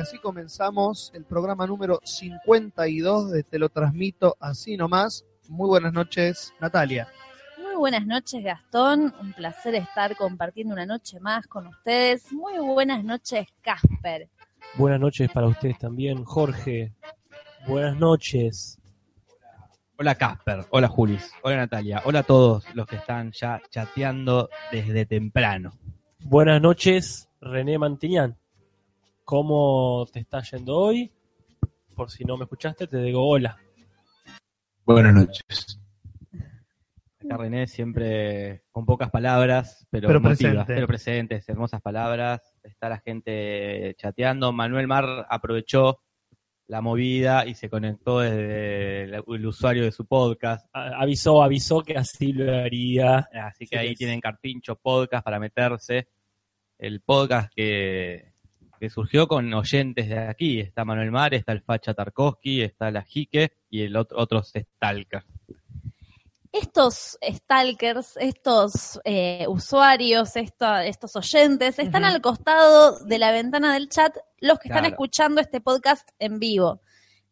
así comenzamos el programa número 52 de Te lo transmito así nomás. Muy buenas noches, Natalia. Muy buenas noches, Gastón. Un placer estar compartiendo una noche más con ustedes. Muy buenas noches, Casper. Buenas noches para ustedes también, Jorge. Buenas noches. Hola Casper, hola Julis, hola Natalia, hola a todos los que están ya chateando desde temprano. Buenas noches, René Mantiñán. ¿Cómo te está yendo hoy? Por si no me escuchaste, te digo hola. Buenas noches. Acá René siempre con pocas palabras, pero, Pero emotivas, presente. pero presentes, hermosas palabras. Está la gente chateando. Manuel Mar aprovechó la movida y se conectó desde el, el usuario de su podcast. A- avisó, avisó que así lo haría. Así Sí, que ahí es. tienen Carpincho Podcast para meterse. El podcast que, que surgió con oyentes de aquí. Está Manuel Mar, está el Facha Tarkovsky, está la Jique y el otro, otros Stalker. Estos stalkers, estos eh, usuarios, esta- estos oyentes, están Ujú. al costado de la ventana del chat los que están Claro. escuchando este podcast en vivo.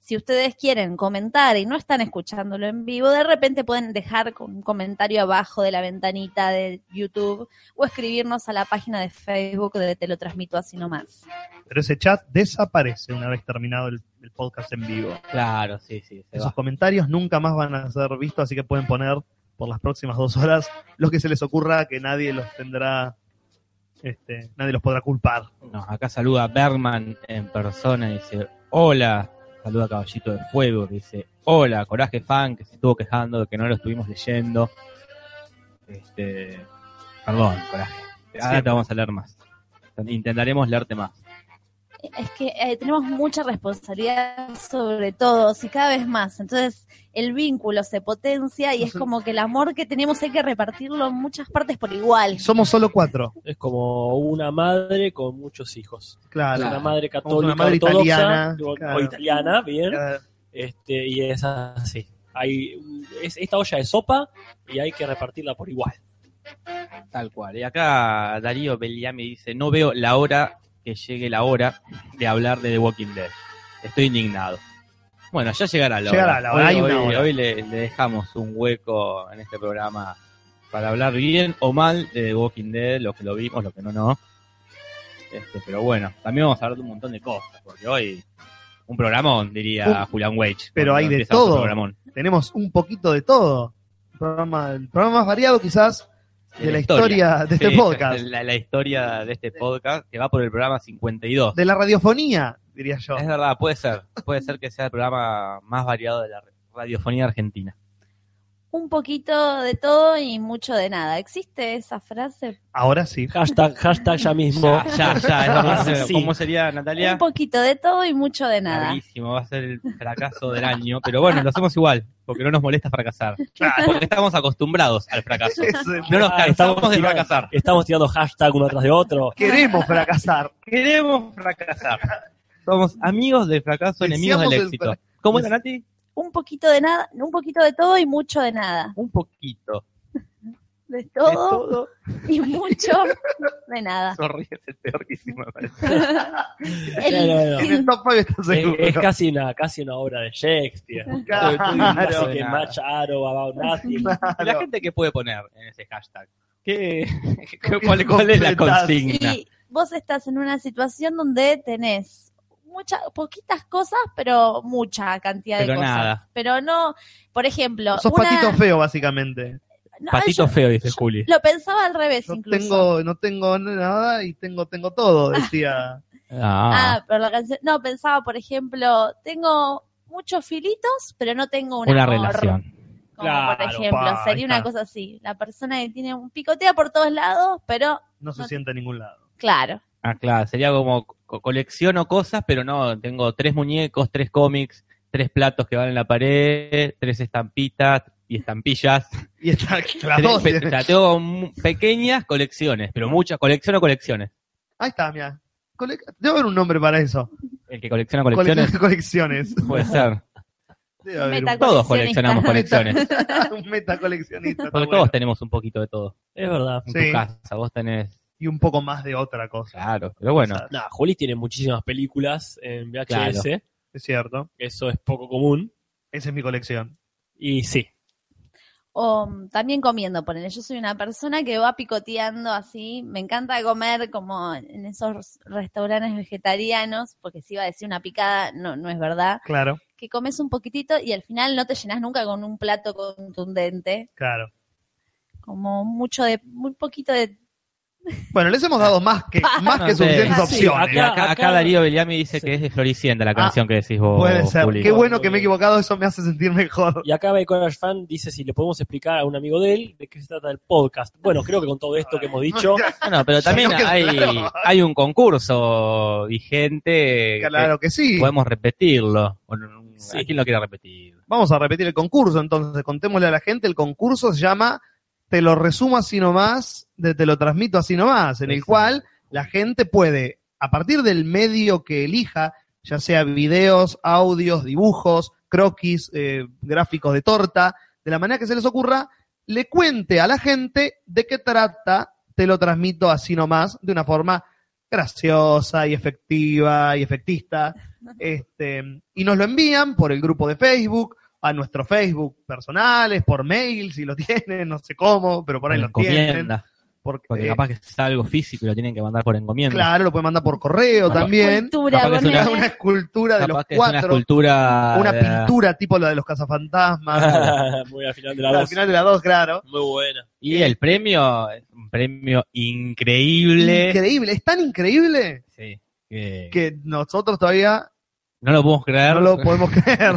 Si ustedes quieren comentar y no están escuchándolo en vivo, de repente pueden dejar con- un comentario abajo de la ventanita de YouTube o escribirnos a la página de Facebook de Te lo transmito así nomás. Pero ese chat desaparece una vez terminado el, el podcast en vivo. Claro, sí, sí. se Esos va. comentarios nunca más van a ser vistos, así que pueden poner por las próximas dos horas lo que se les ocurra, que nadie los tendrá, este, nadie los podrá culpar. Nos acá saluda Berman en persona y dice: Hola. Saluda Caballito de Fuego, que dice: Hola, Coraje Fan, que se estuvo quejando de que no lo estuvimos leyendo. Este. Perdón, Coraje. Ahora te Siempre. vamos a leer más. Intentaremos leerte más. Es que eh, tenemos mucha responsabilidad sobre todos y cada vez más. Entonces el vínculo se potencia y es como que el amor que tenemos hay que repartirlo en muchas partes por igual. Somos solo cuatro, Es como una madre con muchos hijos. Es claro. Una Claro. madre católica, una madre ortodoxa, italiana, o- claro. o italiana, bien. Cada- Este, y es así. Hay, es esta olla de sopa y hay que repartirla por igual. Tal cual. Y acá Darío Belliami dice, no veo la hora que llegue la hora de hablar de The Walking Dead. Estoy indignado. Bueno, ya llegará la hora. Llegará la hora, Hoy, hay una hoy- hora. hoy le, le dejamos un hueco en este programa para hablar bien o mal de The Walking Dead, lo que lo vimos, lo que no, no. Este, pero bueno, también vamos a hablar de un montón de cosas, porque hoy un programón, diría Julian Wage. pero cuando hay de empieza otro todo. programón. tenemos un poquito de todo. El programa, el programa más variado quizás de, la historia, de este Sí, podcast, La, la historia de este podcast que va por el programa 52. de la radiofonía, diría yo. Es verdad, puede ser. Puede ser que sea el programa más variado de la radiofonía argentina. Un poquito de todo y mucho de nada. ¿Existe esa frase? Ahora sí. Hashtag, hashtag ya mismo. Ya, ya, ya. es verdad. Sí, sí. ¿Cómo sería, Natalia? Un poquito de todo y mucho de nada. Larguísimo, va a ser el fracaso del año. Pero bueno, lo hacemos igual, porque no nos molesta fracasar. Porque estamos acostumbrados al fracaso. Es el- No nos Ah, cansamos de tirando- fracasar. Estamos tirando hashtag uno tras de otro. Queremos fracasar. Queremos fracasar. Somos amigos del fracaso, enemigos Deseamos del el éxito. ¿Cómo era, Nati? Un poquito de nada, un poquito de todo y mucho de nada. Un poquito. De Es todo todo. y mucho de nada. Sorry, es el peor que hicimos. me parece. El- No, no, no. En el top five está Es, seguro. es casi una, casi una obra de Shakespeare. Claro. Así que match arrow about nothing. Y La gente que puede poner en ese hashtag. ¿Qué, ¿Qué cuál, cuál es la completás? consigna? y vos estás en una situación donde tenés muchas poquitas cosas, pero mucha cantidad de Pero cosas. nada. Pero no, por ejemplo, Sos una- patito feo, básicamente. no, Patito yo feo, dice yo- Juli. lo pensaba al revés No incluso. tengo, no tengo nada y tengo, tengo todo, decía. Ah, Ah, pero la canción, no pensaba, por ejemplo, tengo muchos filitos, pero no tengo un una amor. relación. Como por Claro, ejemplo, pa, ahí sería una está. cosa así, la persona que tiene un picotea por todos lados, pero No se No. sienta en ningún lado. claro, Ah, claro, sería como co- colecciono cosas, pero no, tengo tres muñecos, tres cómics, tres platos que van en la pared, tres estampitas y estampillas. Y está las Tres dos. pe- o sea, tengo mu- pequeñas colecciones, pero muchas, colecciono colecciones. Ahí está, mira. Cole- Debe haber un nombre para eso. El que colecciona colecciones Colecciones. Colecciones. puede ser. Debe haber un- Meta- Todos coleccionamos Meta- colecciones. un metacoleccionista. está Porque bueno. todos tenemos un poquito de todo. Es verdad. En Sí. tu casa, vos tenés y un poco más de otra cosa. Claro, pero bueno. O sea, Nada, Juli tiene muchísimas películas en VHS, Claro. es cierto. eso es poco común. Esa es mi colección. Y sí, O mm, también comiendo, ponele. Yo soy una persona que va picoteando así. Me encanta comer como en esos restaurantes vegetarianos, porque si iba a decir una picada, no, no es verdad. Claro, Que comes un poquitito y al final no te llenas nunca con un plato contundente. claro. Como mucho de, muy poquito de. Bueno, les hemos dado más que, más que Ah, Sí. suficientes Sí, opciones. Acá, acá acá- Darío Beliami dice Sí. que es de Floricienta la Ah, canción que decís vos. Puede ser. Juli. Qué bueno que me he equivocado, eso me hace sentir mejor. Y acá Courage Fan dice si le podemos explicar a un amigo de él de qué se trata el podcast. Bueno, creo que con todo esto que hemos dicho, Bueno, pero también Yo creo que hay, claro. hay un concurso vigente. que Claro que sí. Podemos repetirlo. Bueno, Sí. ¿A quién lo quiere repetir? Vamos a repetir el concurso, entonces contémosle a la gente, el concurso se llama Te lo resumo así nomás, de Te lo transmito así nomás, en el Exacto. cual la gente puede, a partir del medio que elija, ya sea videos, audios, dibujos, croquis, eh, gráficos de torta, de la manera que se les ocurra, le cuente a la gente de qué trata, te lo transmito así nomás, de una forma graciosa y efectiva y efectista. Este, y nos lo envían por el grupo de Facebook, a nuestro Facebook personales, por mail, si lo tienen, no sé cómo, pero por ahí lo tienen. encomienda. Porque, eh, Porque capaz que es algo físico y lo tienen que mandar por encomienda. claro, lo pueden mandar por correo Capaz- también. Cultura, Capaz que es Una, ponele. una escultura de Capaz los que es una cuatro, escultura. una eh, pintura tipo la de los cazafantasmas. muy al final de la al voz. final de la dos, claro. Muy buena. Y el premio, es un premio increíble. Increíble, es tan increíble Sí, que que nosotros todavía no lo podemos creer. no lo podemos creer.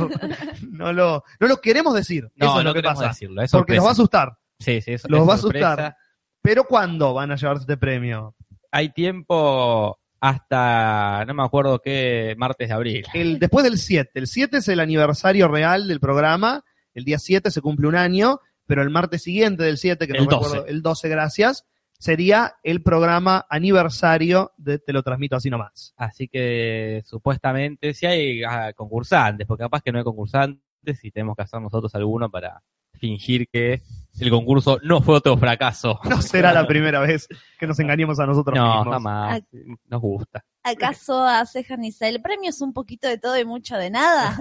No lo, no lo queremos decir. No, eso es no lo que queremos pasa. decirlo. Es Porque nos va a sorpresa. asustar. Sí, sí, es- los es va a sorpresa. asustar. Pero ¿cuándo van a llevarse este premio? Hay tiempo hasta, no me acuerdo qué, martes de abril. El, después del 7. El 7 es el aniversario real del programa. El día 7 se cumple un año. Pero el martes siguiente del 7, que no El me acuerdo, 12. el 12, gracias, sería el programa aniversario de Te lo transmito así nomás. Así que supuestamente si hay ah, concursantes, porque capaz que no hay concursantes y tenemos que hacer nosotros alguno para fingir que el concurso no fue otro fracaso. No será la primera vez que nos engañemos a nosotros No, mismos. jamás. Nos gusta. ¿Acaso hace Janisa? ¿El premio es un poquito de todo y mucho de nada?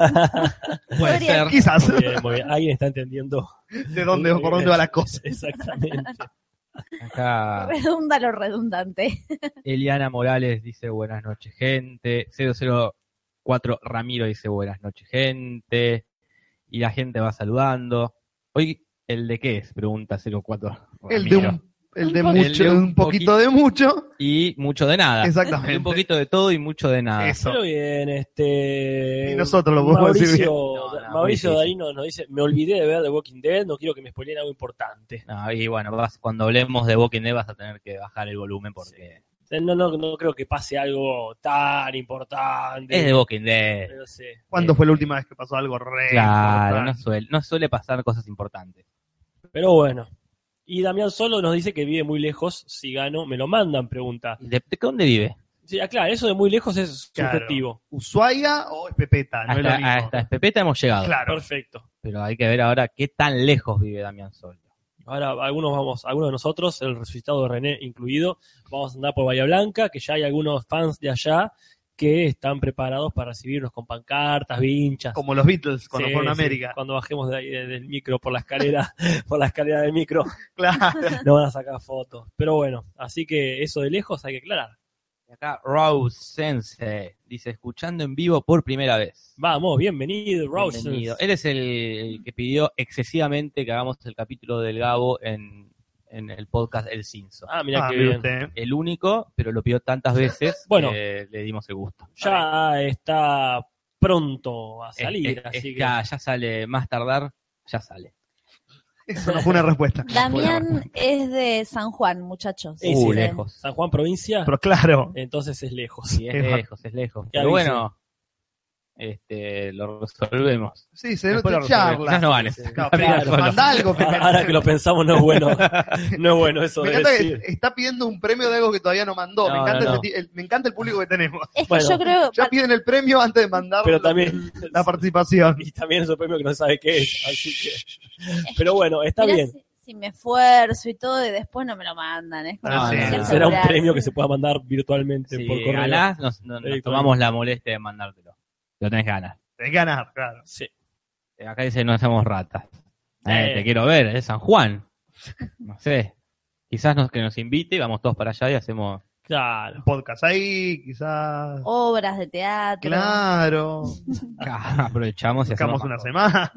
Puede Podría ser. Quizás Muy bien, muy bien. Alguien está entendiendo. de dónde, por dónde va la cosa. Exactamente. Acá Redunda lo redundante. Eliana Morales dice buenas noches, gente. 004 Ramiro dice buenas noches, gente. Y la gente va saludando. Hoy, ¿el de qué es? Pregunta 04 El de Ramiro. un, el de Un mucho, poquito. El de un un poquito de mucho. Y mucho de nada. Exactamente. Ah. Un poquito de todo y mucho de nada. Eso. Pero bien, este. Y nosotros lo podemos Mauricio, decir No, no, muy Mauricio difícil. Darino nos dice: Me olvidé de ver The Walking Dead, no quiero que me spoileen algo importante. No, y bueno, vas- cuando hablemos de Walking Dead vas a tener que bajar el volumen porque No, no, no creo que pase algo tan importante. es de Walking Dead. No sé. ¿Cuándo fue la última vez que pasó algo re? Claro, no importante? suele, no suele pasar cosas importantes. Pero bueno. Y Damián Solo nos dice que vive muy lejos. Si gano, me lo mandan, pregunta. ¿De, de dónde vive? Sí, ah, claro, eso de muy lejos es Claro. subjetivo. ¿Ushuaia o es Pepeta? No es lo hasta, mismo. hasta Pepeta hemos llegado. Claro. Perfecto. Pero hay que ver ahora qué tan lejos vive Damián Sol. Ahora, algunos vamos, algunos de nosotros, el resucitado de René incluido, vamos a andar por Bahía Blanca, que ya hay algunos fans de allá que están preparados para recibirnos con pancartas, vinchas. Como los Beatles cuando Sí, fueron a sí, América. Cuando bajemos de ahí, de- del micro por la escalera, por la escalera del micro, Claro. nos van a sacar fotos. Pero bueno, así que eso de lejos hay que aclarar. Y acá Rose Sense dice, escuchando en vivo por primera vez. Vamos, bienvenido, Rose. Bienvenido. Él es el, el que pidió excesivamente que hagamos el capítulo del Gabo en, en el podcast El Cinzo. Ah, mira Ah, qué mire bien. usted. El único, pero lo pidió tantas veces Bueno. que le dimos el gusto. Ya está pronto a Es- salir, es- así es que ya, ya sale, más tardar, ya sale. Eso no fue una respuesta. Damián es de San Juan, muchachos. Sí, uh, sí. lejos. San Juan provincia, Pero claro, entonces es lejos. Sí, es Es- lejos, es lejos. Pero avisen. bueno, este, lo resolvemos. sí, se Después nota lo charla. resolvemos. Quizás no Claro, Claro, van. pero bueno. manda algo, Pepe. Ahora que lo pensamos no es bueno, no es bueno eso Me de encanta decir. que está pidiendo un premio de algo que todavía no mandó. me, No, encanta no, ese no. ti- el, me encanta el público que tenemos. Es que Bueno, yo creo, Ya piden el premio antes de mandar Pero la- también la participación. y también es un premio que no sabe qué es, así que pero bueno, está mirá bien. si- si me esfuerzo y todo, y después no me lo mandan. ¿eh? Es como Ah, que sí. no sé Será un asegurar. premio que se pueda mandar virtualmente Si por correo. ganás, nos, no- nos Sí, claro. tomamos la molestia de mandártelo. Lo tenés ganas. de ganar, claro. Sí. Eh, Acá dice, no somos ratas. Eh, Eh. Te quiero ver, es San Juan. No sé. Quizás nos, que nos invite y vamos todos para allá y hacemos... Un Claro. podcast ahí, quizás. Obras de teatro. claro. Aprovechamos y hacemos... Sacamos una semana.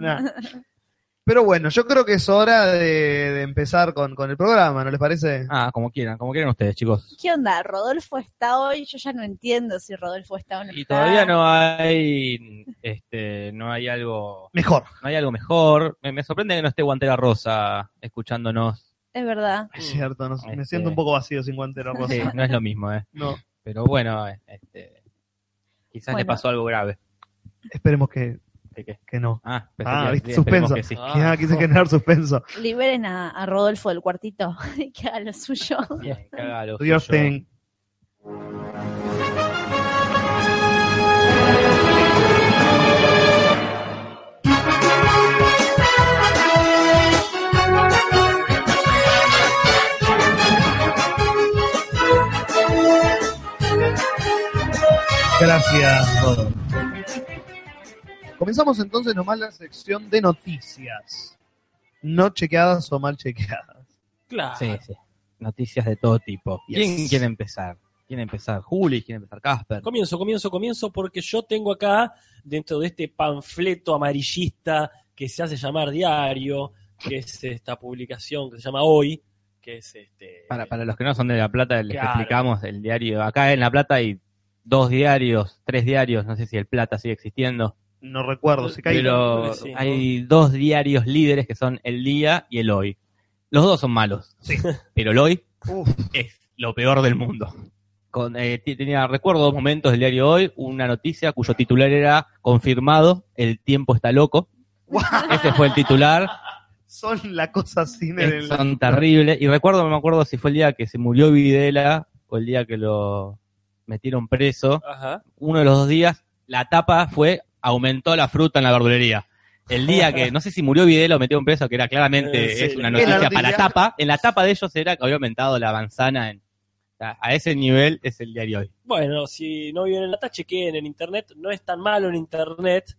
Pero bueno, yo creo que es hora de, de empezar con, con el programa, ¿no les parece? Ah, como quieran, como quieran ustedes, chicos. ¿Qué onda? ¿Rodolfo está hoy? Yo ya no entiendo si Rodolfo está o no. Y está. todavía no hay... Este, no hay algo... Mejor. No hay algo mejor. Me, me sorprende que no esté Guantera Rosa escuchándonos. Es verdad. Es cierto, no- me Este- siento un poco vacío sin guantero rosa. Sí, no es lo mismo, ¿eh? No, Pero bueno, eh, este, quizás le Bueno. pasó algo grave. esperemos que, ¿De qué? que no. Ah, pensé Ah, que- viste, sí, esperemos suspenso. Ah. que sí. Que nada, quise generar suspenso. Liberen a, a Rodolfo del cuartito y que haga lo suyo. Bien, que haga lo Do your suyo. thing. Gracias. Rodolfo. Comenzamos entonces nomás la sección de noticias. No chequeadas o mal chequeadas. Claro. Sí, sí. Noticias de todo tipo. Yes. ¿Quién quiere empezar? ¿Quiere empezar Juli? ¿Quiere empezar Casper? Comienzo, comienzo, comienzo, porque yo tengo acá, dentro de este panfleto amarillista que se hace llamar diario, que es esta publicación que se llama Hoy, que es este. Para, para los que no son de La Plata, les Claro. explicamos el diario. Acá en La Plata hay dos diarios, tres diarios, no sé si el Plata sigue existiendo, No recuerdo, se cae. pero Sí, ¿no? hay dos diarios líderes que son El Día y El Hoy. Los dos son malos, Sí. pero El Hoy Uf. es lo peor del mundo. Con, eh, t- tenía, recuerdo dos momentos del diario Hoy, una noticia cuyo titular era confirmado, el tiempo está loco. Ese fue el titular, son la cosa cine eh, del- son terribles. Y recuerdo, no me acuerdo si fue el día que se murió Videla o el día que lo metieron preso. Ajá. Uno de los dos días, la tapa fue aumentó la fruta en la verdulería. El día que, no sé si murió Videla o metieron preso, que era claramente Eh, sí. es una Es la noticia para noticia. tapa, en la tapa de ellos era que había aumentado la manzana en- a a ese nivel es el diario hoy. Bueno, si no viven en la chequeen en internet. No es tan malo en internet.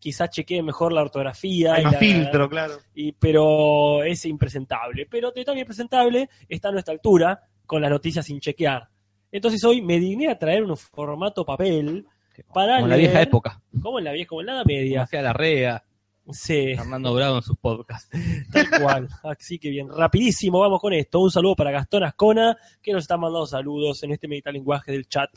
Quizás chequeen mejor la ortografía. hay y más la- filtro, claro. y, pero es impresentable. Pero de tan impresentable está a nuestra altura con las noticias sin chequear. Entonces hoy me digné a traer un formato papel para Como en la leer, vieja época. como en la vieja, como en la edad Como media. hacía la rea, Sí, Fernando Bravo en sus podcasts. tal cual. Así que bien, rapidísimo, vamos con esto. Un saludo para Gastón Ascona, que nos está mandando saludos en este meditar lenguaje del chat.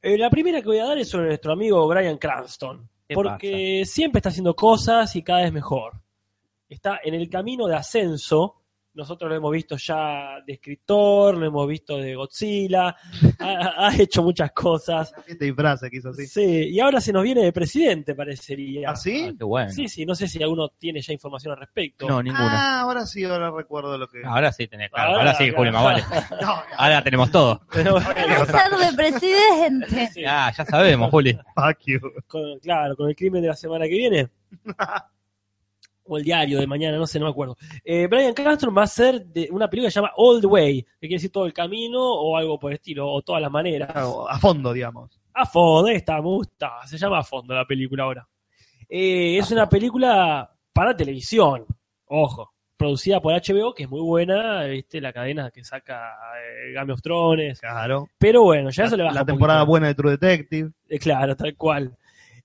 Eh, la primera que voy a dar es sobre nuestro amigo Brian Cranston. ¿Qué Porque siempre está haciendo cosas y cada vez mejor. Está en el camino de ascenso. Nosotros lo hemos visto ya de escritor, lo hemos visto de Godzilla, ha, ha hecho muchas cosas. Este disfraz que hizo así. Sí, y ahora se nos viene de presidente, parecería. pasa? ¿Así? Ah, qué bueno. Sí, sí, no sé si alguno tiene ya información al respecto. No, ninguna. Ah. Ah, ahora sí, ahora recuerdo lo que. Ahora sí tenés, claro, Ahora, ahora, sí, claro. Juli, más vale. No, Ahora tenemos todo. Pero Va bueno, a ser de presidente. sí, Ah, ya sabemos, Juli. fuck you. con- claro, con el crimen de la semana que viene. o el diario de mañana, no sé, no me acuerdo. Eh, Brian Cranston va a hacer de una película que se llama Old Way, que quiere decir todo el camino o algo por el estilo, o todas las maneras. Claro, a fondo, digamos. A fondo, ahí está, me gusta. Se llama A fondo la película ahora. Eh, es una película para televisión, ojo, producida por HBO, que es muy buena, viste, la cadena que saca eh, Game of Thrones. Claro. Pero bueno, ya eso le la, baja la un poquito. temporada buena de True Detective. Eh, Claro, tal cual.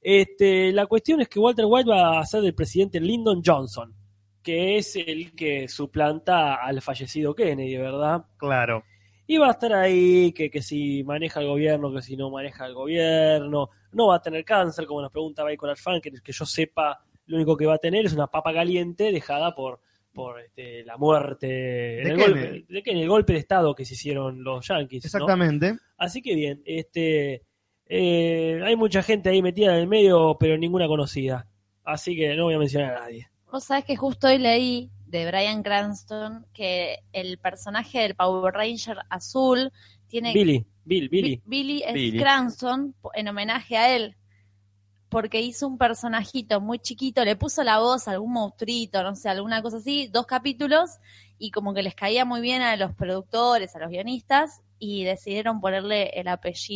Este, la cuestión es que Walter White va a ser el presidente Lyndon Johnson, que es el que suplanta al fallecido Kennedy, ¿verdad? Claro. Y va a estar ahí, que, que si maneja el gobierno, que si no maneja el gobierno, no va a tener cáncer, como nos preguntaba ahí con Alfan, que, que yo sepa, lo único que va a tener es una papa caliente dejada por, por este, la muerte, en el, golpe, Kennedy. de Kennedy, el golpe de Estado que se hicieron los yankees. ¿no? Exactamente. Así que bien, este, eh, hay mucha gente ahí metida en el medio, pero ninguna conocida. Así que no voy a mencionar a nadie. Vos sabés que justo hoy leí de Brian Cranston que el personaje del Power Ranger azul tiene Billy, Bill, Billy. Bi- Billy es Billy. Cranston en homenaje a él. porque hizo un personajito muy chiquito, le puso la voz a algún monstruito, no sé, alguna cosa así, dos capítulos, y como que les caía muy bien a los productores, a los guionistas, y decidieron ponerle el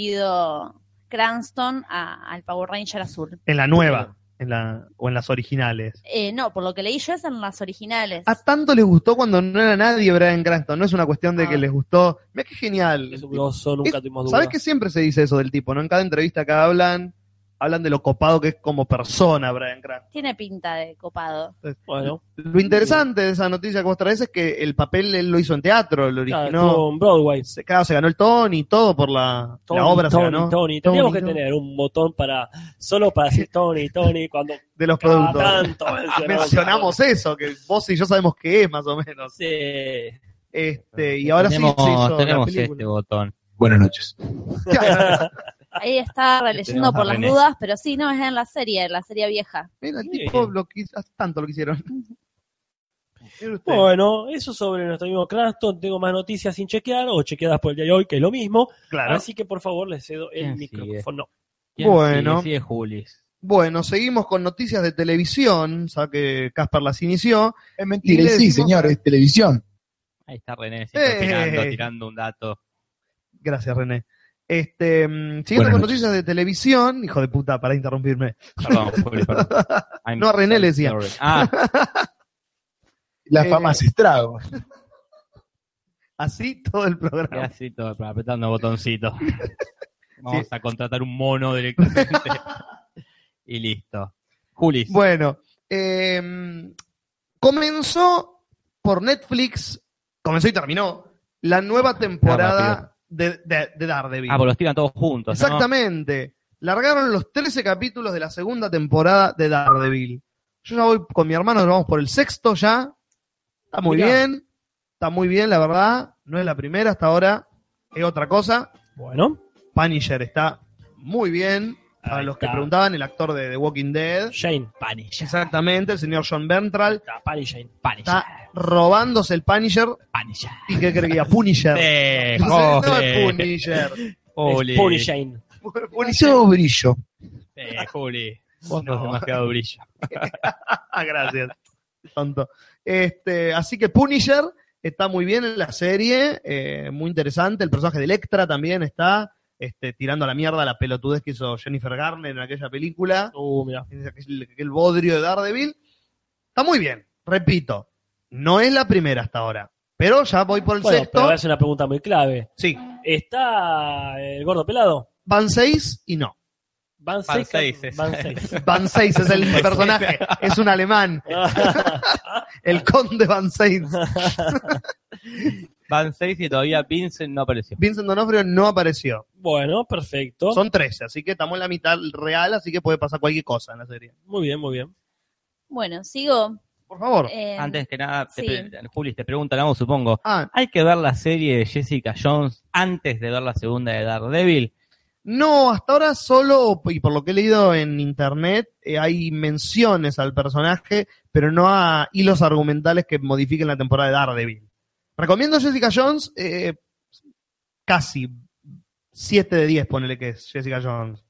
apellido Cranston a- al Power Ranger azul. En la nueva, en la, o en las originales. Eh, no, por lo que leí yo es en las originales. A tanto les gustó cuando no era nadie Brian Cranston. No es una cuestión de Ah. que les gustó. Mira qué genial. Es un grosso, nunca Es- tuvimos dudas. ¿Sabes que siempre se dice eso del tipo? ¿No? En cada entrevista que hablan, hablan de lo copado que es como persona Brian Cranston. Tiene pinta de copado. Bueno, Lo interesante de esa noticia que vos traes es que el papel él lo hizo en teatro, lo claro, originó. estuvo en Broadway. Se, claro, se ganó el Tony y todo por la, Tony, la obra, se Tony, ganó. Tony. Tony, Teníamos que Tony. tener un botón para solo para decir Tony, Tony, cuando de los cada productores. tanto Ah, Mencionamos eso, que vos y yo sabemos qué es más o menos. Sí. Este, y ahora tenemos, sí se hizo la tenemos este película. botón. Buenas noches. Claro, Ahí está releyendo Tenemos Este, a por las René. dudas, pero sí, no, es en la serie, en la serie vieja. mira, el Muy tipo bien. lo que hizo- hace tanto lo que hicieron. Mira usted. Bueno, eso sobre nuestro amigo Craston. Tengo más noticias sin chequear o chequeadas por el día de hoy, que es lo mismo. Claro. Así que por favor les cedo el Bien, sigue. micrófono. ¿Quién Bueno. sigue? Sigue Julis. Bueno, seguimos con noticias de televisión, o sea que Caspar las inició. Es Y le mentira, sí, decimos- señor, es televisión. Ahí está René, siempre Eh. opinando, tirando un dato. Gracias, René. Este, mm, siguiendo Buenas con noches. noticias de televisión, hijo de puta, para interrumpirme. Perdón, Juli, perdón. I'm No, a René le decía. sorry. Ah, La Eh. fama se estrago. Así todo el queda programa. así todo, apretando botoncitos. Vamos a contratar un mono directamente. y listo. Julis. Bueno, eh, comenzó por Netflix, comenzó y terminó la nueva temporada de, de- de Daredevil. Ah, pues los tiran todos juntos. ¿no? Exactamente. Largaron los 13 capítulos de la segunda temporada de Daredevil. Yo ya voy con mi hermano, nos vamos por el sexto ya. Está muy Mirá. bien. Está muy bien, la verdad. No es la primera hasta ahora. Es otra cosa. Bueno, Punisher está muy bien. Para Ahí los está. que preguntaban, el actor de The Walking Dead. Shane Panish. Exactamente, el señor John Bernthal. Está Panish, Shane Panish. Está robándose el Punisher. Panish. ¿Y qué creía? Punisher. Sí, No, es Juli. Punisher. Juli. Es Pony Shane. Punisher. brillo. Sí, Juli. Vos No. no. demasiado brillo. Ah, gracias. Tonto. Este, así que Punisher está muy bien en la serie, eh, muy interesante. El personaje de Electra también está este, tirando a la mierda la pelotudez que hizo Jennifer Garner en aquella película, Uh, mira. en aquel, aquel bodrio de Daredevil. Está muy bien, repito, no es la primera hasta ahora, pero ya voy por el Bueno, pero sexto. ahora es una pregunta muy clave. Sí, ¿Está eh, el gordo pelado? van seis y no. Van Van seis. seis, es. van seis. Van seis es el personaje, es un alemán, el conde Van Seis. Van seis y todavía Vincent no apareció. Vincent Donofrio no apareció. bueno, perfecto. Son 13, así que estamos en la mitad real, así que puede pasar cualquier cosa en la serie. Muy bien, muy bien. Bueno, sigo. Por favor. Eh, Antes que nada, te sí. pre- Juli, te preguntan algo, supongo. Ah, ¿Hay que ver la serie de Jessica Jones antes de ver la segunda de Daredevil? no, hasta ahora solo, y por lo que he leído en internet, eh, hay menciones al personaje, pero no a hilos argumentales que modifiquen la temporada de Daredevil. Recomiendo Jessica Jones, eh, casi 7 de 10, ponele que es Jessica Jones.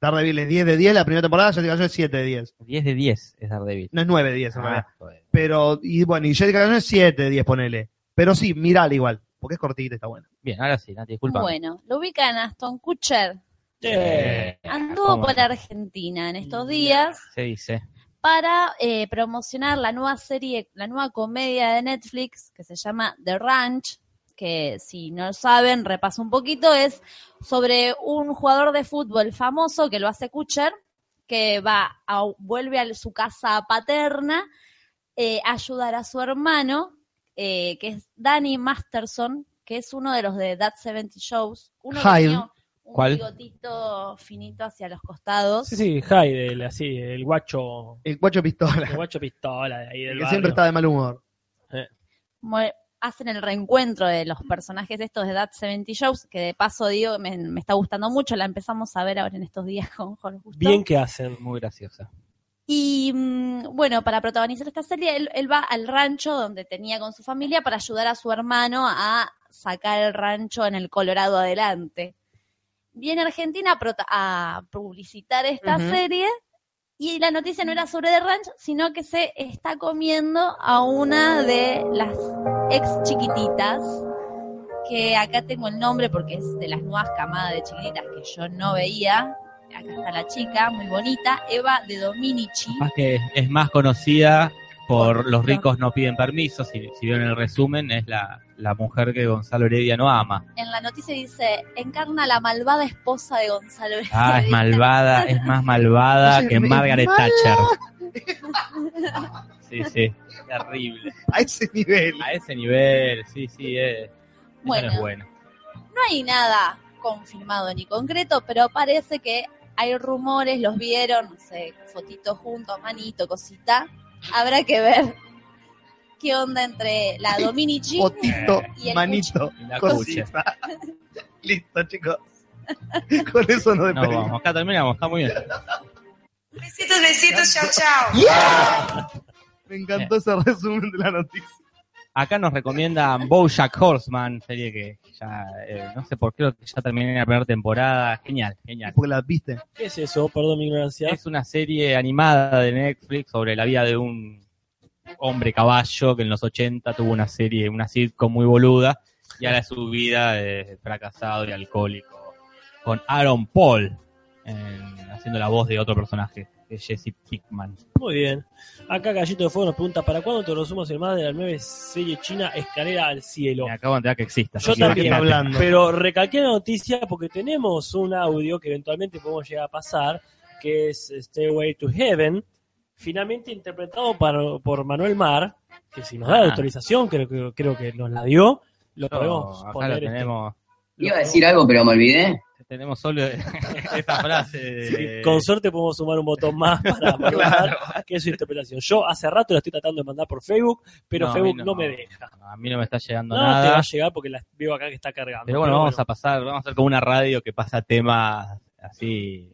Daredevil es 10 de 10, la primera temporada, Jessica Jones es 7 de 10. 10 de 10 es Daredevil. No es 9 de 10 en realidad. Ah, joder. Pero, y bueno, y Jessica Jones es 7 de 10, ponele. Pero sí, mirala igual, porque es cortita y está buena. Bien, ahora sí, Nati, disculpa. bueno, lo ubican Aston Kutcher. Eh. Yeah. Anduvo por Argentina en estos días Se dice. para eh, promocionar la nueva serie, la nueva comedia de Netflix que se llama The Ranch, que si no saben, repaso un poquito, es sobre un jugador de fútbol famoso que lo hace Kutcher, que va a, vuelve a su casa paterna eh, a ayudar a su hermano, eh, que es Danny Masterson, que es uno de los de That 70 Shows, uno que Hyde. tenía un ¿Cuál? bigotito finito hacia los costados. Sí, sí, Hyde, el, así, el guacho, El guacho pistola, el guacho pistola de ahí del que barrio. siempre está de mal humor. mue- hacen el reencuentro de los personajes estos de That 70 Shows, que de paso digo, me, me está gustando mucho, la empezamos a ver ahora en estos días con Jorge Gusto. Bien que hacen. Muy graciosa. Y mm, bueno, para protagonizar esta serie, él, él va al rancho donde tenía con su familia para ayudar a su hermano a sacar el rancho en el Colorado adelante. Viene Argentina a, prota- a publicitar esta Ujú. serie Y la noticia no era sobre The Ranch, sino que se está comiendo a una de las ex chiquititas, que acá tengo el nombre porque es de las nuevas camadas de chiquititas que yo no veía. Acá está la chica, muy bonita, Eva de Dominici. Más que es más conocida por Los ricos no piden permiso, si, si vieron el resumen, es la, la mujer que Gonzalo Heredia no ama. En la noticia dice, encarna a la malvada esposa de Gonzalo. Ah, es malvada, es más malvada Es que Margaret mala. Thatcher. Sí, sí, terrible. a ese nivel. A ese nivel, sí, sí, es, bueno. Bueno. no es bueno. No hay nada confirmado ni concreto, pero parece que hay rumores, los vieron, no sé, fotitos juntos, manito, cosita. Habrá que ver qué onda entre la Dominici. Potito, Y el manito, Y la cucha. cosita. Listo, chicos. Con eso no No, dependemos. vamos, acá terminamos, está muy bien. Besitos, besitos, chao, chao. Me encantó ese resumen de la noticia. Acá nos recomiendan Bojack Horseman, serie que ya, eh, no sé por qué, creo que ya terminé la primera temporada. Genial, genial. Porque la viste. ¿Qué es eso? Perdón mi ignorancia. Es una serie animada de Netflix sobre la vida de un hombre caballo que en los 80 tuvo una serie, una sitcom muy boluda y ahora es su vida de fracasado y alcohólico con Aaron Paul eh, haciendo la voz de otro personaje, de Jesse Pickman. Muy bien. Acá Gallito de Fuego nos pregunta, ¿para cuándo te resumas el más de la nueva serie china Escalera al Cielo? Me acabo de enterar que exista. Yo así que también. imagínate. hablando. Pero recalqué la noticia porque tenemos un audio que eventualmente podemos llegar a pasar, que es Stairway to Heaven, finalmente interpretado para- por Manuel Mar, que si nos da la Ah. autorización, creo, que creo que nos la dio, lo podemos No, acá poner. lo este, tenemos, lo Iba a decir algo, pero me olvidé. tenemos solo esta frase. de- Sí, con suerte podemos sumar un botón más para mandar que es su interpretación. Yo hace rato la estoy tratando de mandar por Facebook, pero No, a mí Facebook no. no. me deja. A mí no me está llegando No, te va nada. a llegar porque la veo acá que está cargando. Pero bueno, vamos a pasar, vamos a hacer como una radio que pasa temas así.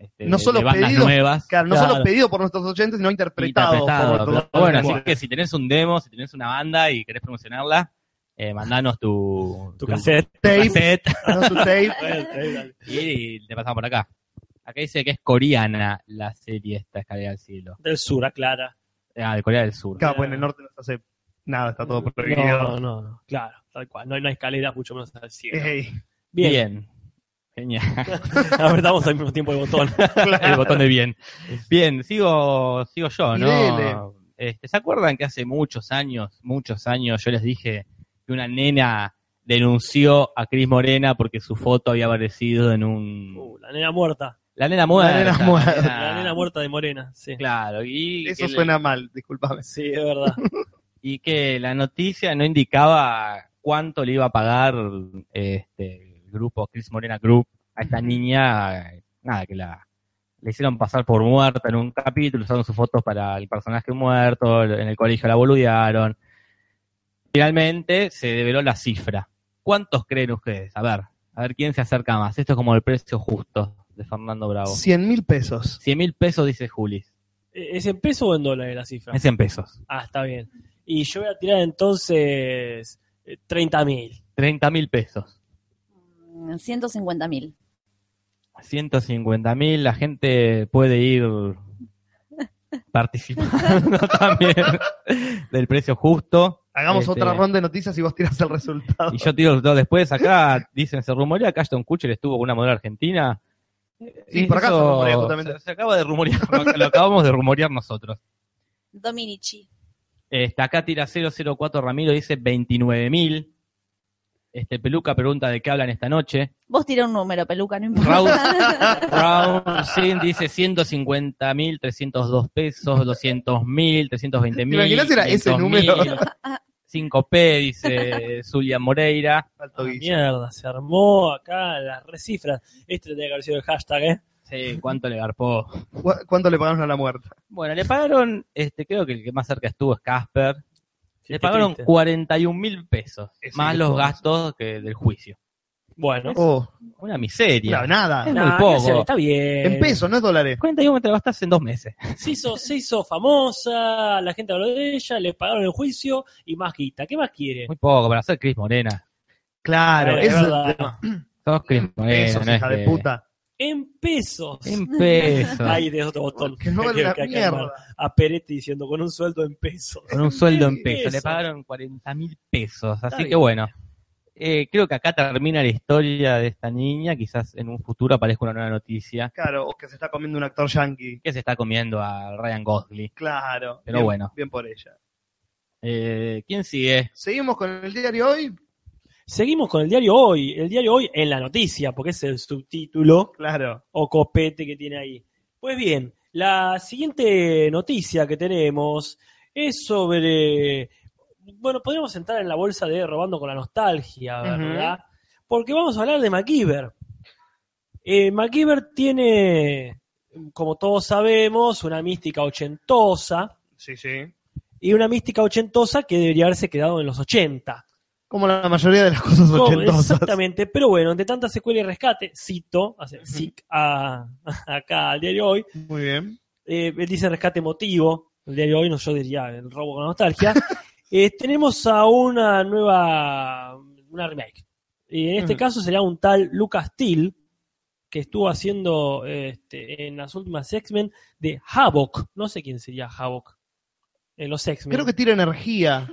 este, No de- solo de bandas pedidos, nuevas. Claro, no solo Claro. pedido por nuestros oyentes, sino interpretado. interpretado, por pero todos. bueno, así Bueno. que si tenés un demo, si tenés una banda y querés promocionarla, eh, mandanos tu, tu cassette. tu Tape, cassette no su tape. Bueno, ahí, dale. y, te pasamos por acá. Acá dice que es coreana la serie esta Escalera del Cielo. Del sur, aclara. Ah, de Corea del Sur. Claro, bueno, pues, en el norte no se hace nada, está todo prohibido. No, no, no, claro, tal cual. No hay una escalera, mucho menos al cielo. Eh, Ey, Bien, Genial. apretamos al mismo tiempo el botón. el botón de bien. Bien, sigo, sigo yo, Y dele. ¿no? Este, ¿Se acuerdan que hace muchos años, muchos años, yo les dije que una nena denunció a Cris Morena porque su foto había aparecido en un... Uh, la nena muerta. la nena muerta. nena muerta. La nena muerta de Morena, sí. Ah. Claro, y Eso que, suena mal, disculpame. Sí, es verdad. y que la noticia no indicaba cuánto le iba a pagar este, el grupo Cris Morena Group a esta niña, eh, nada, que la le hicieron pasar por muerta en un capítulo, usaron sus fotos para el personaje muerto, en el colegio la boludearon. Finalmente se develó la cifra. ¿Cuántos creen ustedes? A ver, a ver quién se acerca más. Esto es como el precio justo de Fernando Bravo. 100 mil pesos. 100 mil pesos, dice Julis. ¿E, ¿Es en peso o en dólares la cifra? Es en pesos. Ah, está bien. Y yo voy a tirar entonces 30 mil. 30 mil pesos. 150 mil. 150 mil, la gente puede ir participando también del precio justo. Hagamos Este, otra ronda de noticias y vos tirás el resultado. Y yo tiro los dos después. Acá dicen, se rumorea que Ashton Kutcher estuvo con una modelo argentina. Sí, por acá se Eso rumorea justamente. se- se acaba de rumorear, lo, lo acabamos de rumorear nosotros. Dominici. Este, acá tira 004 Ramiro, dice 29 mil. Este, Peluca pregunta de qué hablan esta noche. Vos tirá un número, peluca, no Raúl, importa. Brown Sin dice 150.302 pesos, 200.000, 320.000. ¿Te imaginas era ese 500.000, número? 5P, dice Zulia Moreira. Alto Ah, guiso. mierda, se armó acá las recifras. Este tenía que haber sido el hashtag, ¿eh? Sí, ¿cuánto le garpó? ¿Cu- ¿Cuánto le pagaron a la muerta? Bueno, le pagaron, este, creo que el que más cerca estuvo es Casper. Qué le pagaron triste. 41 mil pesos, Ese más que los fue. gastos que del juicio. Bueno, Oh, Una miseria. claro, nada. Es muy Nah, ¿qué poco. hacer? Está bien. En pesos, no es dólares. 41 te lo gastas en dos meses. Se hizo, se hizo famosa, la gente habló de ella, le pagaron el juicio y más guita. ¿Qué más quiere? Muy poco para hacer Cris Morena. Claro, Es eso verdad. Sos Cris Morena. Pesos, no es hija de que- puta. en pesos. En pesos. Ahí tenés otro botón. Que no vale una que hay que armar. mierda. A Peretti diciendo con un sueldo en pesos. Con un sueldo en en pesos. Le pesos. pagaron 40 mil pesos. Así que bien. bueno. eh, creo que acá termina la historia de esta niña. Quizás en un futuro aparezca una nueva noticia. Claro, o que se está comiendo un actor yankee. Que se está comiendo a Ryan Gosling. Claro. Pero Bien- bueno. Bien por ella. Eh, ¿Quién sigue? Seguimos con el diario hoy. Seguimos con el diario hoy. El diario hoy en la noticia, porque es el subtítulo Claro. o copete que tiene ahí. Pues bien, la siguiente noticia que tenemos es sobre. Bueno, podríamos entrar en la bolsa de Robando con la Nostalgia, ¿verdad? Porque vamos a hablar de MacGyver. Eh, MacGyver tiene, como todos sabemos, una mística ochentosa Sí, sí. y una mística ochentosa que debería haberse quedado en los ochenta. Como la mayoría de las cosas Como- ochentosas. Exactamente, pero bueno, entre tanta secuela y rescate, cito, hace- cic- a- acá al diario hoy, Muy bien. eh, él dice rescate emotivo, el diario hoy no yo diría el robo con nostalgia, Eh, tenemos a una nueva, una remake. Y en este Ujú. caso sería un tal Lucas Till, que estuvo haciendo este, en las últimas X-Men de Havoc. No sé quién sería Havoc en los X-Men. Creo que tira energía.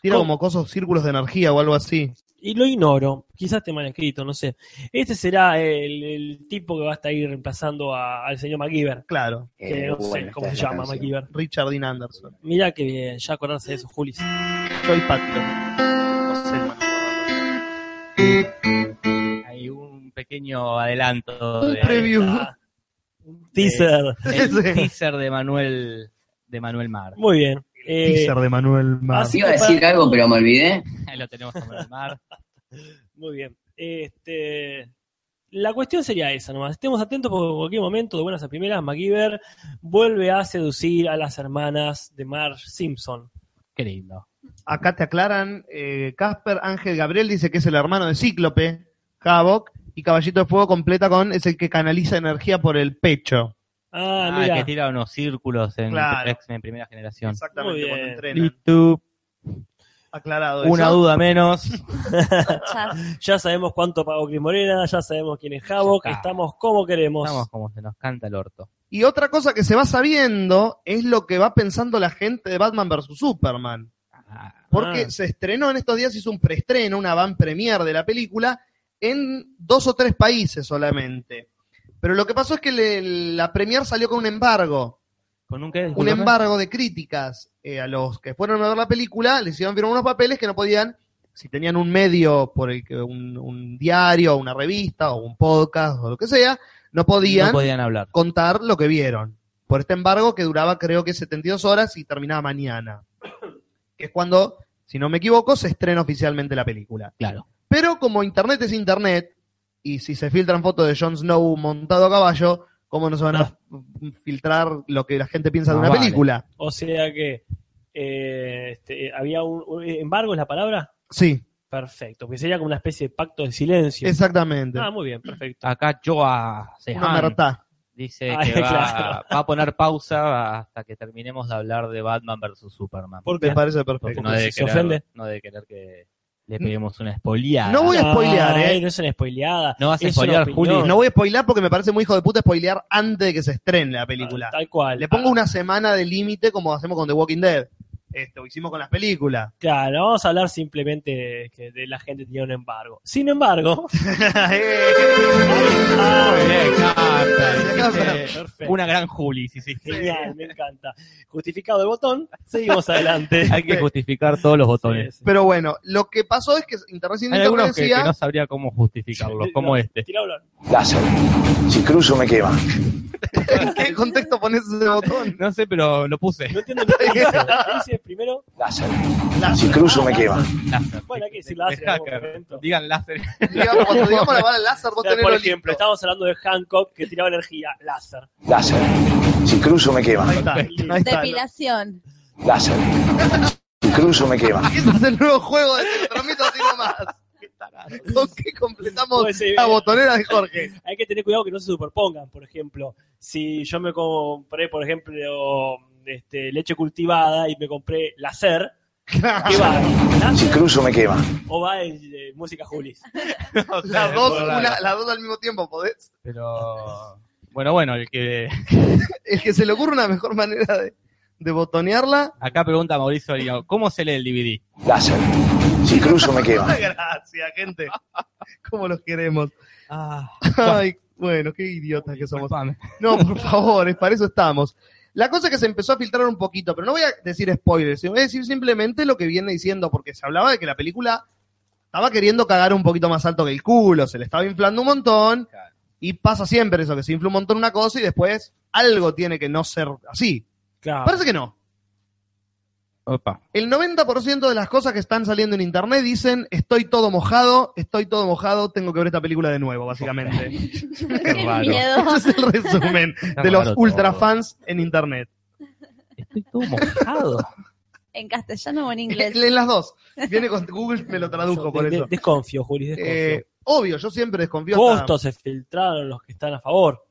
Tira ¿Cómo? como cosas, círculos de energía o algo así. y lo ignoro, quizás esté mal escrito, no sé. Este será el, el tipo que va a estar ahí reemplazando a- al señor MacGyver, Claro. que Eh, no bueno, sé cómo se esta es la llama canción. MacGyver. Richard Dean Anderson. Mirá que bien, ya acordarse de eso, Julis. Soy Patton. No sé, man. Hay un pequeño adelanto. Un de- preview. Ah, Teaser. El Sí. teaser de Manuel, de Manuel Mar. Muy bien. Eh, Teaser de Manuel Mar. así- Iba a decir algo, pero me olvidé. Ahí lo tenemos a Manuel Mar. muy bien. Este, la cuestión sería esa nomás. Estemos atentos porque en cualquier momento, de buenas a primeras, MacGyver vuelve a seducir a las hermanas de Marge Simpson. Qué lindo. Acá te aclaran, eh, Casper Ángel Gabriel dice que es el hermano de Cíclope, Havoc, y Caballito de Fuego completa con es el que canaliza energía por el pecho. Ah, Ah, mira. que tira unos círculos en Claro. X-Men primera generación. Exactamente, Muy bien. cuando entrenan. YouTube, Aclarado una eso. duda menos. Ya sabemos cuánto pagó Cris Morena, ya sabemos quién es Havoc, Ya está. estamos como queremos. Estamos como se nos canta el orto. Y otra cosa que se va sabiendo es lo que va pensando la gente de Batman vs. Superman. Ah, Porque Ah. se estrenó en estos días, hizo un preestreno, una van premiere de la película, en dos o tres países solamente. Pero lo que pasó es que le- la premier salió con un embargo, Pues ¿Con un qué? un Disculpame. embargo de críticas eh, a los que fueron a ver la película, le hicieron firmar unos papeles que no podían, si tenían un medio por el que, un, un diario, una revista, o un podcast, o lo que sea, no podían, No podían hablar. contar lo que vieron. Por este embargo que duraba creo que 72 horas y terminaba mañana. Que es cuando, si no me equivoco, se estrena oficialmente la película. Claro. Pero como Internet es Internet, y si se filtran fotos de Jon Snow montado a caballo, ¿cómo no se van a filtrar lo que la gente piensa de No, una vale. película? O sea que eh, este, había un, un- embargo es la palabra. Sí, Perfecto, que sería como una especie de pacto de silencio. exactamente. Ah, muy bien, perfecto. Acá Joa una Sehan merta. dice Ay, que va, claro. va a poner pausa hasta que terminemos de hablar de Batman vs Superman. ¿Por qué? Me parece Porque perfecto. no si debe, se querer, ofende. no debe querer que le peguemos una espoliada. No voy a- Ah, spoilear, ¿eh? No es una spoileada. No vas a Es una spoilear, opinión. Juli. No voy a spoilar porque me parece muy hijo de puta spoilear antes de que se estrene la película. Tal cual. Le pongo Ah, una semana de límite como hacemos con The Walking Dead. Esto hicimos con las películas. Claro, vamos a hablar simplemente de que de la gente tenía un embargo. Sin embargo, Eh, Muy bien, Carter. Hiciste perfecto. Una gran Juli, sí, sí. Genial, me encanta. Justificado el botón, seguimos adelante. Hay que justificar todos los botones. Sí, sí. Pero bueno, lo que pasó es que Internet sin Hay Internet algunos que, decía, que no sabría cómo justificarlos, como No, este. tirá a hablar. Láser. Si cruzo me quema. ¿en qué contexto pones ese botón? No sé, pero lo puse. No entiendo lo que dice. ¿Qué dice primero? Láser. Láser. Si cruzo me Ah, quema. Láser. Bueno, hay que decir De láser en algún hacker. momento. Digan láser. Digamos, cuando digamos la bala láser, vos O sea, tenés por lo listo. ejemplo, estábamos hablando de Hancock que tiraba energía láser. Láser. Si cruzo me quema. Ahí está, ahí está. Depilación. Láser. Si cruzo me quema. Ese es el nuevo juego de Teletramito así nomás. ¿Con qué completamos Pues sí, la eh. botonera de Jorge? Hay que tener cuidado que no se superpongan, por ejemplo. Si yo me compré, por ejemplo, este, leche cultivada y me compré láser, ¿Qué va? Si ¿Láser cruzo me quema. o va en eh, música Julis? O sea, Las dos, por una- la- las dos al mismo tiempo, ¿podés? Pero. Bueno, bueno, el que. El que se le ocurre una mejor manera de, de botonearla. Acá pregunta Mauricio Arino, ¿cómo se lee el DVD? Láser. Si cruzo me quema. Gracias, gente. ¿Cómo los queremos? Ah, Ay, bueno, qué idiotas que somos. disculpame. No, por favor, es para eso estamos. La cosa es que se empezó a filtrar un poquito, pero no voy a decir spoilers, sino voy a decir simplemente lo que viene diciendo, porque se hablaba de que la película estaba queriendo cagar un poquito más alto que el culo, se le estaba inflando un montón, Claro. y pasa siempre eso, que se infla un montón una cosa y después algo tiene que no ser así. Claro. Parece que no. Opa. El 90% de las cosas que están saliendo en internet dicen, estoy todo mojado, estoy todo mojado, tengo que ver esta película de nuevo, básicamente. El raro. miedo. Ese es el resumen de los ultrafans en internet. Estoy todo mojado. En castellano o en inglés. En las dos. Viene con Google, me lo tradujo por De- de- eso. Desconfío, Julis, desconfío. Eh, obvio, yo siempre desconfío. hasta- Costos se filtraron los que están a favor.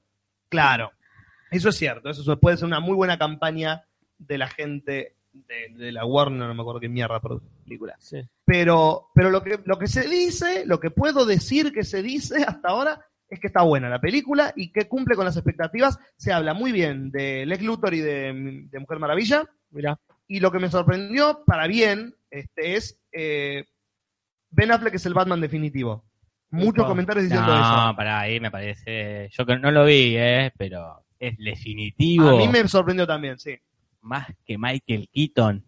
Claro. Eso es cierto. Eso puede ser una muy buena campaña de la gente de, de la Warner, no me acuerdo qué mierda película. Sí. Pero, pero lo, que, lo que se dice, lo que puedo decir que se dice hasta ahora es que está buena la película y que cumple con las expectativas. Se habla muy bien de Lex Luthor y de, de Mujer Maravilla. Mirá, Y lo que me sorprendió, para bien, este, es eh, Ben Affleck es el Batman definitivo. Muchos Upa. comentarios diciendo No, pará, ahí me parece. Yo que no lo vi, ¿eh? Pero es eso. definitivo. A mí me sorprendió también, sí. Más que Michael Keaton.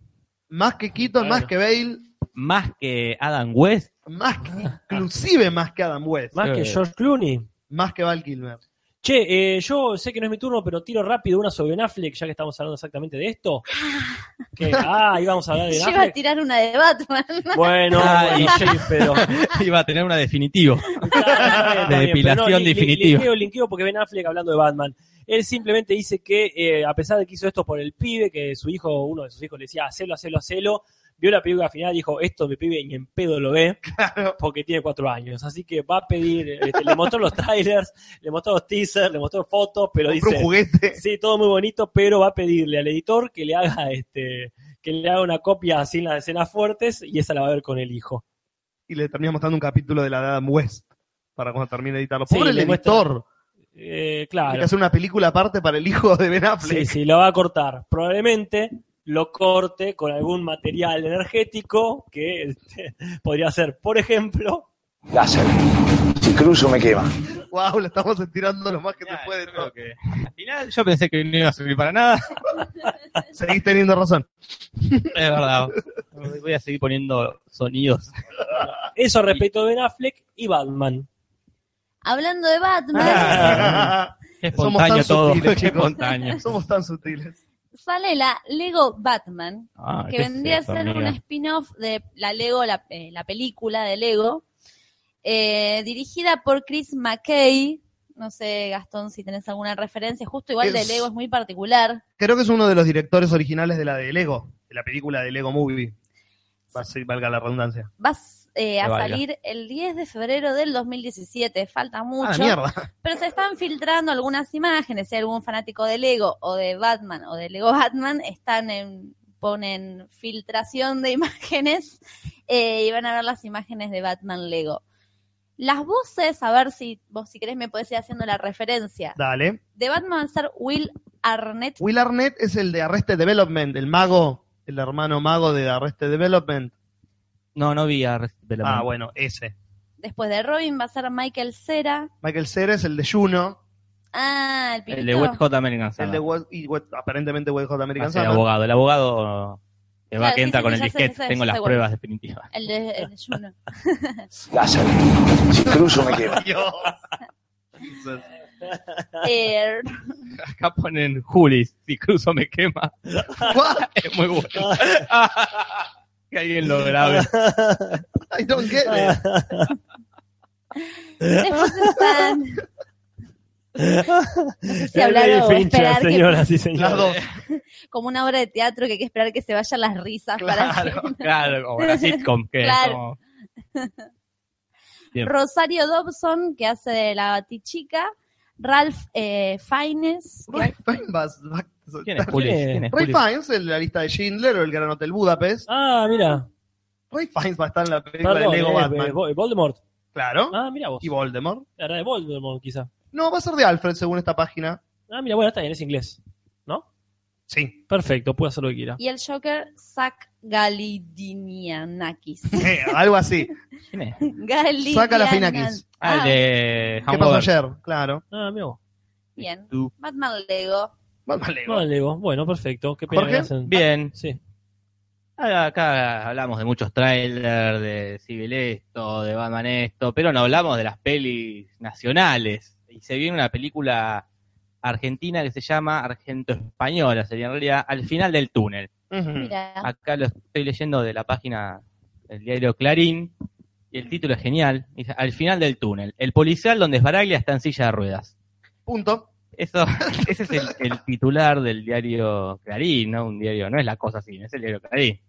Más que Keaton, Claro. más que Bale, Más que Adam West. más que, inclusive más que Adam West, más Sí. que George Clooney. más que Val Kilmer. Che, eh, yo sé que no es mi turno, pero tiro rápido una sobre Ben Affleck, ya que estamos hablando exactamente de esto. Que, ah, íbamos a hablar de Ben Yo iba a Affleck. tirar una de Batman. Bueno, Ay. bueno, sí, pero. Iba a tener una definitiva. Está bien, está De bien, depilación pero no, li- li- definitiva. linkeo, linkeo, porque Ben Affleck hablando de Batman. Él simplemente dice que, eh, a pesar de que hizo esto por el pibe, que su hijo, uno de sus hijos le decía, hacelo, hacelo, hacelo, vio la película final y dijo, esto mi pibe ni en pedo lo ve, porque tiene cuatro años. Así que va a pedir, este, le mostró los trailers, le mostró los teasers, le mostró fotos, pero Compró un dice, juguete. Sí, todo muy bonito, pero va a pedirle al editor que le haga este que le haga una copia sin las escenas fuertes y esa la va a ver con el hijo. Y le terminamos dando un capítulo de la de Adam West para cuando termine de editarlo. Sí, Pobre el le muestra- editor. Eh, Hay que claro. hacer una película aparte para el hijo de Ben Affleck. Sí, sí, lo va a cortar. Probablemente lo corte con algún material energético que este, podría ser, por ejemplo, Láser. Si cruzo me quema. Wow, lo estamos estirando lo más que se puede. Creo que- Al final yo pensé que no iba a servir para nada. Seguís teniendo razón. Es verdad. Voy a seguir poniendo sonidos. eso respecto de Ben Affleck y Batman. Hablando de Batman, Ah. mm, Qué Somos tan espontáneo todo. sutiles, Qué chicos. espontáneo. Somos tan sutiles. sale la Lego Batman, Ah, que ¿qué vendría es esto, a ser amiga? un spin-off de la Lego, la, eh, la película de Lego, eh, dirigida por Chris McKay. No sé, Gastón, si tenés alguna referencia. Justo igual de Es- Lego es muy particular. Creo que es uno de los directores originales de la de Lego, de la película de Lego Movie. Va a ser- valga la redundancia. Vas eh, a Te baila. salir el 10 de febrero del 2017. Falta mucho. Ah, la mierda. Pero se están filtrando algunas imágenes. Si algún fanático de Lego o de Batman o de Lego Batman están en, ponen filtración de imágenes eh, y van a ver las imágenes de Batman Lego. Las voces, a ver si vos si querés me podés ir haciendo la referencia. Dale. De Batman va a ser Will Arnett. Will Arnett es el de Arrested Development, el mago, el hermano mago de Arrested Development. No, no vi a Arrested Development. Ah, bueno, ese. Después de Robin va a ser Michael Cera. Michael Cera es el de Juno, Ah, el, El de pibito. West Hot American el Summer. de West- y West- aparentemente West Hot American Hace el Summer. abogado. El abogado que va Claro, que sí, entra sí, con sí, el ya sé, disquete. ya sé, Tengo ya las sé cuál. pruebas definitivas. El de, el de Juno. Láser. Si cruzo me quema. Dios. Eh, Acá ponen Julis. Si cruzo me quema. What? Es muy bueno. que alguien lo grabe. I don't get it. Después están. No sé si hablar David o Fincher, esperar que- señoras y señores. Las dos. como una obra de teatro que hay que esperar que se vayan las risas para Claro. Claro, como la sitcom. Que Claro. Bien. Rosario Dobson, que hace de la batichica, Ralph eh, Fiennes, que- Ray Fiennes va- va- ¿Quién es Juli? ¿Quién es? ¿Quién es Ray Juli? Fiennes, el de la lista de Schindler o el Gran Hotel Budapest. Ah, mira. Ray Fiennes va a estar en la película Perdón, de Lego eh, Batman. eh, Vo- eh, Voldemort. claro. Ah, mira vos. Y Voldemort. Era de Voldemort, quizá. No, va a ser de Alfred según esta página. Ah, mira, bueno, está bien, es inglés. Sí. Perfecto, puede hacer lo que quiera. y el Joker Zach Galidinianakis. Eh, algo así. ¿Quién es? Galidinian- Saca la Finakis. Ah, el Ah, de ¿Qué pasó Hamburger. ayer? Claro. Ah, mira vos. bien. Tú. Batman Lego. Batman Lego. No, el Ah, Lego. Bueno, perfecto. Qué pena ¿Jorge? que hacen- Bien. Sí. Ah, Acá hablamos de muchos trailers, de Civil esto, de Batman esto, pero no hablamos de las pelis nacionales. Y se viene una película argentina que se llama Argento-Española, sería en realidad Al final del túnel. Ujú. Mira. Acá lo estoy leyendo de la página del diario Clarín y el título es genial. Dice, Al final del túnel, el policial donde Esbaraglia está en silla de ruedas. Punto. Eso, ese es el, el titular del diario Clarín, ¿no? Un diario, no es la cosa así, es el diario Clarín.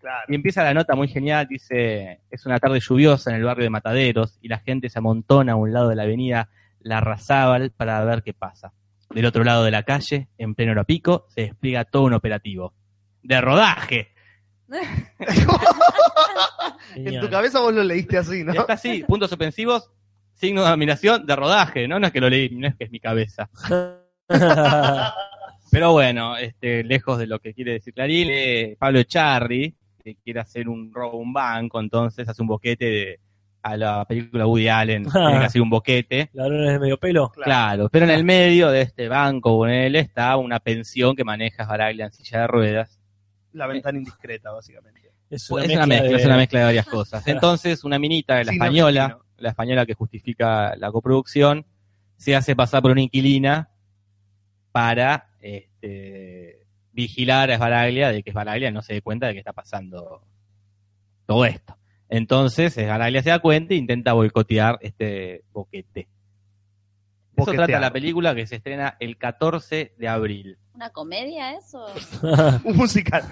Claro. Y empieza la nota muy genial, dice, es una tarde lluviosa en el barrio de Mataderos y la gente se amontona a un lado de la avenida Larrazábal para ver qué pasa. Del otro lado de la calle, en pleno hora pico, se despliega todo un operativo. ¡De rodaje! En Genial. tu cabeza vos lo leíste así, ¿no? Está así, puntos suspensivos, signo de admiración, de rodaje. No, no es que lo leí, no es que es mi cabeza. Pero bueno, este, lejos de lo que quiere decir Clarín, eh, Pablo Charri, que quiere hacer un robo a un banco, entonces hace un boquete de- a la película Woody Allen, tiene que hacer un boquete. Ladrones de medio pelo. Claro. Claro. pero en el medio de este banco, ponele, está una pensión que maneja Baraglia en silla de ruedas. La ventana indiscreta, básicamente. Es Pues es una mezcla, de- es una mezcla de varias cosas. Entonces, una minita, la Signo española, argentino. la española que justifica la coproducción, se hace pasar por una inquilina para este, vigilar a Esbaraglia de que Esbaraglia no se dé cuenta de que está pasando todo esto. Entonces, Esbaraglia se da cuenta e intenta boicotear este boquete. De Eso Boquetear. trata la película que se estrena el 14 de abril. ¿Una comedia eso? Un musical.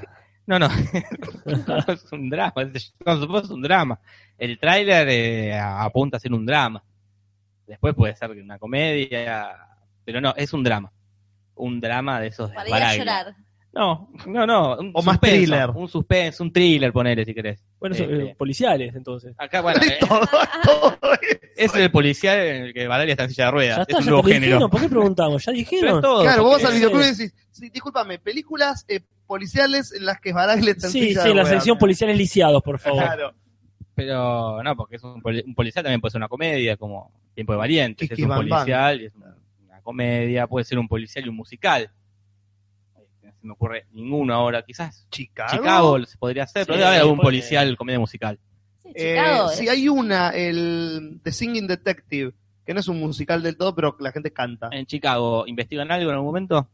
No, no, No, es un drama, es, no, supongo es un drama. El tráiler eh, apunta a ser un drama. Después puede ser una comedia, pero no, es un drama. Un drama de esos de Para ir a Baraglia. llorar. No, no, no. un O más suspenso, thriller. Un suspenso, un thriller, ponele si querés. Bueno, son, Este, eh, policiales, entonces. acá, bueno, eh, Todo, todo. es el policial en el que Valeria está en silla de ruedas. es un nuevo te género. dijeron. ¿Por qué preguntamos? ¿Ya Pero dijeron? es todo. Claro, vos vas porque- al videoclub y decís, sí, discúlpame, películas eh, policiales en las que Baraglia está en Sí, silla de sí, la ruedas. sección policiales lisiados, por favor. Claro. Pero no, porque es un, poli- un policial también puede ser una comedia, como Tiempo de Valientes. Kiki es un Bang Bang. policial y es una, una comedia, puede ser un policial y un musical. No se me ocurre ninguno ahora, quizás. Chicago. Chicago se podría hacer, Sí, pero debe haber algún puede- policial, comedia musical. Sí, Eh, Chicago. sí, es- hay una, el The Singing Detective, que no es un musical del todo, pero la gente canta. Eh, En Chicago, ¿investigan algo en algún momento?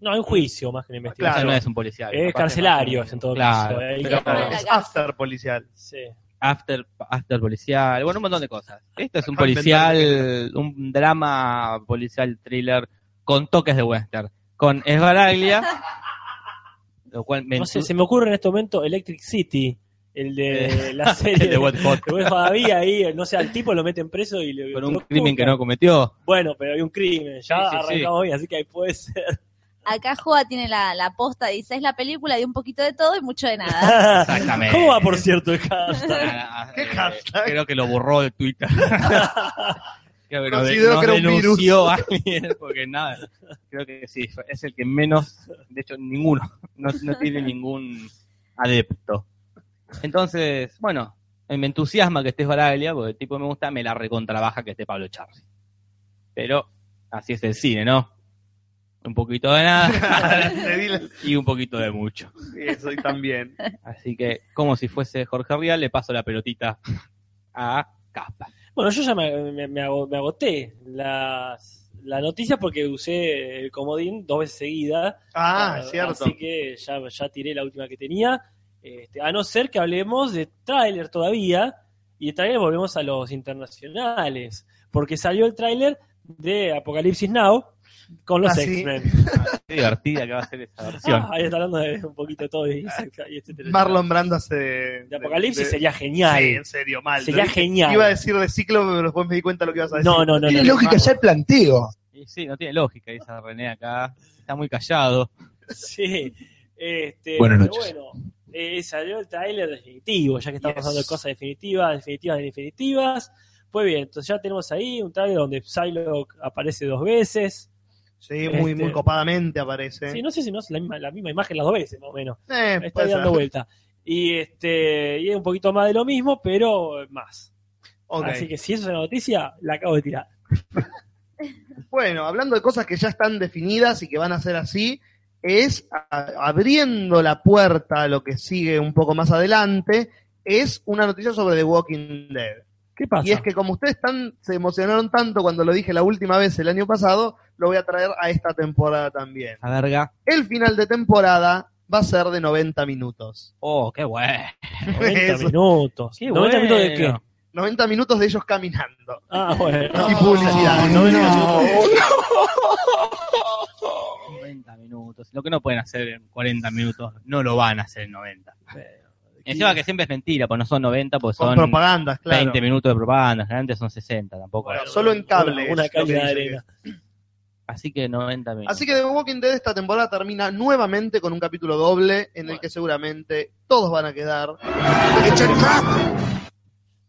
No, hay un juicio más que una Claro. investigación. no es un policial. Es capaz que carcelario, más- en todo claro, caso. Ahí pero- está. Eh, Es after policial. Sí. after, after policial, bueno, un montón de cosas. Esto es un Acá policial, un drama policial thriller con toques de western, con Esbaraglia, lo cual me No sé, se me ocurre en este momento Electric City, el de la serie Eh. el de Wet Hot. que ves todavía ahí, no sé, al tipo lo meten preso y le... con un crimen que no cometió. Bueno, pero hay un crimen, ya Sí, sí, sí. arrancamos bien, así que ahí puede ser. Acá Joa tiene la, la posta, dice, es la película de un poquito de todo y mucho de nada. Exactamente. ¿Cómo va, por cierto, el hashtag? Ah, ¿Qué eh, hashtag? creo que lo borró de Twitter. creo que nos de- Considero nos que era un denunció alguien, porque nada, creo que sí, es el que menos, de hecho ninguno, no, no tiene ningún adepto. Entonces, bueno, me entusiasma que estés Baraglia, porque el tipo me gusta, me la recontrabaja que esté Pablo Charri. Pero así es el cine, ¿no? Un poquito de nada Te di la- y un poquito de mucho. Sí, soy también. Así que, como si fuese Jorge Rial, le paso la pelotita a Caspa. Bueno, yo ya me, me- me ago- me agoté las, la noticia porque usé el comodín dos veces seguida. Ah, Eh, cierto. Así que ya, ya tiré la última que tenía. Este, a no ser que hablemos de tráiler todavía. Y de tráiler volvemos a los internacionales. Porque salió el tráiler de Apocalipsis Now con los Ah, sí. X-Men. Qué divertida que va a ser esa versión. Ah, ahí está hablando de un poquito de todo. y etcétera, y etcétera. Marlon Brando hace de, De Apocalipsis de- sería genial. Sí, en serio, mal. Sería Lo dije- genial. Iba a decir de ciclo, pero después me di cuenta lo que ibas a decir. No, no, no, Tiene no. lógica ya el planteo. Y sí, no tiene lógica, dice René acá. Está muy callado. Sí. Este, Buenas pero noches. Bueno, eh, salió el trailer definitivo, ya que estamos Yes. hablando de cosas definitivas, definitivas, definitivas. Pues bien, entonces ya tenemos ahí un trailer donde Psylocke aparece dos veces. Sí, muy, Este- muy copadamente aparece. Sí, no sé si no es la misma, la misma imagen las dos veces, más o menos. Eh, Está puede ahí dando ser. vuelta. Y este y es un poquito más de lo mismo, pero más. Ok. Así que si eso es una noticia, la acabo de tirar. Bueno, hablando de cosas que ya están definidas y que van a ser así, es a- abriendo la puerta a lo que sigue un poco más adelante, es una noticia sobre The Walking Dead. ¿Qué pasa? Y es que como ustedes tan, se emocionaron tanto cuando lo dije la última vez el año pasado, lo voy a traer a esta temporada también. A verga. El final de temporada va a ser de 90 minutos. Oh, qué bueno. 90 Eso. minutos. Qué 90 minutos de qué? bueno. 90 minutos de ellos caminando. Ah, bueno. y publicidad. No, no, no. 90 minutos. Lo que no pueden hacer en 40 minutos, no lo van a hacer en 90. Encima que siempre es mentira, pues no son 90, pues Con son propagandas, claro. 20 minutos de propaganda. Antes son 60, tampoco. Bueno, solo en cable Una, es lo que calle de dice arena. Así que 90 minutos. Así que The Walking Dead esta temporada termina nuevamente con un capítulo doble en el que seguramente todos van a quedar.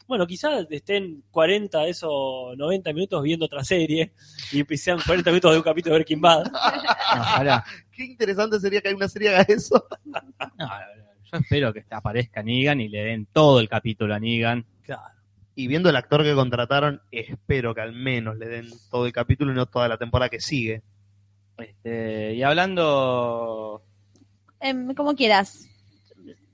Bueno, quizás estén 40 de esos 90 minutos viendo otra serie y sean 40 minutos de un capítulo de Breaking Bad. No, ojalá. Qué interesante sería que una serie haga eso. No, yo espero que aparezca Negan y le den todo el capítulo a Negan. Claro. Y viendo el actor que contrataron, espero que al menos le den todo el capítulo y no toda la temporada que sigue. Este, y hablando. Em, como quieras.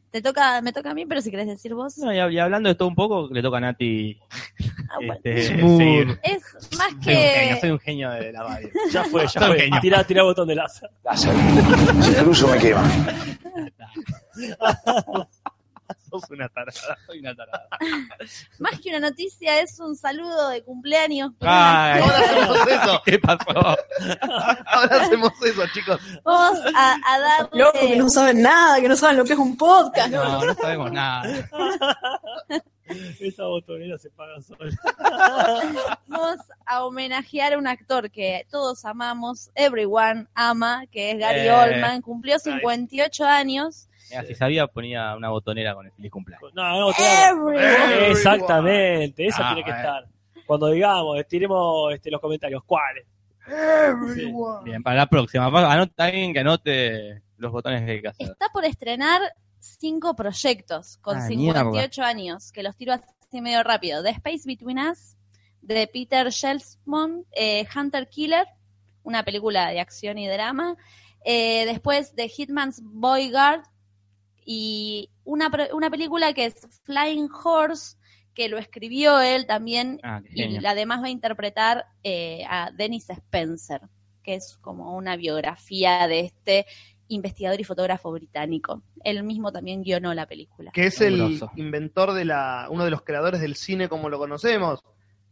Te toca, me toca a mí, pero si querés decir vos. no, y, hab- y hablando de esto un poco, le toca a Nati. Ah, bueno. este, Smooth. seguir. Es más Soy un genio, soy que. un genio de la radio. Ya fue, ya Todo fue. genio. Tirá, tirá botón de láser. Láser. Si cruzo me quema. Sos una tarada. Soy una tarada. Más que una noticia, es un saludo de cumpleaños. Ay, Ahora hacemos eso. ¿Qué pasó? Ahora hacemos eso, chicos. Vamos a, a darle. Loco, que no saben nada, que no saben lo que es un podcast. ¿no? No, no sabemos nada. Esa botonera se paga sola. Vamos a homenajear a un actor que todos amamos, everyone ama, que es Gary Eh. Oldman. Cumplió 58 años. Mira, si sabía, ponía una botonera con el feliz cumpleaños. No, no, botonera. Everyone. Exactamente, esa Ah, tiene que bueno. estar. Cuando digamos, estiremos este, los comentarios, ¿cuáles? Oh. Bien, para la próxima. Va- Anota alguien que anote los botones que hay que hacer. Está por estrenar cinco proyectos con Ah, 58 años, que los tiro así medio rápido. The Space Between Us, de Peter Shelsmond, eh, Hunter Killer, una película de acción y drama. Eh, después The Hitman's Boyguard y una, pro- una película que es Flying Horse, que lo escribió él también Ah, qué y genio. la además va a interpretar eh, a Dennis Spencer, que es como una biografía de este investigador y fotógrafo británico. Él mismo también guionó la película. Que es el Fabuloso. inventor de la, uno de los creadores del cine como lo conocemos,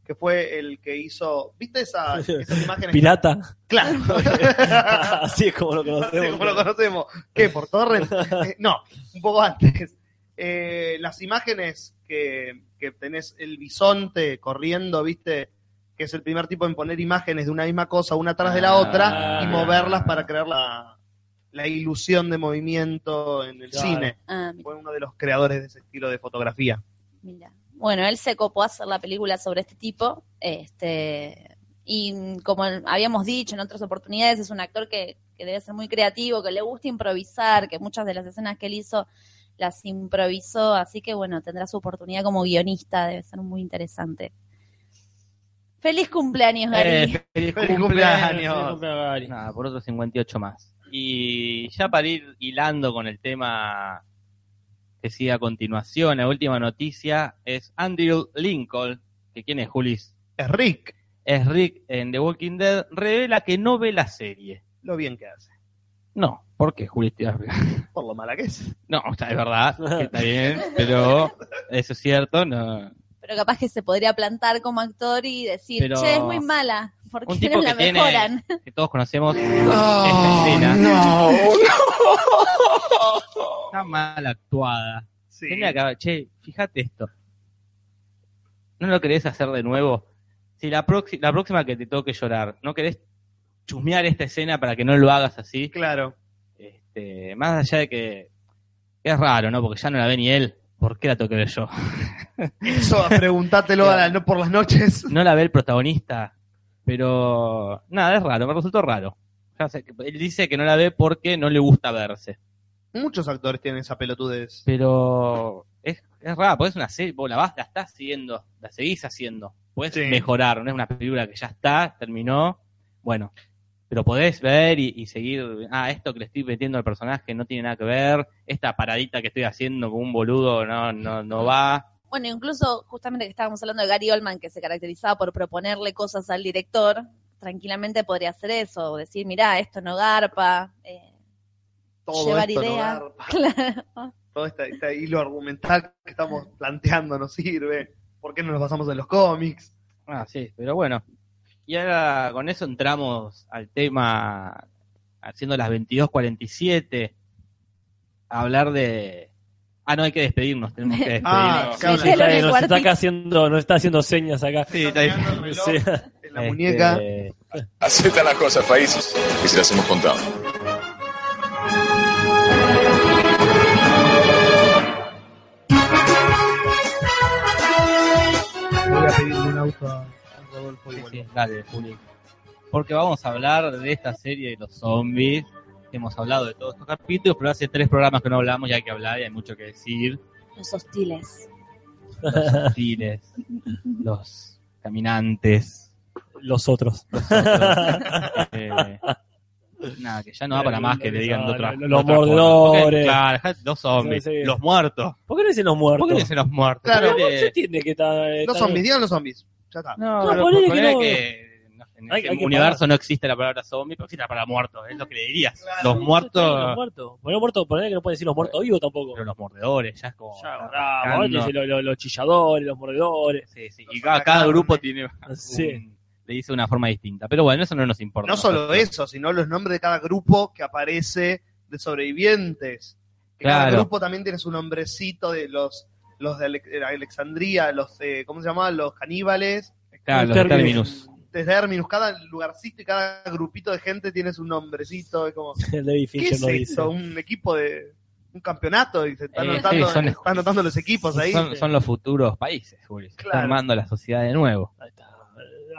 que fue el que hizo, ¿viste esa, esas imágenes? ¿Pirata? Claro. Así es como lo Así conocemos. como lo conocemos. ¿Qué? ¿Por Torrent? Eh, no, un poco antes. Eh, las imágenes que, que tenés el bisonte corriendo, ¿viste? Que es el primer tipo en poner imágenes de una misma cosa una atrás de la otra Ah. y moverlas para crear la, la ilusión de movimiento en el Claro. cine. Ah, mira, Fue uno de los creadores de ese estilo de fotografía. mira. Bueno, él se copó a hacer la película sobre este tipo. Este, y como habíamos dicho en otras oportunidades, es un actor que, que debe ser muy creativo, que le gusta improvisar, que muchas de las escenas que él hizo las improvisó. Así que bueno, tendrá su oportunidad como guionista, debe ser muy interesante. Feliz cumpleaños, Gary. Eh, feliz Feliz cumpleaños. cumpleaños. Nada, por otros 58 más. Y ya para ir hilando con el tema que sigue a continuación, la última noticia es Andrew Lincoln, que quién es Julis, Es Rick, es Rick en The Walking Dead, revela que no ve la serie. lo bien que hace. No, ¿por qué Julis? Por lo mala que es. No, o sea, es verdad, que está bien, pero eso es cierto, no, Pero capaz que se podría plantar como actor y decir, Pero- che, es muy mala, porque Un tipo no la que tiene- mejoran. que todos conocemos esta escena. Está mal actuada. Sí. Tenía que haber- che, fíjate esto. ¿No lo querés hacer de nuevo? Si la, proxi- la próxima que te toque llorar, ¿no querés chusmear esta escena para que no lo hagas así. Claro. Este, más allá de que es raro, ¿no? Porque ya no la ve ni él. ¿Por qué la tengo que ver yo? Eso, preguntátelo a la- no por las noches. No la ve el protagonista. Pero nada, es raro, me resultó raro. Ya sé que- él dice que no la ve porque no le gusta verse. Muchos actores tienen esa pelotudez. Pero es, es raro, porque es una serie, vos la vas, la estás siguiendo, la seguís haciendo. Puedes Sí. mejorar, no es una película que ya está, terminó. Bueno, pero podés ver y, y seguir. Ah, esto que le estoy metiendo al personaje no tiene nada que ver. Esta paradita que estoy haciendo con un boludo no, no, no va. Bueno, incluso justamente que estábamos hablando de Gary Oldman, que se caracterizaba por proponerle cosas al director, tranquilamente podría hacer eso, o decir, mirá, esto no garpa. eh, Todo Llevar esto no idea. garpa. claro. todo este, este hilo argumental que estamos planteando no sirve. ¿Por qué no nos basamos en los cómics? Ah, sí, pero bueno. Y ahora con eso entramos al tema, haciendo las 22.47, a hablar de... Ah, no, hay que despedirnos, tenemos que despedirnos. Ah, claro. Me- me Nos está, hielo en el nos está cuartito. acá haciendo, nos está haciendo señas acá. Sí, está ahí. Está mirando el reloj Sí. en la Este, muñeca. Aceptan Este, las cosas, países, que si las hemos contado. Voy a pedirle un auto a a Rodolfo y sí, vuelvo. sí, dale, Juli. Porque vamos a hablar de esta serie de los zombies. Hemos hablado de todos estos capítulos, pero hace tres programas que no hablamos y hay que hablar y hay mucho que decir. Los hostiles. Los hostiles, los caminantes, Los otros. Eh, nada, que ya no va para más que le digan de otra. Los- los de otra forma. mordedores. Porque, Claro, dejá- los zombies, Sí, sí. los muertos. ¿Por qué no dicen los muertos? ¿Por qué dicen los muertos? Claro. Ponele- Se entiende que está. Los está- zombies, digan los zombies. Ya está. No, No, pero ponele que ponele no. que no sé, en Hay- el hay que universo parar. no existe la palabra zombie, pero existe la palabra muerto, es lo que le dirías. Claro. Los Los muertos, muertos. Poner muertos, poner que no pueden decir los muertos vivos tampoco. pero los mordedores, ya es como. Ya, está bravo, buscando. ahora te dicen lo- lo- los chilladores, los mordedores. Sí, sí, Los Y cada, atacantes. cada grupo tiene Sí. un- le dice una forma distinta. Pero bueno, eso no nos importa. No solo Nosotros. eso, sino los nombres de cada grupo que aparece de sobrevivientes. Que Cada Claro. grupo también tiene su nombrecito de los los de Ale- eh, Alexandría, los eh, ¿cómo se llamaban? Los caníbales, Claro, los Terminus. términos. desde Herminus, cada lugarcito y cada grupito de gente tiene su nombrecito, es como El David ¿Qué Fincher es lo dice. esto? Un equipo de un campeonato y se están Eh, anotando, sí, son- están anotando los equipos ahí. Son, son los futuros países, Juli. Se Claro. está armando la sociedad de nuevo. Ahí está.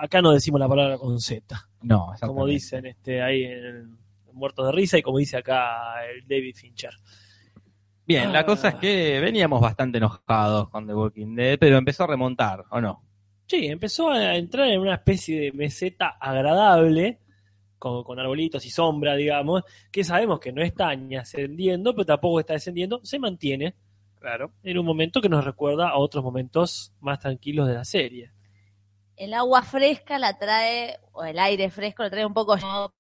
Acá no decimos la palabra con Z. No, exactamente. como dicen este ahí en Muertos de Risa y como dice acá el David Fincher. Bien, la Ah. cosa es que veníamos bastante enojados con The Walking Dead, pero empezó a remontar, ¿o no? Sí, empezó a entrar en una especie de meseta agradable, con, con arbolitos y sombra, digamos, que sabemos que no está ni ascendiendo, pero tampoco está descendiendo, se mantiene Claro. en un momento que nos recuerda a otros momentos más tranquilos de la serie. El agua fresca la trae, o el aire fresco la trae un poco el nuevo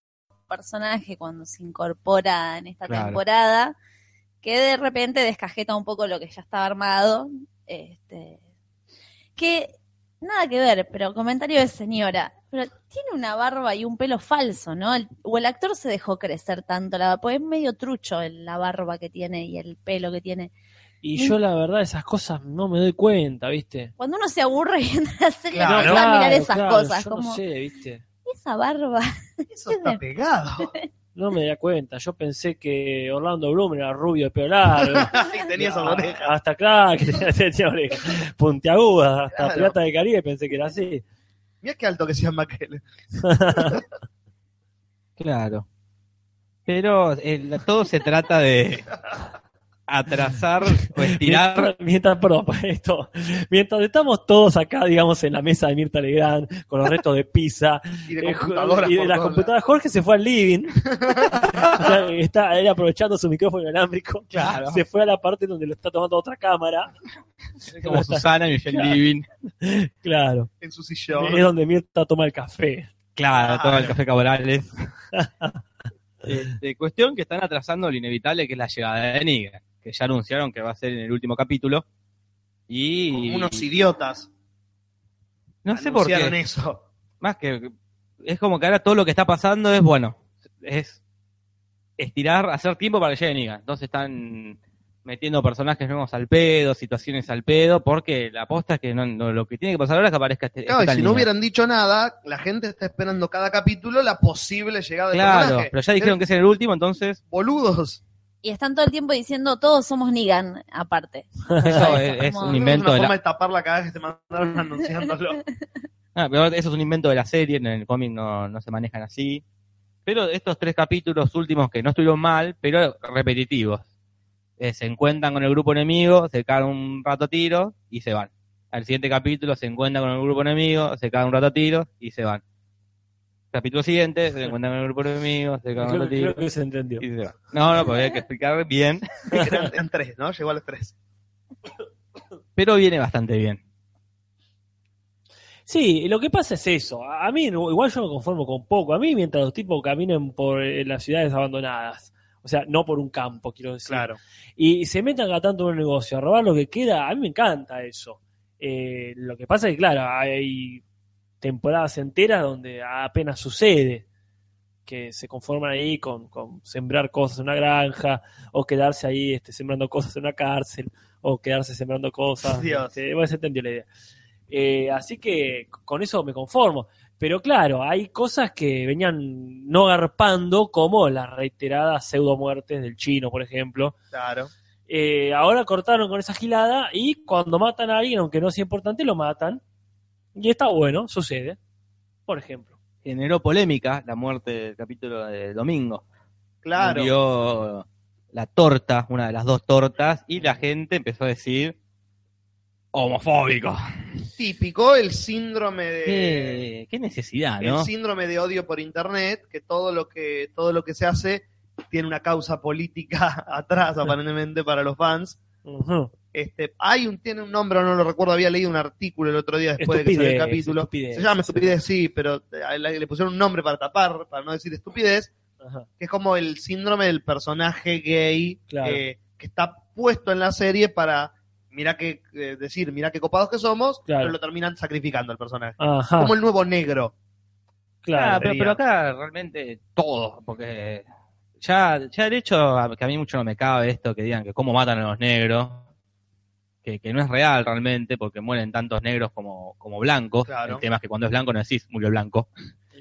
personaje cuando se incorpora en esta Claro. temporada, que de repente descajeta un poco lo que ya estaba armado. Este, que nada que ver, pero comentario de señora. Pero tiene una barba y un pelo falso, ¿no? El- o el actor se dejó crecer tanto la barba, porque es medio trucho el- la barba que tiene y el pelo que tiene. Y Mm. yo la verdad esas cosas no me doy cuenta, ¿viste? Cuando uno se aburre viendo la serie, Claro, empieza a Ah, mirar esas claro, cosas, yo como no sé, ¿viste? esa barba. Eso está pegado. No me da cuenta. Yo pensé que Orlando Bloom era rubio de pelo largo. y tenía esas Ah, orejas. Hasta claro, que tenía, tenía orejas puntiagudas, hasta Claro. Pirata del Caribe pensé que era así. Mira qué alto que sea Maquel. Claro. Pero el- todo se trata de atrasar o estirar. Mientras, mientras, perdón, para esto. Mientras estamos todos acá, digamos, en la mesa de Mirta Legrand, con los restos de pizza Y de eh, computadoras. y de por las todos computadoras, Jorge se fue al living. O sea, está él aprovechando su micrófono inalámbrico. Claro. Se fue a la parte donde lo está tomando otra cámara. Como Susana y Michelle Living. lados, Claro. en su Es sillón. donde Mirta toma el café. Claro, toma el café Cabrales. Este, cuestión que están atrasando lo inevitable, que es la llegada de Negan, que ya anunciaron que va a ser en el último capítulo. Y Como unos idiotas no sé por anunciaron qué. eso. Más que es como que ahora todo lo que está pasando es bueno, es estirar, hacer tiempo para que llegue Negan. Entonces están metiendo personajes nuevos al pedo, situaciones al pedo, porque la aposta es que no, no- lo que tiene que pasar ahora es que aparezca este. Claro, y esta si no línea. hubieran dicho nada, la gente está esperando cada capítulo la posible llegada de este Claro, pero ya dijeron que es en el último, entonces Boludos. Y están todo el tiempo diciendo, todos somos Negan, aparte. eso es, es como- un invento es de una la, forma de tapar la cagada que te mandaron anunciándolo. Ah, pero eso es un invento de la serie, en el cómic no, no se manejan así. Pero estos tres capítulos últimos que no estuvieron mal, pero repetitivos. Eh, se encuentran con el grupo enemigo, se caen un rato a tiro y se van. Al siguiente capítulo se encuentran con el grupo enemigo, se caen un rato a tiro y se van. Capítulo siguiente, se encuentran con el grupo enemigo, se caen un rato Creo, a tiro creo que se entendió. y se van. No, no, porque hay que explicar bien. Eran eran tres, ¿no? Llegó a los tres. Pero viene bastante bien. Sí, lo que pasa es eso. A a mí, igual yo me conformo con poco. A mí, mientras los tipos caminen por eh, las ciudades abandonadas, o sea, no por un campo, quiero decir, y se metan a tanto en un negocio, a robar lo que queda, a mí me encanta eso. Eh, lo que pasa es que, claro, hay temporadas enteras donde apenas sucede que se conforman ahí con, con sembrar cosas en una granja o quedarse ahí este, sembrando cosas en una cárcel o quedarse sembrando cosas. Dios. este, bueno, se entendió la idea. Eh, así que con eso me conformo. Pero claro, hay cosas que venían no garpando, como las reiteradas pseudo muertes del chino, por ejemplo, Claro. eh, ahora cortaron con esa gilada y cuando matan a alguien, aunque no sea importante, lo matan. Y está bueno, sucede. Por ejemplo. Generó polémica la muerte del capítulo de domingo. Claro. murió la torta, una de las dos tortas, y la gente empezó a decir homofóbico. Típico el síndrome de. Qué, qué Eh, necesidad, El ¿no? síndrome de odio por internet, que todo lo que, todo lo que se hace tiene una causa política atrás, aparentemente, para los fans. Ujú. Este, hay un, tiene un nombre, no lo recuerdo, había leído un artículo el otro día después de que Estupidez, salió el capítulo. estupidez. Se llama estupidez, sí, pero eh, le le pusieron un nombre para tapar, para no decir estupidez. Ajá. que es como el síndrome del personaje gay Claro. eh, que está puesto en la serie para mira que eh, decir mira qué copados que somos Claro. Ah. pero lo terminan sacrificando al personaje Ajá, como el nuevo negro Ah, claro. pero, pero acá realmente todo, porque ya, ya el hecho a- que a mí mucho no me cabe esto que digan que cómo matan a los negros, que, que no es real realmente, porque mueren tantos negros como, como blancos. Claro. El tema es que cuando es blanco no decís murió el blanco,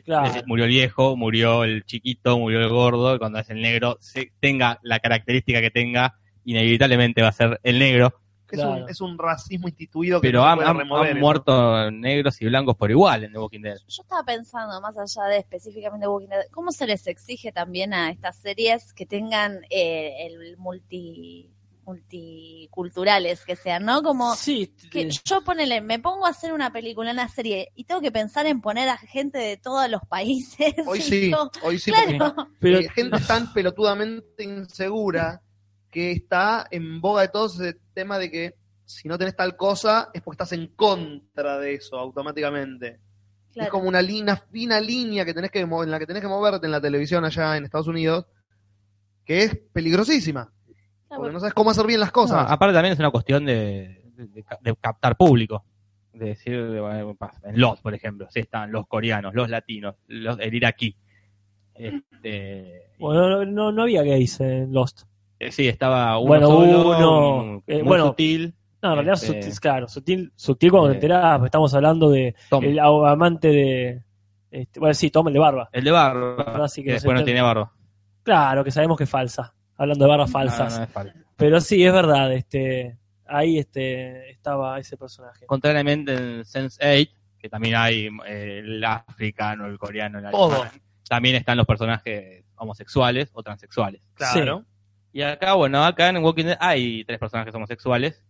claro. decís murió el viejo, murió el chiquito, murió el gordo, y cuando es el negro, se- tenga la característica que tenga, inevitablemente va a ser el negro. que es, Claro. un, es un racismo instituido que pero no se han, puede han- remover, han ¿no? muerto negros y blancos por igual en The Walking Dead. Yo estaba pensando, más allá de específicamente Walking Dead, ¿cómo se les exige también a estas series que tengan eh, el multi multiculturales que sean, ¿no? Como Sí, que eh, yo ponele, me pongo a hacer una película, una serie, y tengo que pensar en poner a gente de todos los países. hoy y sí yo- hoy sí porque claro. pero eh, gente tan pelotudamente insegura que está en boga de todo ese tema de que si no tenés tal cosa es porque estás en contra de eso automáticamente claro. Es como una línea, fina línea que tenés que mo- en la que tenés que moverte en la televisión allá en Estados Unidos, que es peligrosísima, porque no sabes cómo hacer bien las cosas. No, ah, aparte también es una cuestión de, de- de captar público. De decir, bueno, pasa, en los, por ejemplo, sí están los coreanos, los latinos, los, el iraquí. Este, bueno, no, no, no había gays en Lost. eh, sí, estaba uno Bueno, solo, uno, muy- eh, muy bueno, sutil. No, en realidad, Este- sutil, claro, sutil, sutil cuando te Eh. enterás, pues, estamos hablando de Tom, el el, au- amante de. este, bueno, sí, Tom, el de barba. de barba, Así que no que se después no entiende. tiene barba. Claro, que sabemos que es falsa. Hablando de barras Ah, falsas. no, es falso. Pero sí, es verdad, este ahí este estaba ese personaje. Contrariamente en Sense8, que también hay eh, el africano, el coreano, el Todo. alemán, también están los personajes homosexuales o transexuales. Claro. Y acá, bueno, acá en Walking Dead hay tres personajes homosexuales.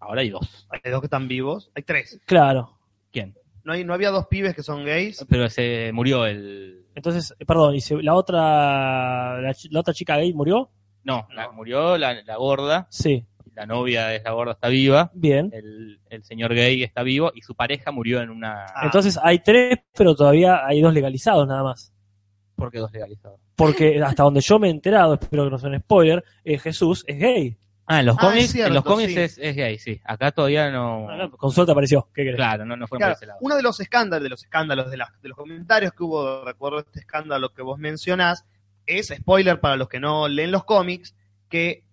Ahora hay dos. Hay dos que están vivos, hay tres. Claro. ¿Quién? No hay, no había dos pibes que son gays. Pero se murió el. Entonces, eh, perdón, y se- la otra la, chi- la otra chica gay murió? No, la- murió la, la gorda. Sí. La novia de esa gorda está viva. Bien. El, el señor gay está vivo. Y su pareja murió en una. Ah. Entonces hay tres, pero todavía hay dos legalizados nada más. ¿Por qué dos legalizados? Porque hasta donde yo me he enterado, espero que no sea un spoiler, eh, Jesús es gay. Ah, en los Ah, es cómics, cierto, en los cómics sí. es, es gay, sí. Acá todavía no. Con suerte apareció. ¿Qué crees? Ah. Claro, no, no fueron Claro, por ese lado. uno de los escándalos, de los escándalos, de, las- de los comentarios que hubo, recuerdo este escándalo que vos mencionás, es spoiler para los que no leen los cómics, que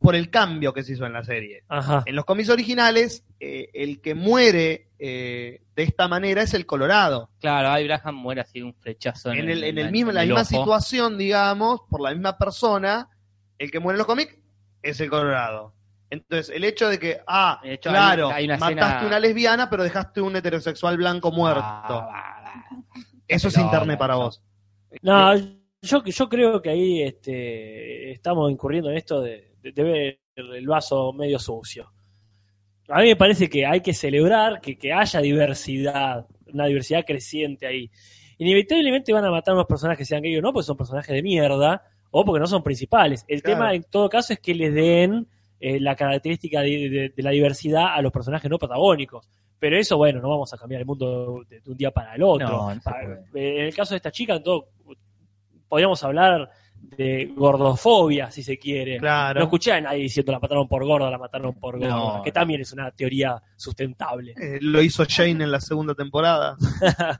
por el cambio que se hizo en la serie. Ajá. En los cómics originales, eh, el que muere eh, de esta manera es el Colorado. Claro, ahí Braham muere así de un flechazo en, En, el, en el en mismo, la el misma ojo. situación, digamos, por la misma persona, el que muere en los cómics es el Colorado. Entonces, el hecho de que, ah, De hecho, hay- claro, hay una mataste escena- una lesbiana, pero dejaste un heterosexual blanco muerto. Ah, ah, ah. Eso es No, internet no, para no. Eh, vos. No, yo, yo creo que ahí este, estamos incurriendo en esto de, de- de ver el vaso medio sucio. A mí me parece que hay que celebrar que, que haya diversidad, una diversidad creciente ahí. Inevitablemente van a matar a unos personajes que sean gay o no, porque son personajes de mierda, o porque no son principales. El Claro. tema en todo caso es que les den eh, la característica de, de- de la diversidad a los personajes no protagónicos. Pero eso, bueno, no vamos a cambiar el mundo de, de un día para el otro. No, no se Pa- eh, en el caso de esta chica, en todo, podríamos hablar de gordofobia, si se quiere. Claro. No escuché a nadie diciendo la mataron por gorda, la mataron por gorda, No. que también es una teoría sustentable. Eh, lo hizo Shane en la segunda temporada. Sa-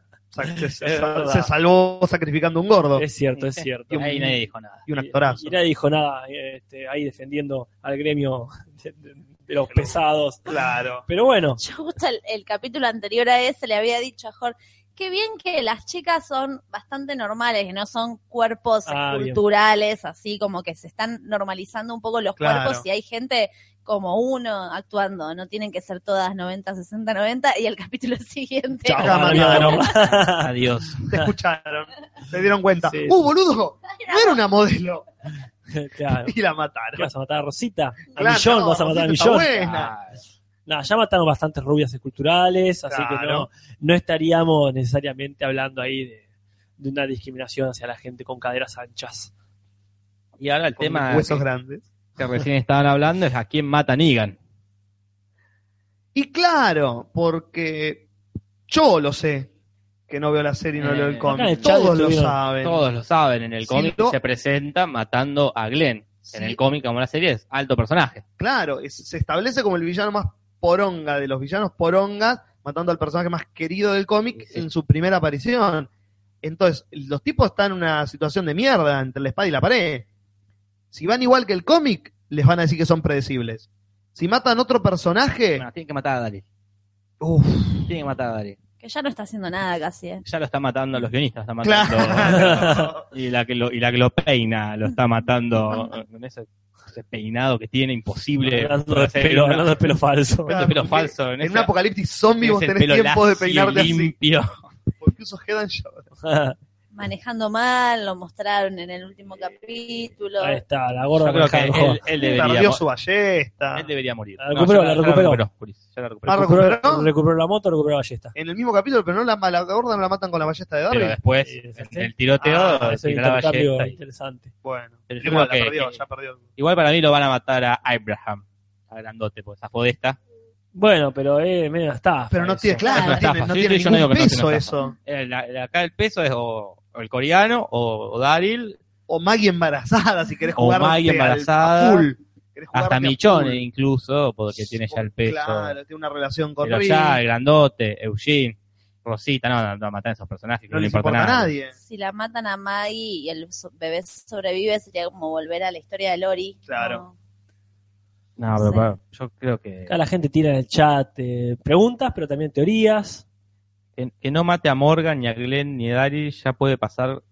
se, se- Es verdad. se salvó sacrificando un gordo Es cierto, es cierto. Ahí nadie dijo nada. y un actorazo. Y, nadie dijo nada este, ahí defendiendo al gremio de, de- de los pesados. Claro. Pero bueno, Yo justo el, el capítulo anterior a ese le había dicho a Jorge, qué bien que las chicas son bastante normales, que no son cuerpos Ah, bien. culturales, así como que se están normalizando un poco los Claro. cuerpos y hay gente como uno actuando, no tienen que ser todas 90, 60, 90 y el capítulo siguiente... Chao, Ah, mami. mierda, no. Adiós. Te escucharon, se dieron cuenta. Sí, ¡Uh, boludo! No era una modelo. claro. Y la ¿Qué mataron. vas a matar a Rosita? ¿A Claro, Millón? no, ¿Vas a matar a Rosita Millón? está buena. Ah, Nah, ya mataron bastantes rubias esculturales, así que Claro. no, no estaríamos necesariamente hablando ahí de, de una discriminación hacia la gente con caderas anchas. y ahora el Con tema huesos que, grandes. que recién estaban hablando es a quién mata Negan. Y claro, porque yo lo sé, que no veo la serie y no Eh, leo el acá en cómic. el chat Todos lo estuvieron saben. Todos lo saben, en el Sí, cómic lo- se presenta matando a Glenn. En Sí. el cómic, como en la serie, es alto personaje. Claro, es- se establece como el villano más poronga de los villanos porongas, matando al personaje más querido del cómic Sí, sí. en su primera aparición. Entonces, los tipos están en una situación de mierda entre la espada y la pared. Si van igual que el cómic, les van a decir que son predecibles. Si matan otro personaje, Bueno, tiene que matar a Daryl. uff, Tiene que matar a Daryl. Que ya no está haciendo nada casi. ¿eh? Ya lo están matando los guionistas, lo están matando. claro. Y la que lo, y la que lo peina, lo está matando eh, con ese, ese peinado que tiene imposible. Hablando de hacer pelo, una- hablando de pelo falso. Claro. ese pelo porque falso. En, En ese- un apocalipsis zombie ese vos tenés pelo tiempo de lacio, peinarte así. limpio. ¿Por qué usas Head and Shoulders? Manejando mal, lo mostraron en el último capítulo. Ahí está, la Yo gorda creo que de Hardcore. él, él debería, Perdió mo- su ballesta. él debería morir. La recuperó, ya la ya recuperó. Curis, ya la recuperó. Ah, recuperó, ¿recuperó? recuperó la moto, recuperó la Eh, ballesta. En el mismo capítulo, pero no la, la gorda no la matan con la ballesta de Pero Darby. después, Sí, sí, sí. en el tiroteo, Ah, Eso es tiró la intercambio ballesta y- interesante. Bueno, Pero yo igual, creo la que- perdió, que- ya perdió. Igual para mí lo van a matar a Abraham. A grandote, pues, a Podesta. Bueno, pero eh, medio una estafa Pero no eso. tiene, claro, Es una no tiene, estafa. no Sí, tiene sí, yo no ningún digo que no peso sea una estafa. eso. Eh, la- la- acá el peso es o, o el coreano, o, o Daryl, O Maggie embarazada, si querés O jugar Maggie embarazada. hasta Michone incluso, porque tiene ya el peso. Claro, tiene una relación con Pero Reed. ya, eh, el grandote, Eugene, Rosita, no, no, no matar a esos personajes, que no le importa a nada. nadie. Si la matan a Maggie y el so- bebé sobrevive, sería como volver a la historia de Lori. Claro. ¿no? No, Sí. pero, pero yo creo que, Acá la gente tira en el chat eh, preguntas, pero también teorías. que que no mate a Morgan, ni a Glenn, ni a Daryl, ya puede pasar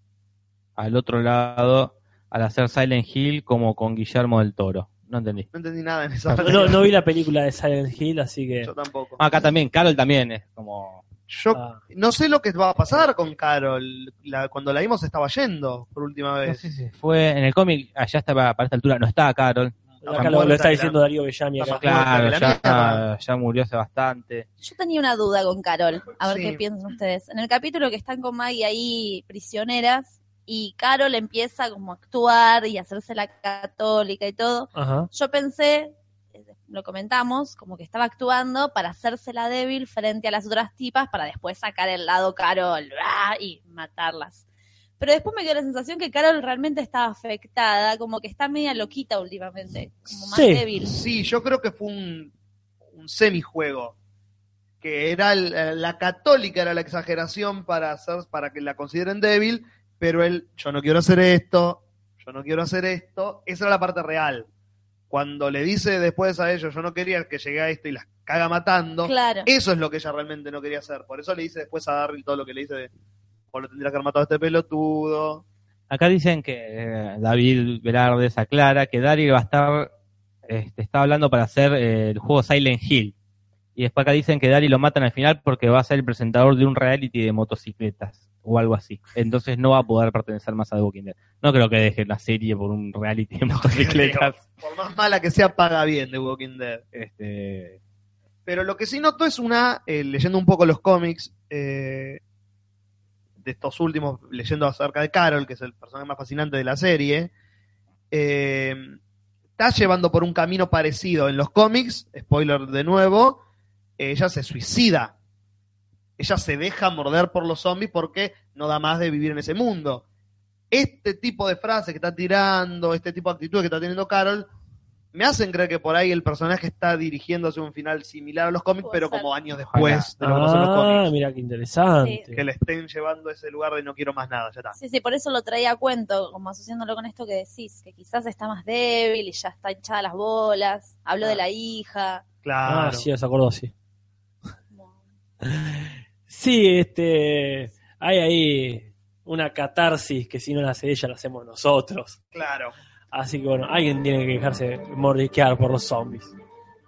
al otro lado al hacer Silent Hill como con Guillermo del Toro. No entendí. No entendí nada en esa No, no vi la película de Silent Hill, así que... Yo tampoco. Ah, Acá también, Carol también es como... Yo ah. no sé lo que va a pasar con Carol. La- cuando la vimos estaba yendo por última No vez. sé si fue en el cómic, allá estaba para esta altura, no está Carol. Acá lo, lo está diciendo Darío Bellami. Está Acá. más Claro, muerta que la mierda. ya, ya murió hace bastante. Yo tenía una duda con Carol, a ver Sí. qué piensan ustedes. En el capítulo que están con Maggie ahí prisioneras y Carol empieza como a actuar y a hacerse la católica y todo, Ajá. yo pensé, eh, lo comentamos, como que estaba actuando para hacerse la débil frente a las otras tipas para después sacar el lado Carol ¡ah! y matarlas. Pero después me quedó la sensación que Carol realmente estaba afectada, como que está media loquita últimamente, como más Sí. débil. Sí, yo creo que fue un, un semijuego. Que era el- eh, la católica, era la exageración para, hacer, para que la consideren débil, pero el yo no quiero hacer esto, yo no quiero hacer esto, esa era la parte real. cuando le dice después a ellos, yo no quería que llegue a esto y las caga matando, Claro. eso es lo que ella realmente no quería hacer. Por eso le dice después a Darryl todo lo que le dice de, vos lo tendrías que haber matado a este pelotudo. Acá dicen que eh, David Velardes aclara que Daryl va a estar, este, está hablando para hacer eh, el juego Silent Hill. Y después acá dicen que Daryl lo matan al final porque va a ser el presentador de un reality de motocicletas o algo así. Entonces no va a poder pertenecer más a The Walking Dead. No creo que deje la serie por un reality de motocicletas. Por más mala que sea, paga bien de Walking Dead. este, Pero lo que sí noto es una, eh, leyendo un poco los cómics, eh, de estos últimos, leyendo acerca de Carol, que es el personaje más fascinante de la serie, eh, está llevando por un camino parecido en los cómics, spoiler de nuevo, eh, ella se suicida. Ella se deja morder por los zombies porque no da más de vivir en ese mundo. Este tipo de frases que está tirando, este tipo de actitud que está teniendo Carol, me hacen creer que por ahí el personaje está dirigiendo hacia un final similar a los cómics, Puede pero ser. como años después de lo que pasó en los Ah, cómics. mira qué interesante. Que le estén llevando a ese lugar de no quiero más nada, ya está. Sí, sí, por eso lo traía a cuento, como asociándolo con esto que decís, que quizás está más débil y ya está hinchada las bolas. Habló de la hija. Claro. Ah, sí, se acordó, sí. como- Sí, este, hay ahí una catarsis que si no la hace ella, la hacemos nosotros. Claro. Así que bueno, alguien tiene que dejarse mordisquear por los zombies.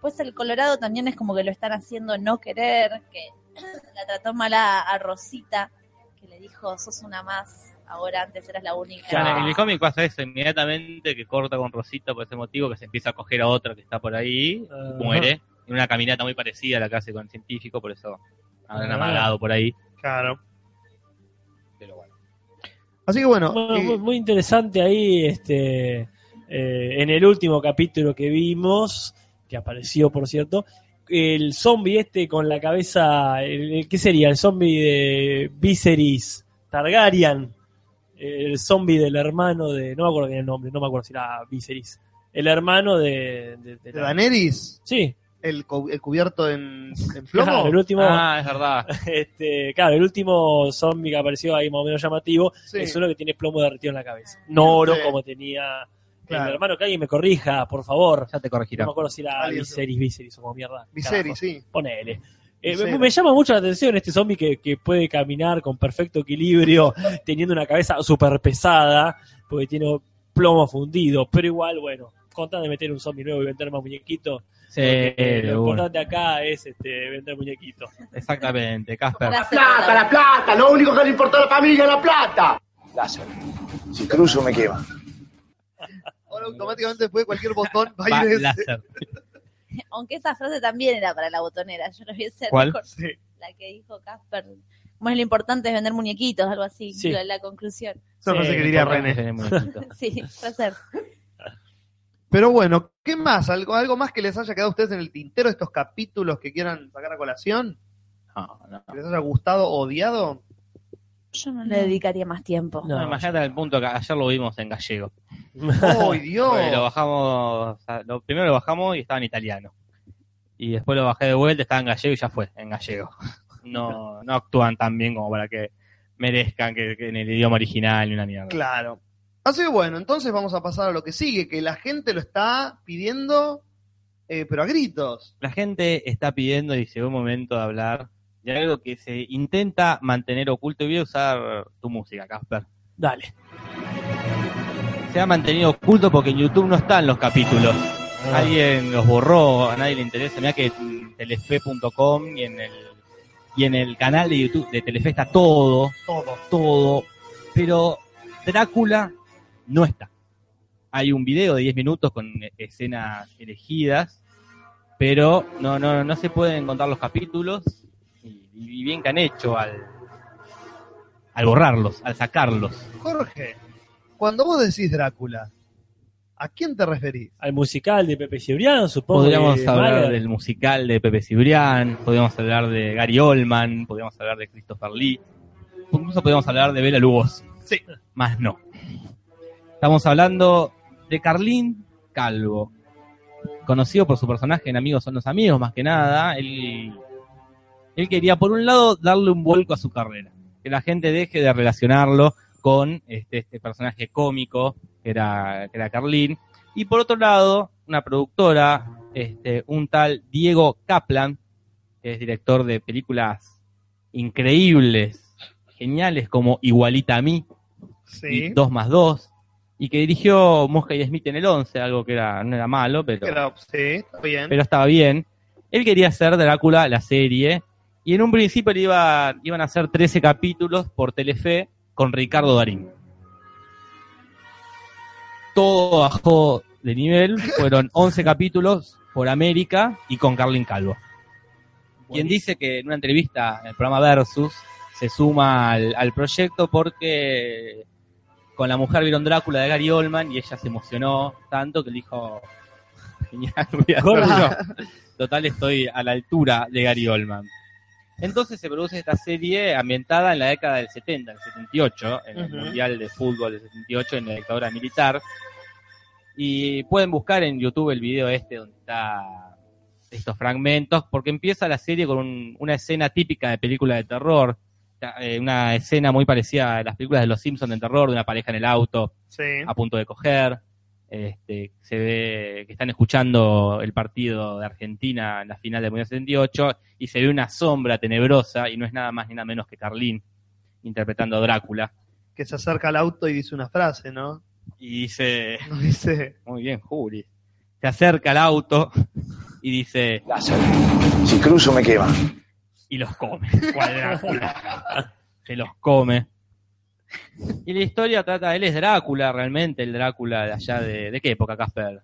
Pues el Colorado también es como que lo están haciendo no querer, que la trató mal a, a Rosita, que le dijo, sos una más, ahora antes eras la única. Claro, en el cómic pasa eso, inmediatamente que corta con Rosita por ese motivo, que se empieza a coger a otra que está por ahí, Ajá. muere, en una caminata muy parecida a la que hace con el científico, por eso habrán Ah. amagado por ahí. Claro. Pero bueno. Así que bueno, Bueno, eh, muy, muy interesante ahí, este, eh, en el último capítulo que vimos, que apareció por cierto, el zombie este con la cabeza, el, el- ¿qué sería? El zombie de Viserys Targaryen, el zombie del hermano de, no me acuerdo bien el nombre, no me acuerdo si era Viserys, el hermano de, de, de de la- Daenerys, Sí, el, cu- el cubierto en, en plomo. claro, el último, Ah, es verdad. este, claro, el último zombie que apareció ahí más o menos llamativo, Sí. es uno que tiene plomo derretido en la cabeza. No oro Sí. como tenía Claro. el hermano. Que alguien me corrija, por favor. Ya te No corregirá. me acuerdo si era Alguien- Viserys, Viserys o como mierda. Viserys, Carajo. sí. Ponele. Eh, Viserys. me, me llama mucho la atención este zombie que, que puede caminar con perfecto equilibrio, teniendo una cabeza súper pesada, porque tiene plomo fundido. Pero igual, bueno, con tal de meter un zombie nuevo y vender más muñequitos. Sí, porque, eh, de lo una. importante acá es este, vender muñequitos. exactamente, Casper. Para hacer- plata, lo único que le importa a la familia es la plata. Láser, si cruzo me quema. Ahora automáticamente después de cualquier botón va Va, a ir ese. láser. Aunque esa frase también era para la botonera, yo lo hubiese ¿Cuál? recordado, la que dijo Casper. Bueno, lo importante es vender muñequitos, algo así, Sí. la, la conclusión. Es una Sí, frase que diría Importante René. tener muñequito. Sí, placer. Pero bueno, ¿qué más? ¿Algo, ¿Algo más que les haya quedado a ustedes en el tintero de estos capítulos que quieran sacar a colación? No, no. ¿Que les haya gustado o odiado? Yo no le dedicaría más tiempo. No. Imagínate el punto que ayer lo vimos en gallego. ¡Ay, Dios! Pues lo bajamos, o sea, lo primero lo bajamos y estaba en italiano. Y después lo bajé de vuelta, estaba en gallego y ya fue, en gallego. No, no actúan tan bien como para que merezcan que, que en el idioma original ni una mierda. Claro. Así que bueno, entonces vamos a pasar a lo que sigue, que la gente lo está pidiendo, eh, pero a gritos. La gente está pidiendo y llegó el momento de hablar de algo que se intenta mantener oculto. Y voy a usar tu música, Casper. Dale. Se ha mantenido oculto porque en YouTube no están los capítulos. Ah. Ah. Alguien los borró, a nadie le interesa. Mirá que en telefe.com y en el y en el canal de YouTube de Telefe está todo, Todo. todo, pero Drácula no está. Hay un video de 10 minutos con e, escenas elegidas, pero no no no se pueden contar los capítulos y, y bien que han hecho al al borrarlos, al sacarlos. Jorge, cuando vos decís Drácula, ¿a quién te referís? Al musical de Pepe Cibrián, supongo. Podríamos que- hablar Mahler. del musical de Pepe Cibrián, podríamos hablar de Gary Oldman, podríamos hablar de Christopher Lee, incluso podríamos hablar de Bela Lugosi. Sí. Más no. Estamos hablando de Carlín Calvo, conocido por su personaje en Amigos son los amigos, más que nada. Él, él quería, por un lado, darle un vuelco a su carrera, que la gente deje de relacionarlo con este, este personaje cómico que era, que era Carlín, y por otro lado, una productora, este, un tal Diego Kaplan, que es director de películas increíbles, geniales, como Igualita a mí, y Sí. 2 más 2, y que dirigió Mosca y Smith en el 11, algo que era, no era malo, pero, Pero, sí, está bien. pero estaba bien. Él quería hacer Drácula la serie, y en un principio le iba, iban a hacer 13 capítulos por Telefe con Ricardo Darín. Todo bajó de nivel, fueron 11 capítulos por América y con Carlin Calvo. Quien dice que en una entrevista en el programa Versus se suma al, al proyecto porque con la mujer vieron Drácula de Gary Oldman y ella se emocionó tanto que le dijo, genial, voy a hacerlo. Total, estoy a la altura de Gary Oldman. Entonces se produce esta serie ambientada en la década del 70, el 78, en el Ujú. Mundial de Fútbol del 78, en la dictadura militar. Y pueden buscar en YouTube el video este donde está estos fragmentos, porque empieza la serie con un- una escena típica de película de terror, ta- eh, una escena muy parecida a las películas de Los Simpsons de terror, de una pareja en el auto, Sí. a punto de coger. Este, se ve que están escuchando el partido de Argentina en la final del Mundial 78 y se ve una sombra tenebrosa y no es nada más ni nada menos que Carlín interpretando a Drácula. Que se acerca al auto y dice una frase, ¿no? Y dice, No dice. muy bien, Juli, se acerca al auto y dice, Lázaro, si cruzo me quema. y los come, cual Drácula. se los come. Y la historia trata, él es Drácula realmente, el Drácula de allá de, ¿de qué época, Casper?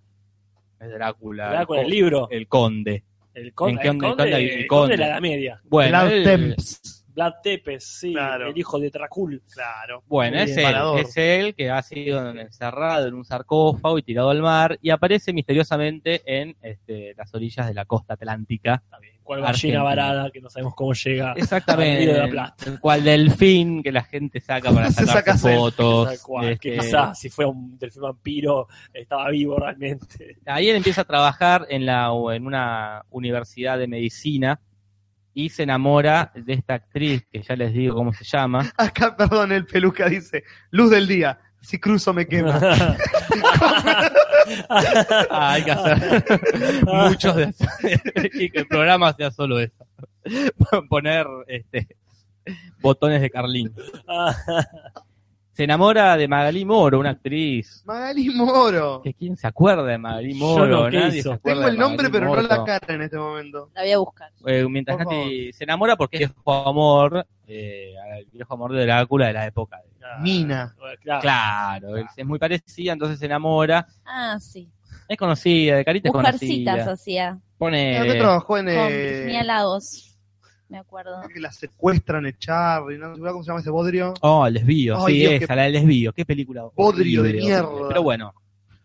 Es Drácula. Drácula, el el libro. Oh, el conde. El conde, ¿En qué el onda? conde, ¿En qué onda? el conde de la Conde. Edad Media. Bueno, Vlad el- Tepes. Vlad Tepes, sí, Claro. el hijo de Dracul. Claro. bueno, El es él, disparador. es él que ha sido encerrado en un sarcófago y tirado al mar y aparece misteriosamente en este, las orillas de la costa atlántica. Cual gallina Argentina. varada, que no sabemos cómo llega. Al Exactamente. Río de la el- Plata. el cual delfín que la gente saca para Se saca sacar fotos. Tal cual, que este, quizás si fuera un delfín vampiro estaba vivo realmente. Ahí él empieza a trabajar en, la, o en una universidad de medicina y se enamora de esta actriz que ya les digo cómo se llama. Acá, perdón, el peluca dice, luz del día, si cruzo me quema. Ah, hay que hacer muchos de y que el programa sea solo eso. Poner este, botones de Carlín. Se enamora de Magalí Moro, una actriz. Magali Moro. Que quién se acuerda de Magalí Yo Moro, no, ¿qué nadie hizo? se acuerda Tengo el de nombre, Magalí pero no la Moro. cara en este momento. La voy a buscar. Eh, mientras Por Nati se enamora porque es viejo amor, eh, al viejo amor de Drácula de la época. Mina. Claro. Claro, es- es muy parecida, entonces se enamora. Ah, sí. Es conocida, de carita es Mujercitas conocida. hacía. Creo Pone. que trabajó en... Con eh, Virginia Lagos. Me acuerdo. que la secuestran en Charlie, ¿no? ¿Cómo se llama ese bodrio? Oh, el desvío, Ay, sí, Dios, esa, qué- la del desvío, qué película. Bodrio de horrible, mierda. horrible. Pero bueno,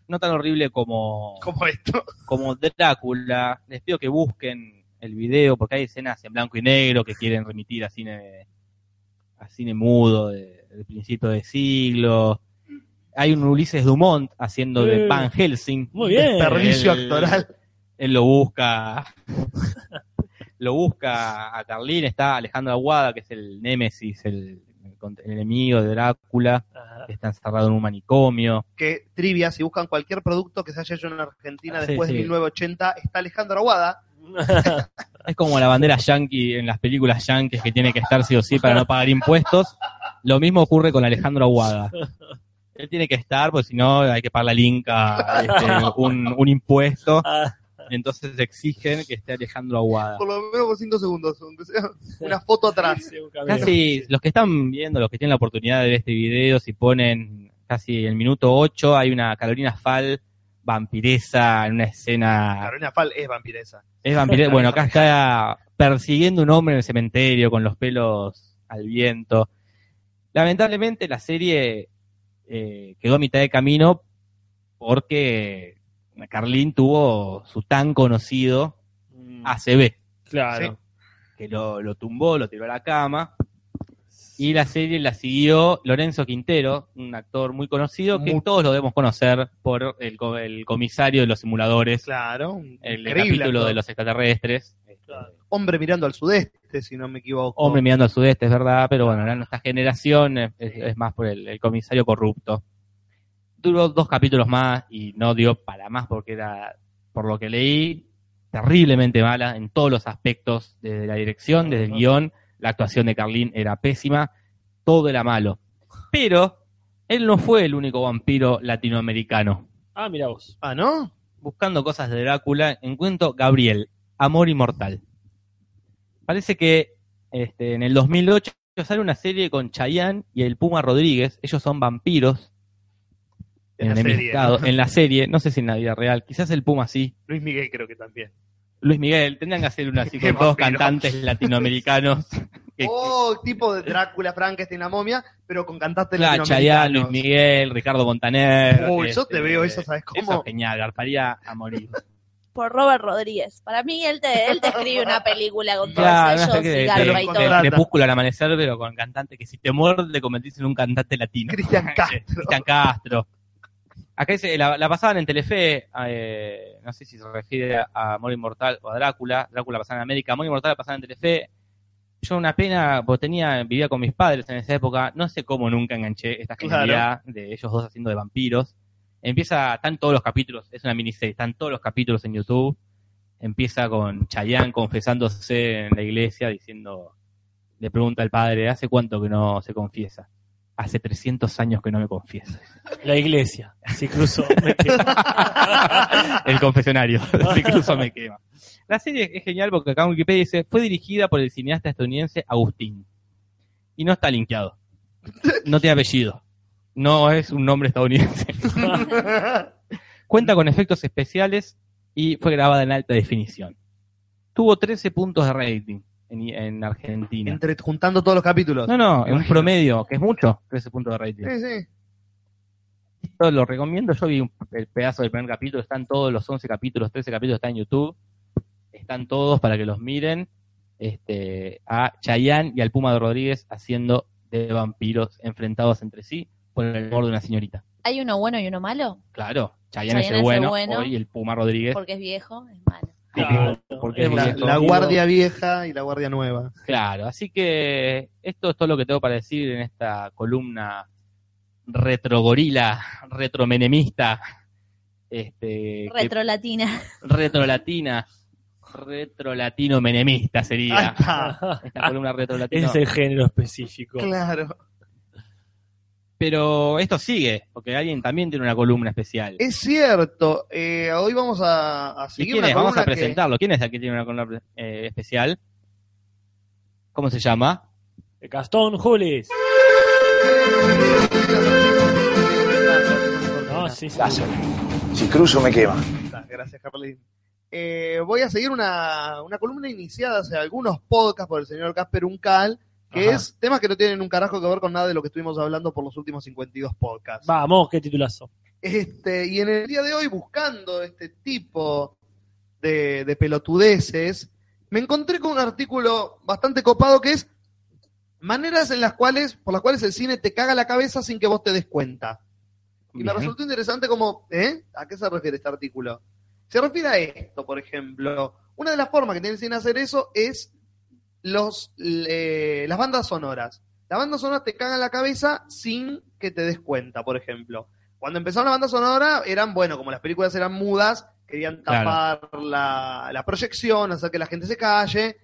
no tan horrible como, Como esto. como Drácula. Les pido que busquen el video porque hay escenas en blanco y negro que quieren remitir a cine, a cine mudo de, de principio de siglo. Hay un Ulises Dumont haciendo de Eh, Van Helsing. Muy bien. Desperdicio Eh, El- actoral. Él lo busca. lo busca a Carlín. Está Alejandro Aguada, que es el Némesis, el- el enemigo de Drácula Ajá. que está encerrado en un manicomio. Que trivia, si buscan cualquier producto que se haya hecho en Argentina Ah, Sí, después de sí. 1980, está Alejandro Aguada. Es como la bandera yankee en las películas yankees que tiene que estar sí o sí para no pagar impuestos. Lo mismo ocurre con Alejandro Aguada. Él tiene que estar, porque si no hay que pagar al Inca este, un, un impuesto. Ah, Entonces exigen que esté Alejandro Aguada. Por lo menos por 5 segundos, aunque sea una foto atrás. sí, un cameo. Casi los que están viendo, los que tienen la oportunidad de ver este video, si ponen casi el minuto 8, hay una Carolina Fal vampiresa en una escena Carolina Fal es vampiresa. Es vampire- Bueno, acá está persiguiendo un hombre en el cementerio con los pelos al viento. Lamentablemente la serie eh, quedó a mitad de camino porque Carlín tuvo su tan conocido Mm, ACB, Claro. que lo, lo tumbó, lo tiró a la cama. Y la serie la siguió Lorenzo Quintero, un actor muy conocido que Muy- todos lo debemos conocer por el, co- el comisario de los simuladores, Claro, un el increíble capítulo actor. de los extraterrestres. Hombre mirando al sudeste, si no me equivoco. hombre mirando al sudeste, es verdad, pero bueno, ahora nuestra generación es, es- es más por el, el comisario corrupto. Duró dos capítulos más y no dio para más porque era por lo que leí, terriblemente mala en todos los aspectos, desde la dirección, desde el guión, la actuación de Carlín era pésima, todo era malo. Pero él no fue el único vampiro latinoamericano. Ah, mira vos. Ah, ¿no? Buscando cosas de Drácula, encuentro Gabriel, Amor Inmortal. Parece que este, en el 2008 sale una serie con Chayanne y el Puma Rodríguez, ellos son vampiros. En la enemistados, serie, ¿no? en la serie, no sé si en la vida real, quizás el Puma sí, Luis Miguel creo que también. Luis Miguel, tendrían que hacer una así Qué con todos vampiro. cantantes latinoamericanos. Que- Oh, tipo de Drácula, Frankenstein, la momia, pero con cantantes Claro, Chayanne, Luis latinoamericanos. Miguel, Ricardo Montaner. Uy, yo este, te veo eso, ¿sabes cómo? Eso es genial, garparía a morir. Por Robert Rodríguez. Para mí, él te, él te escribe una película con todos Claro, no ellos sé qué, y de- Garba y de- todo. de- Crepúsculo al amanecer, pero con cantante que si te muerde te convertís en un cantante latino. Cristian Castro. Cristian Castro. Acá dice, la, la pasaban en Telefe, eh, no sé si se refiere a Amor Inmortal o a Drácula, Drácula pasaba en América, Amor Inmortal la pasaban en Telefe. Yo una pena, porque tenía, vivía con mis padres en esa época, no sé cómo nunca enganché esta Claro. genialidad de ellos dos haciendo de vampiros. Empieza, están todos los capítulos, es una miniserie, están todos los capítulos en YouTube. Empieza con Chayanne confesándose en la iglesia diciendo, le pregunta al padre, ¿hace cuánto que no se confiesa? Hace 300 años que no me confieso. La iglesia. Así cruzó. el confesionario. Incluso me quema. La serie es genial porque acá en Wikipedia dice, fue dirigida por el cineasta estadounidense Agustín. Y no está linkeado. No tiene apellido. No es un nombre estadounidense. Cuenta con efectos especiales y fue grabada en alta definición. Tuvo 13 puntos de rating en, en Argentina. Entre, juntando todos los capítulos. No, no, en un imagino. promedio, que es mucho, 13 puntos de rating. Sí, sí. Yo lo recomiendo. Yo vi un el pedazo del primer capítulo. Están todos los 11 capítulos, 13 capítulos, están en YouTube. Están todos para que los miren. Este, a Chayanne y al Puma de Rodríguez haciendo de vampiros enfrentados entre sí por el amor de una señorita. ¿Hay uno bueno y uno malo? Claro, Chayanne, Chayanne es el es el bueno, bueno. hoy, y el Puma Rodríguez. Porque es viejo, es malo. Claro, porque es es La, esto. la guardia vieja y la guardia nueva. Claro, así que esto es todo lo que tengo para decir en esta columna retrogorila, retromenemista. Este, que Retrolatina. retrolatina, retrolatino menemista Ahí sería está. esta columna retrolatino. Ese es el género específico. Claro. Pero esto sigue, porque alguien también tiene una columna especial. Es cierto. eh, hoy vamos a, a ¿Y seguir quién una es? Vamos columna a que- presentarlo. ¿Quién es el que tiene una columna eh, especial? ¿Cómo se llama? Gastón Jules. No, Ah, sí, sí. Láser. Si cruzo me quema. Está, Gracias, Carlín. Eh, voy a seguir una, una columna iniciada hace algunos podcasts por el señor Casper Uncal, que Ajá. es temas que no tienen un carajo que ver con nada de lo que estuvimos hablando por los últimos 52 podcasts. Vamos, qué titulazo. Este, y en el día de hoy, buscando este tipo de, de pelotudeces, me encontré con un artículo bastante copado que es maneras en las cuales, por las cuales el cine te caga la cabeza sin que vos te des cuenta. Y me Bien. resultó interesante como, ¿eh? ¿A qué se refiere este artículo? Se refiere a esto, por ejemplo. Una de las formas que tiene el cine de hacer eso es los, eh, las bandas sonoras. Las bandas sonoras te cagan la cabeza sin que te des cuenta, por ejemplo. Cuando empezaron la banda sonora, eran, bueno, como las películas eran mudas, querían tapar Claro. la, la proyección, hacer que la gente se calle,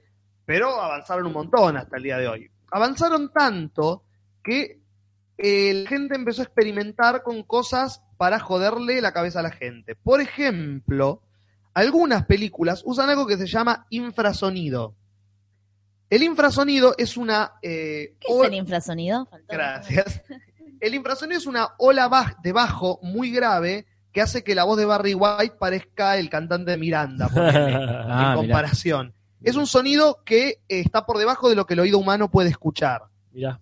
pero avanzaron un montón hasta el día de hoy. Avanzaron tanto que eh, la gente empezó a experimentar con cosas para joderle la cabeza a la gente. Por ejemplo, algunas películas usan algo que se llama infrasonido. El infrasonido es una... eh, ¿Qué o- es el infrasonido? Faltó. Gracias. El infrasonido es una ola baj- de bajo muy grave que hace que la voz de Barry White parezca el cantante de Miranda, ponele, Ah, en mirá. comparación. Es un sonido que eh, está por debajo de lo que el oído humano puede escuchar. Mirá.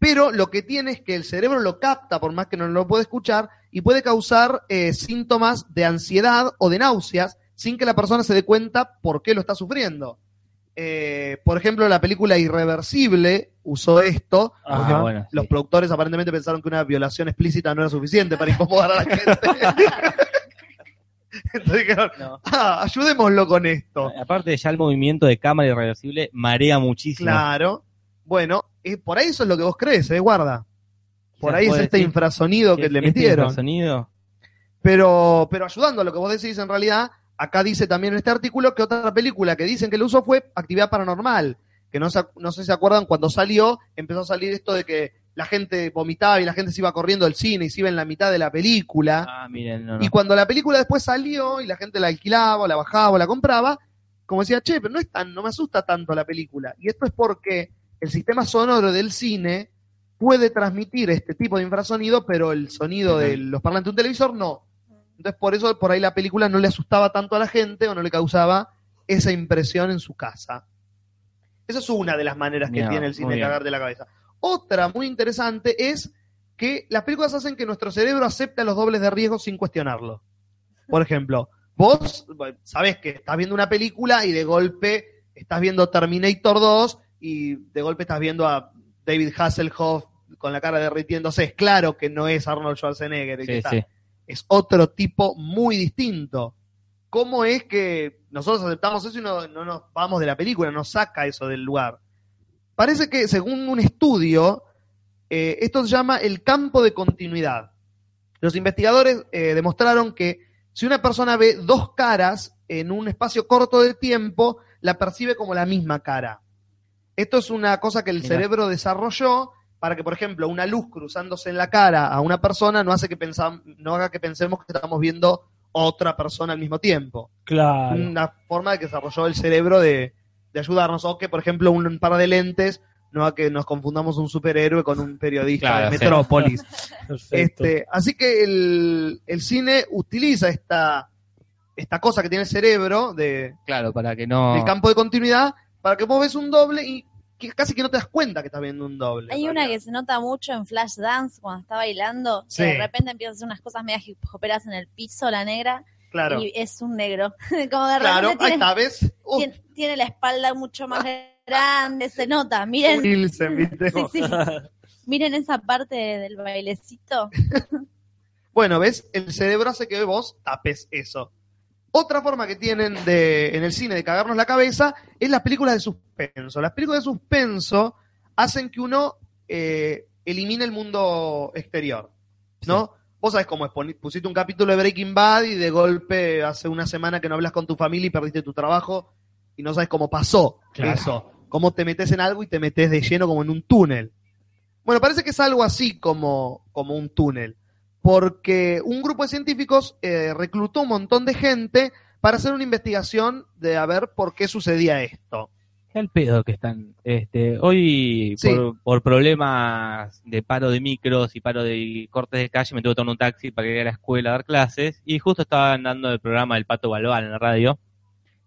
Pero lo que tiene es que el cerebro lo capta, por más que no lo puede escuchar, y puede causar eh, síntomas de ansiedad o de náuseas sin que la persona se dé cuenta por qué lo está sufriendo. Eh, por ejemplo, la película Irreversible usó esto, Ah, Ajá. bueno, sí. los productores aparentemente pensaron que una violación explícita no era suficiente para incomodar a la gente. Entonces dijeron, No. ah, ayudémoslo con esto. Aparte, ya el movimiento de cámara irreversible marea muchísimo. Claro. Bueno, eh, por ahí eso es lo que vos crees, eh, guarda. Por Quizás ahí es puede este decir infrasonido que le Este metieron. sonido Pero, pero ayudando a lo que vos decís en realidad, Acá dice también en este artículo que otra película que dicen que lo usó fue Actividad Paranormal, que no, se ac- no sé si se acuerdan, cuando salió empezó a salir esto de que la gente vomitaba y la gente se iba corriendo del cine y se iba en la mitad de la película. Ah, miren, no, no. Y cuando la película después salió y la gente la alquilaba, o la bajaba, o la compraba, como decía, che, pero no es tan, no me asusta tanto la película. Y esto es porque el sistema sonoro del cine puede transmitir este tipo de infrasonido, pero el sonido Ujú. de los parlantes de un televisor no. Entonces por eso por ahí la película no le asustaba tanto a la gente o no le causaba esa impresión en su casa. Esa es una de las maneras que Bien, tiene el muy cine de bien. cagar de la cabeza. Otra muy interesante es que las películas hacen que nuestro cerebro acepte los dobles de riesgo sin cuestionarlo. Por ejemplo, vos bueno, sabés que estás viendo una película y de golpe estás viendo Terminator 2 y de golpe estás viendo a David Hasselhoff con la cara derritiéndose. Es claro que no es Arnold Schwarzenegger. el que Sí, está. sí. Es otro tipo muy distinto. ¿Cómo es que nosotros aceptamos eso y no, no nos vamos de la película, nos saca eso del lugar? Parece que, según un estudio, eh, esto se llama el campo de continuidad. Los investigadores eh, demostraron que si una persona ve dos caras en un espacio corto de tiempo, la percibe como la misma cara. Esto es una cosa que el Mirá. cerebro desarrolló para que, por ejemplo, una luz cruzándose en la cara a una persona no, hace que pensam- no haga que pensemos que estamos viendo otra persona al mismo tiempo Claro. una forma de que desarrolló el cerebro de, de ayudarnos. O que, por ejemplo, un par de lentes, no a que nos confundamos un superhéroe con un periodista Claro, de sí. Metrópolis. Perfecto. este, así que el, el cine utiliza esta, esta cosa que tiene el cerebro de, Claro, para que no. del campo de continuidad para que vos ves un doble y que casi que no te das cuenta que estás viendo un doble. Hay una que se nota mucho en Flash Dance cuando está bailando, que Sí. de repente empieza a hacer unas cosas medias hip hoperas en el piso, la negra, Claro, y es un negro. Como de claro, repente ahí tiene, está, ¿ves? Uh, tiene, tiene la espalda mucho más grande, se nota. Miren, Wilson, ¿viste? sí, sí, miren esa parte del bailecito. Bueno, ¿ves? El cerebro hace que vos tapes eso. Otra forma que tienen de, en el cine de cagarnos la cabeza es las películas de suspenso. Las películas de suspenso hacen que uno eh, elimine el mundo exterior, ¿no? Vos sabés cómo es, poni- pusiste un capítulo de Breaking Bad y de golpe hace una semana que no hablas con tu familia y perdiste tu trabajo y no sabes cómo pasó Claro. eso. Cómo te metes en algo y te metes de lleno como en un túnel. Bueno, parece que es algo así como, como un túnel porque un grupo de científicos eh, reclutó un montón de gente para hacer una investigación de a ver por qué sucedía esto. Qué al pedo que están. Este, hoy, Sí. por, por problemas de paro de micros y paro de cortes de calle, me tuve que tomar un taxi para ir a la escuela a dar clases. Y justo estaban dando el programa del Pato Balbal en la radio.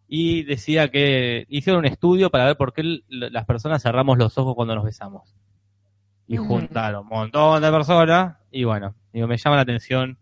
Y decía que hicieron un estudio para ver por qué l- las personas cerramos los ojos cuando nos besamos. Y Ujú. juntaron un montón de personas. Y bueno, digo, me llama la atención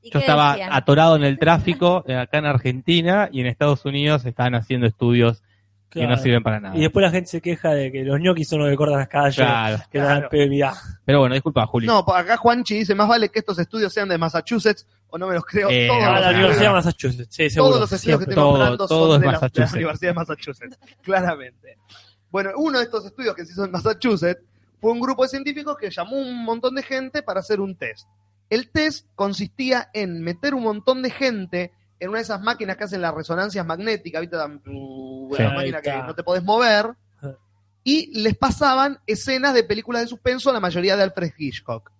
¿Y Yo qué estaba decían? atorado en el tráfico eh, acá en Argentina y en Estados Unidos estaban haciendo estudios que no Claro. sirven para nada. Y después la gente se queja de que los ñoquis son los que cortan las calles. Claro. Que dan Claro. pe- mirá. Pero bueno, disculpa, Juli. No, por acá Juanchi dice, más vale que estos estudios sean de Massachusetts o no me los creo. Eh, todos, no, Ah, los la no, estudios- Universidad de Massachusetts. Sí, seguro. todos los estudios que estoy Todo- nombrando son todo es de la, de la Massachusetts. Universidad de Massachusetts, claramente. Bueno, uno de estos estudios que se hizo en Massachusetts fue un grupo de científicos que llamó un montón de gente para hacer un test. El test consistía en meter un montón de gente en una de esas máquinas que hacen las resonancias magnéticas, ¿viste? Dan- Una Ahí máquina que está. no te podés mover. Ah. Y les pasaban escenas de películas de suspenso, la mayoría de Alfred Hitchcock.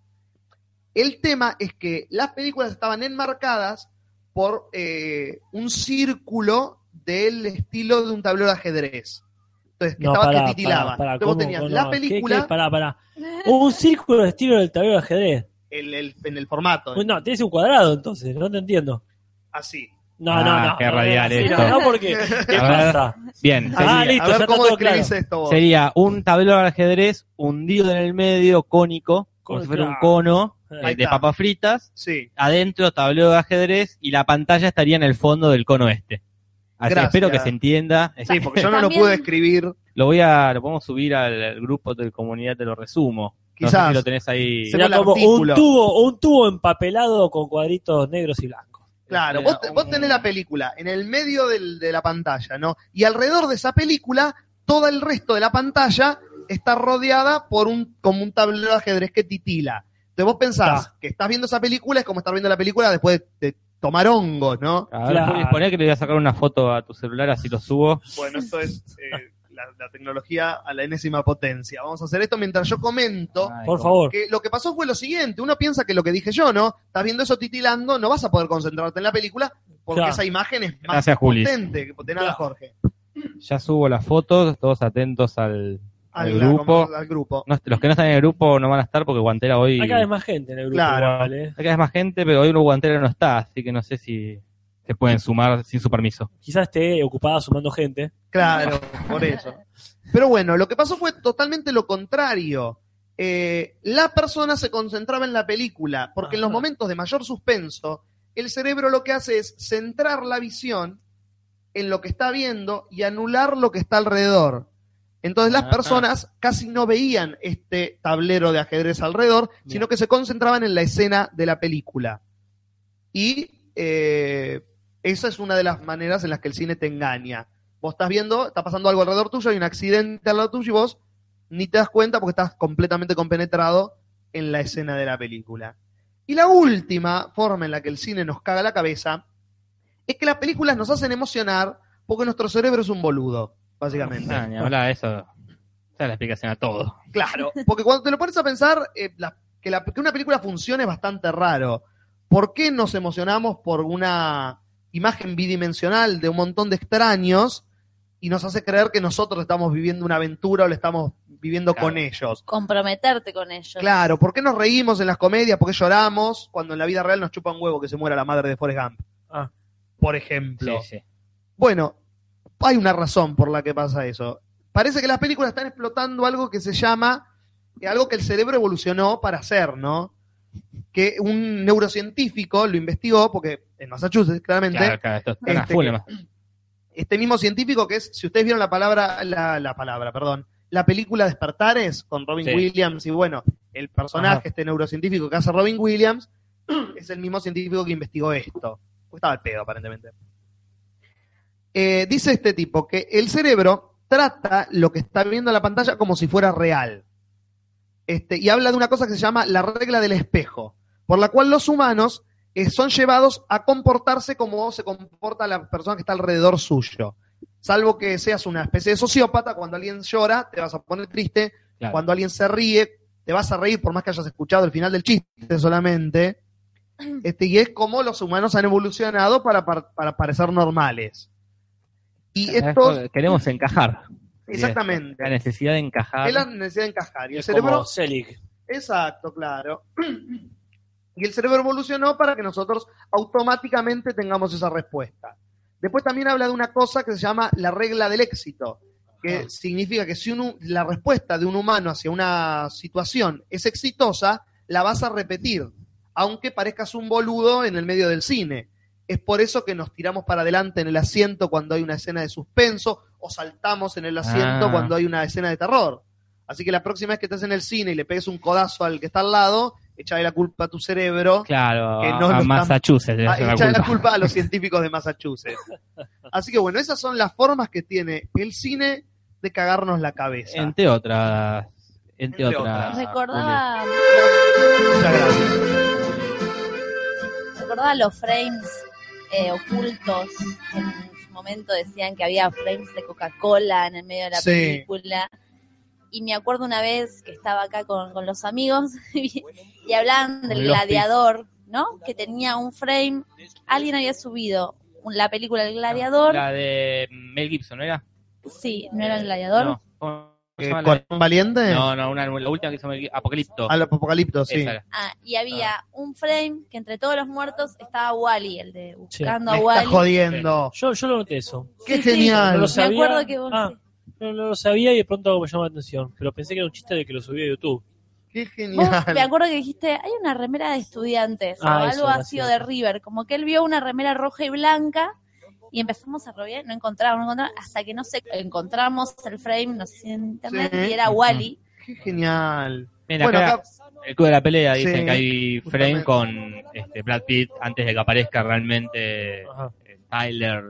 El tema es que las películas estaban enmarcadas por eh, un círculo del estilo de un tablero de ajedrez. Entonces, que No, estaba pará, que titilaba. pará, pará, Entonces, vos ¿cómo? tenías No, no, la ¿qué- qué? película Pará, pará. Un círculo de estilo del tablero de ajedrez. en el, en el formato, Pues no, tenés un cuadrado entonces, no te entiendo. así. No, Ah, no, no. qué no, radial no, esto. No, no, porque. ¿Qué A ver. pasa? Bien. Ah, Así, listo, a ver ya está cómo todo describís esto vos. Sería un tablero de ajedrez hundido en el medio, cónico, como Con- si fuera un claro. cono eh, Ahí de está. papas fritas. Sí. Adentro, tablero de ajedrez y la pantalla estaría en el fondo del cono este. Así Gracias. espero que se entienda. Sí, porque yo no También- lo pude escribir. Lo voy a, lo podemos subir al, al grupo de comunidad, te lo resumo. No sé Quizás. si lo tenés ahí. Según Sería el como artículo. un tubo, un tubo empapelado con cuadritos negros y blancos. Claro, Era vos, te- vos un- tenés la película en el medio del- de la pantalla, ¿no? Y alrededor de esa película, todo el resto de la pantalla está rodeada por un, como un tablero de ajedrez que titila. Entonces vos pensás que estás viendo esa película, es como estar viendo la película después de, de tomar hongos, ¿no? Claro. Ahora poné que le voy a sacar una foto a tu celular, así lo subo. Bueno, esto es eh, la, la tecnología a la enésima potencia. Vamos a hacer esto mientras yo comento. Ay, Por cómo- favor. Que lo que pasó fue lo siguiente, uno piensa que lo que dije yo, ¿no? Estás viendo eso titilando, no vas a poder concentrarte en la película porque Claro. esa imagen es más Gracias, Juli. potente que de nada, Claro. Jorge. Ya subo las fotos, todos atentos al. Al, Al grupo. al grupo. no- los que no están en el grupo no van a estar porque Guantera hoy. Acá hay más gente en el grupo. Claro. igual, ¿eh? Acá es más gente, pero hoy un Guantera no está, así que no sé si se pueden sumar sin su permiso. Quizás esté ocupada sumando gente. Claro, por eso. Pero bueno, lo que pasó fue totalmente lo contrario. Eh, la persona se concentraba en la película, porque en los Ajá. momentos de mayor suspenso, el cerebro lo que hace es centrar la visión en lo que está viendo y anular lo que está alrededor. Entonces las Ajá. personas casi no veían este tablero de ajedrez alrededor, sino que se concentraban en la escena de la película. Y eh, esa es una de las maneras en las que el cine te engaña. Vos estás viendo, está pasando algo alrededor tuyo, hay un accidente alrededor tuyo y vos ni te das cuenta porque estás completamente compenetrado en la escena de la película. Y la última forma en la que el cine nos caga la cabeza es que las películas nos hacen emocionar porque nuestro cerebro es un boludo, básicamente. Ah, ni hablar, eso. Esa es la explicación a todo. Claro, porque cuando te lo pones a pensar, eh, la- que, la- que una película funcione es bastante raro. ¿Por qué nos emocionamos por una imagen bidimensional de un montón de extraños y nos hace creer que nosotros estamos viviendo una aventura o la estamos viviendo Claro. con ellos? comprometerte con ellos. Claro, ¿por qué nos reímos en las comedias? ¿Por qué lloramos cuando en la vida real nos chupa un huevo que se muera la madre de Forrest Gump? Ah. Por ejemplo. sí. Bueno, hay una razón por la que pasa eso. Parece que las películas están explotando algo que se llama, eh, algo que el cerebro evolucionó para hacer, ¿no? Que un neurocientífico lo investigó, porque en Massachusetts, claramente, Claro, claro, esto está Este, full, además. este mismo científico que es, si ustedes vieron la palabra, la, la palabra, perdón, la película Despertares con Robin Sí. Williams y bueno, el personaje, Ajá. este neurocientífico que hace Robin Williams, es el mismo científico que investigó esto. Pues estaba al pedo, aparentemente. Eh, dice este tipo que el cerebro trata lo que está viendo en la pantalla como si fuera real. Este, y habla de una cosa que se llama la regla del espejo, por la cual los humanos eh, son llevados a comportarse como se comporta la persona que está alrededor suyo. Salvo que seas una especie de sociópata, cuando alguien llora te vas a poner triste, Claro. cuando alguien se ríe te vas a reír por más que hayas escuchado el final del chiste solamente. Este, y es como los humanos han evolucionado para, par- para parecer normales. Y estos, Esto Queremos encajar. La exactamente, necesidad de encajar. es la necesidad de encajar. Y el Es cerebro como Selig. Exacto, claro. Y el cerebro evolucionó para que nosotros automáticamente tengamos esa respuesta. Después también habla de una cosa que se llama la regla del éxito, que significa que si un hu- la respuesta de un humano hacia una situación es exitosa, la vas a repetir, aunque parezcas un boludo en el medio del cine. Es por eso que nos tiramos para adelante en el asiento cuando hay una escena de suspenso o saltamos en el asiento Ah. cuando hay una escena de terror. Así que la próxima vez que estés en el cine y le pegues un codazo al que está al lado, echale la culpa a tu cerebro, Claro, que no a lo están- Massachusetts. le a- hacen la echale la culpa. culpa a los científicos de Massachusetts. Así que bueno, esas son las formas que tiene el cine de cagarnos la cabeza. Entre otras. Entre, Entre otras. otras. Recordaba, Muchas gracias. recordaba los frames eh, ocultos que en su momento decían que había frames de Coca-Cola en el medio de la Sí. película. Y me acuerdo una vez que estaba acá con, con los amigos y, y hablaban del Los gladiador, ¿no? Que tenía un frame. Alguien había subido un- la película El Gladiador. La de Mel Gibson, ¿no era? Sí, no era El Gladiador. No. ¿Cómo se Eh, llama la de- ¿Corazón valiente? No, no, una- la última que hizo Mel Gibson, Apocalipto. Al apocalipto, sí. Esa era. Ah, y había un frame que entre todos los muertos estaba Wally, el de buscando Me a está Wally. jodiendo. Yo, yo lo noté eso. ¡Qué Sí, sí. genial! No lo sé. Me sabía. acuerdo que vos Ah. No, no lo sabía y de pronto me llamó la atención. Pero pensé que era un chiste de que lo subía a YouTube. ¡Qué Vos, genial! me acuerdo que dijiste, hay una remera de estudiantes o Ah, eso algo era así o cierto. de River, como que él vio una remera roja y blanca y empezamos a rodear, no encontrábamos, no encontrábamos, hasta que no sé, encontramos el frame, no sé si en internet, Sí. y era Wally. ¡Qué genial! Mira, Bueno, acá acá el club de la pelea Sí, dice que hay frame justamente. con este, Brad Pitt antes de que aparezca realmente Ajá. eh, Tyler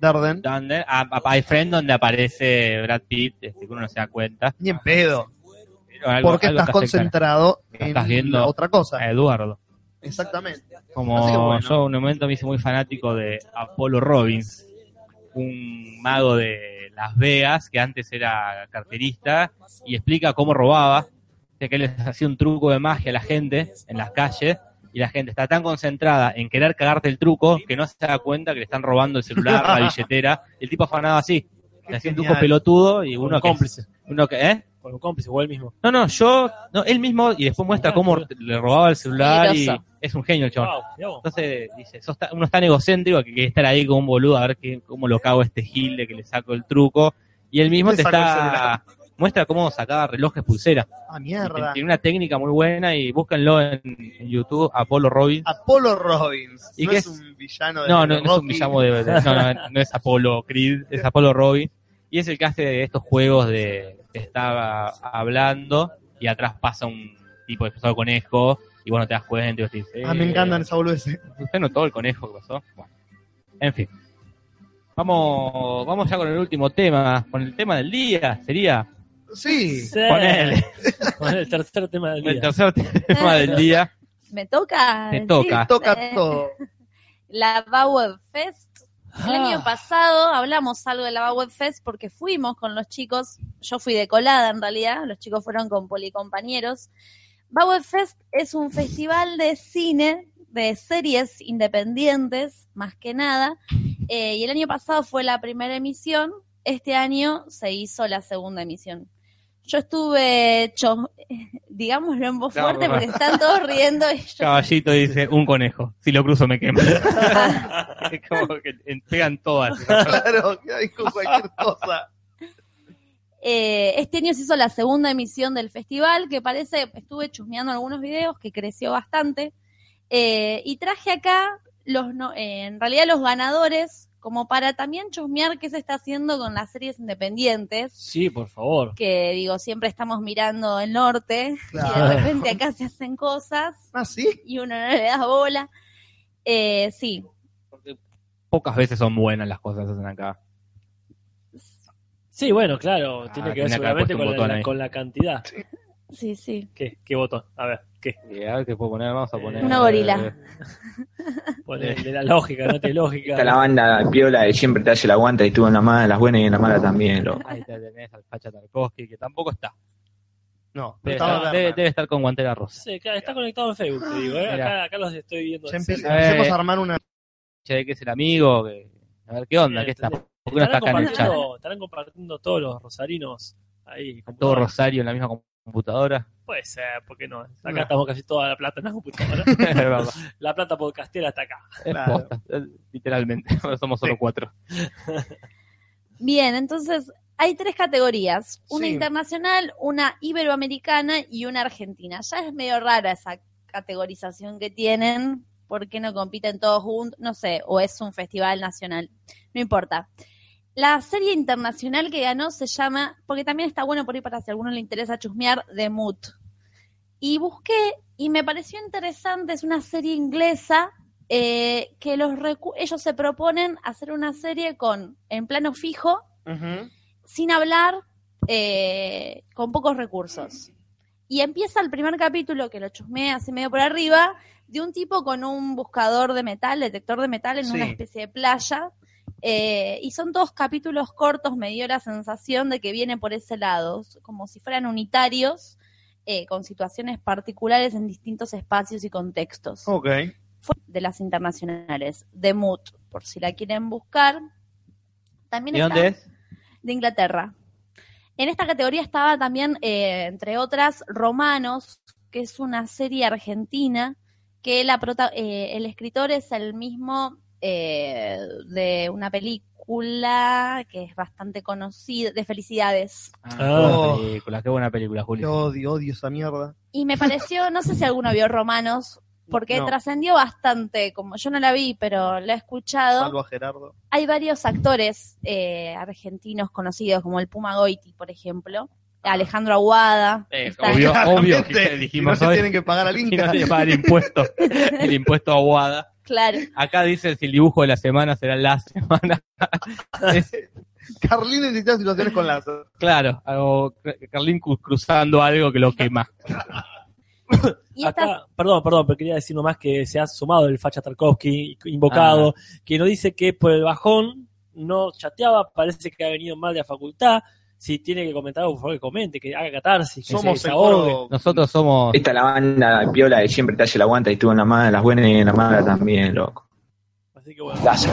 Darden. Dunder. Ah, ah, hay frame donde aparece Brad Pitt, este, que uno no se da cuenta. Ni en pedo. Pero algo- porque algo estás está cercano. concentrado en Estás viendo- Eh. otra cosa. A Eduardo. Exactamente. Como Así que bueno. yo en un momento me hice muy fanático de Apollo Robbins, un mago de Las Vegas que antes era carterista y explica cómo robaba. Dice que él les hacía un truco de magia a la gente en las calles y la gente está tan concentrada en querer cagarte el truco que no se da cuenta que le están robando el celular, la billetera. Y el tipo afanaba así. Le hacía un truco genial. pelotudo y Con uno un que, cómplice. uno que- ¿eh? Con un cómplice o él mismo. No, no, yo, no, él mismo, y después muestra cómo le robaba el celular y Peligroso. es un genio el chabón. Wow, Ah, mirá vos. Entonces dice, sos ta- uno es tan egocéntrico que quiere estar ahí como un boludo a ver qué- cómo lo cago a este gil de que le saco el truco. Y él mismo Le te saco el está celular. muestra cómo sacaba relojes pulsera. Ah, Y mierda. Tiene una técnica muy buena y búsquenlo en en YouTube, Apollo Robin. Apolo Robbins. ¿Y no qué es, es? un villano Ah, de No, no, no es un Rocky. villamo de, de- no, no, no es Apollo Creed, es Apollo Robin. Y es el que hace estos juegos de estaba hablando y atrás pasa un tipo de pesado conejo y bueno te das cuenta y vos decís, Ah, me eh, encantan esa boludeces. Usted notó el conejo que pasó. Bueno. En fin. Vamos, vamos ya con el último tema, con el tema del día, sería Sí. Ponele. Ponele el tercer tema del el día. tercer tema del día. Me toca. Te decir, toca. Toca eh, todo. La Bauer Fest. El Ah. año pasado hablamos algo de la Bauer Fest porque fuimos con los chicos. Yo fui de colada en realidad. Los chicos fueron con policompañeros. Bauer Fest es un festival de cine, de series independientes, más que nada. Eh, y el año pasado fue la primera emisión. Este año se hizo la segunda emisión. Yo estuve, cho- digámoslo en voz No, fuerte, papá. porque están todos riendo y yo Caballito dice, un conejo. Si lo cruzo me quema. Es como que pegan todas. Claro, que hay con cualquier cosa. Eh, este año se hizo la segunda emisión del festival, que parece, estuve chusmeando algunos videos, que creció bastante. Eh, y traje acá, los no- eh, en realidad, los ganadores, como para también chusmear qué se está haciendo con las series independientes, Sí, por favor. que digo, siempre estamos mirando el norte, y de Claro. repente acá se hacen cosas Ah, sí. y uno no le da bola. Eh, sí, Pocas veces son buenas las cosas que hacen acá. Sí, bueno, claro. Ah, tiene que tenía ver que haber seguramente puesto un con la, botón la- ahí. con la cantidad. sí, sí. ¿Qué? ¿Qué botón? A ver, ¿qué? Y a ver qué puedo poner, vamos a poner. Una gorila. Ponele de la lógica, no te lógica. Está la banda piola de siempre te hace la aguanta y estuvo en la mala, en las buenas y en la mala también. loco. Ahí te tenés al Pacha Tarkovsky, que tampoco está. No, Debe estaba estar, Berman. debe- debe estar con guantera rosa. Sí, claro, está conectado en Facebook, te digo. ¿eh? Mira. Acá, acá los estoy viendo. Ya en empe- serio. A ver. empecemos a armar una. Che, que es el amigo, que- a ver qué onda, qué está. ¿Por qué no está estarán, acá en el chat? compartiendo, estarán compartiendo todos los rosarinos ahí. Todo computadora. Rosario en la misma computadora. Puede ser, ¿por qué no? Acá No. estamos casi toda la plata en la computadora. Es verdad, la plata podcastera está acá. es Claro. posta, eh, literalmente. Ahora somos solo Sí. cuatro. Bien, entonces hay tres categorías, una Sí. internacional, una iberoamericana y una argentina. Ya es medio rara esa categorización que tienen, ¿por qué no compiten todos juntos? No sé, o es un festival nacional, no importa. La serie internacional que ganó se llama, porque también está bueno por ahí para si a alguno le interesa chusmear, The Mood. Y busqué y me pareció interesante, es una serie inglesa eh, que los recu- ellos se proponen hacer una serie con en plano fijo, sin hablar, eh, con pocos recursos. Y empieza el primer capítulo, que lo chusmeé así medio por arriba, de un tipo con un buscador de metal, detector de metal en Sí. una especie de playa. eh, y son dos capítulos cortos, me dio la sensación de que viene por ese lado, como si fueran unitarios, eh, con situaciones particulares en distintos espacios y contextos Ok. fue de las internacionales, de Mood, por si la quieren buscar. También ¿De está- dónde es? De Inglaterra. En esta categoría estaba también, eh, entre otras, Romanos, que es una serie argentina, que la prota- eh, el escritor es el mismo eh, de una película que es bastante conocida, de Felicidades. Ah, Oh. qué buena película, qué buena película, Qué Julio. odio, odio esa mierda. Y me pareció, no sé si alguno vio Romanos, porque No. trascendió bastante, como yo no la vi, pero la he escuchado. Salvo a Gerardo. hay varios actores eh, argentinos conocidos, como el Puma Goiti, por ejemplo, Alejandro Aguada. está- obvio, obvio Claramente, que si no dijimos se hoy. tienen que pagar al que no Inca. se paga el impuesto. El impuesto a Aguada. Claro. Acá dice si el dibujo de la semana será la semana. Es- Carlín necesita situaciones con Lazo. claro, o Carlín cru- cruzando algo que lo quema. Y Acá, estas, perdón, perdón, pero quería decir nomás que se ha sumado el facha Tarkovsky invocado, Ah. que nos dice que por el bajón no chateaba, parece que ha venido mal de la facultad. Si tiene que comentar algo, por favor, que comente, que haga catarsis, que Somos se el desahogue. coro- Nosotros somos. Esta es la banda piola de siempre te hace la aguanta y estuvo en la mala, las buenas y en la mala también, loco. Así que bueno, Láser.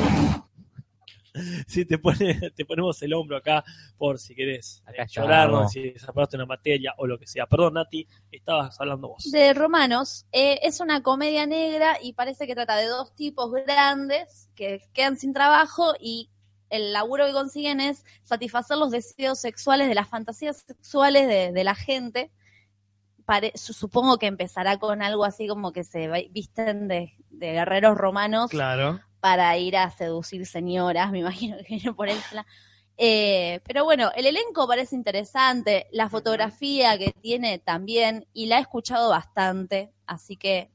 sí, te, pone, te ponemos el hombro acá por si querés Acá eh, estamos. llorarnos, si desaprobaste una materia o lo que sea. Perdón, Nati, estabas hablando vos. de Romanos eh, es una comedia negra y parece que trata de dos tipos grandes que quedan sin trabajo y el laburo que consiguen es satisfacer los deseos sexuales, de las fantasías sexuales de, de la gente. Pare- su- supongo que empezará con algo así como que se va- visten de, de guerreros romanos Claro. para ir a seducir señoras, me imagino que viene por él. Eh, pero bueno, el elenco parece interesante, la fotografía que tiene también, y la he escuchado bastante, así que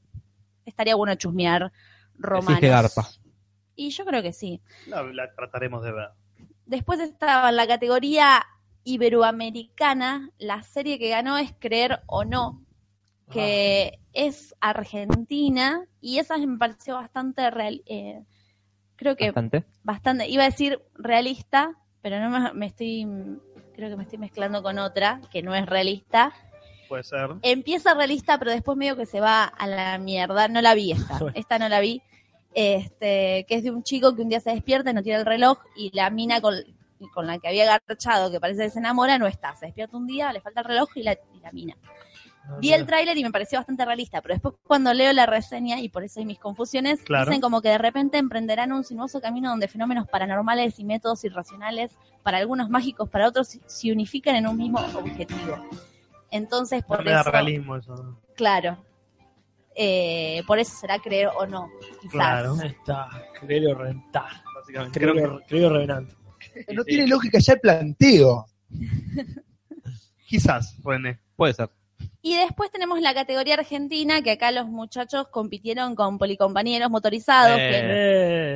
estaría bueno chusmear romanos. Existe garpa. Y yo creo que sí. La, la trataremos de ver. Después estaba en la categoría iberoamericana, la serie que ganó es Creer o No, que es argentina, y esa me pareció bastante real. eh, creo que Bastante. bastante, iba a decir realista, pero no me, me estoy, creo que me estoy mezclando con otra que no es realista. Puede ser. Empieza realista, pero después medio que se va a la mierda. No la vi esta, esta no la vi. Este, que es de un chico que un día se despierta y no tiene el reloj y la mina con, con la que había garchado, que parece que se enamora, no está. Se despierta un día, le falta el reloj y la, y la mina. Vi el tráiler y me pareció bastante realista, pero después cuando leo la reseña, y por eso hay mis confusiones, Claro. dicen como que de repente emprenderán un sinuoso camino donde fenómenos paranormales y métodos irracionales, para algunos mágicos, para otros, se unifican en un mismo objetivo. Entonces, No por me da eso, realismo eso. claro, Eh, por eso será creer o no, quizás. Claro. Ahí está, creo rentar. Básicamente. Creo que Creo, creo revenante. No tiene lógica ya el planteo. quizás, René. Puede ser. Y después tenemos la categoría argentina, que acá los muchachos compitieron con policompañeros motorizados, Eh. que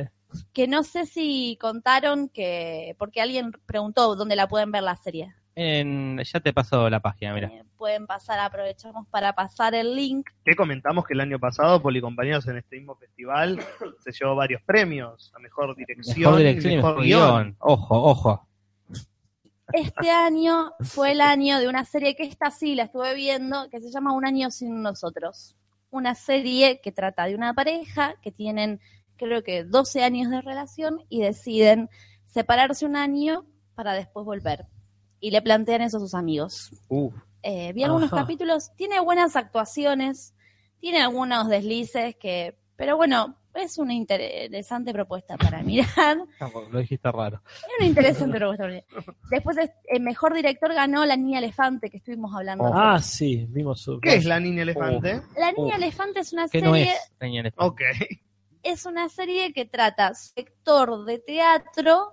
Eh, que no sé si contaron que, porque alguien preguntó dónde la pueden ver la serie. En- ya te paso la página, mira. Eh, pueden pasar, aprovechamos para pasar el link. Que comentamos que el año pasado Policompañeros en este mismo festival se llevó varios premios. La mejor dirección, Mejor dirección y mejor, mejor guión. guión. Ojo, ojo. Este año fue el año de una serie que esta sí la estuve viendo, que se llama Un año sin nosotros. Una serie que trata de una pareja que tienen, creo que 12 años de relación y deciden separarse un año para después volver. Y le plantean eso a sus amigos. Uf. Eh, vi algunos Ajá. capítulos, tiene buenas actuaciones, tiene algunos deslices que, pero bueno, es una interesante propuesta para mirar. Tampoco, Lo dijiste raro. Es una interesante propuesta. para mirar. Después, es- el mejor director ganó La Niña Elefante, que estuvimos hablando. ah, sí, vimos su. ¿Qué es la niña elefante? La Niña Elefante es una ¿Qué serie, no es? es? Leña en España? Ok. una serie que trata sector de teatro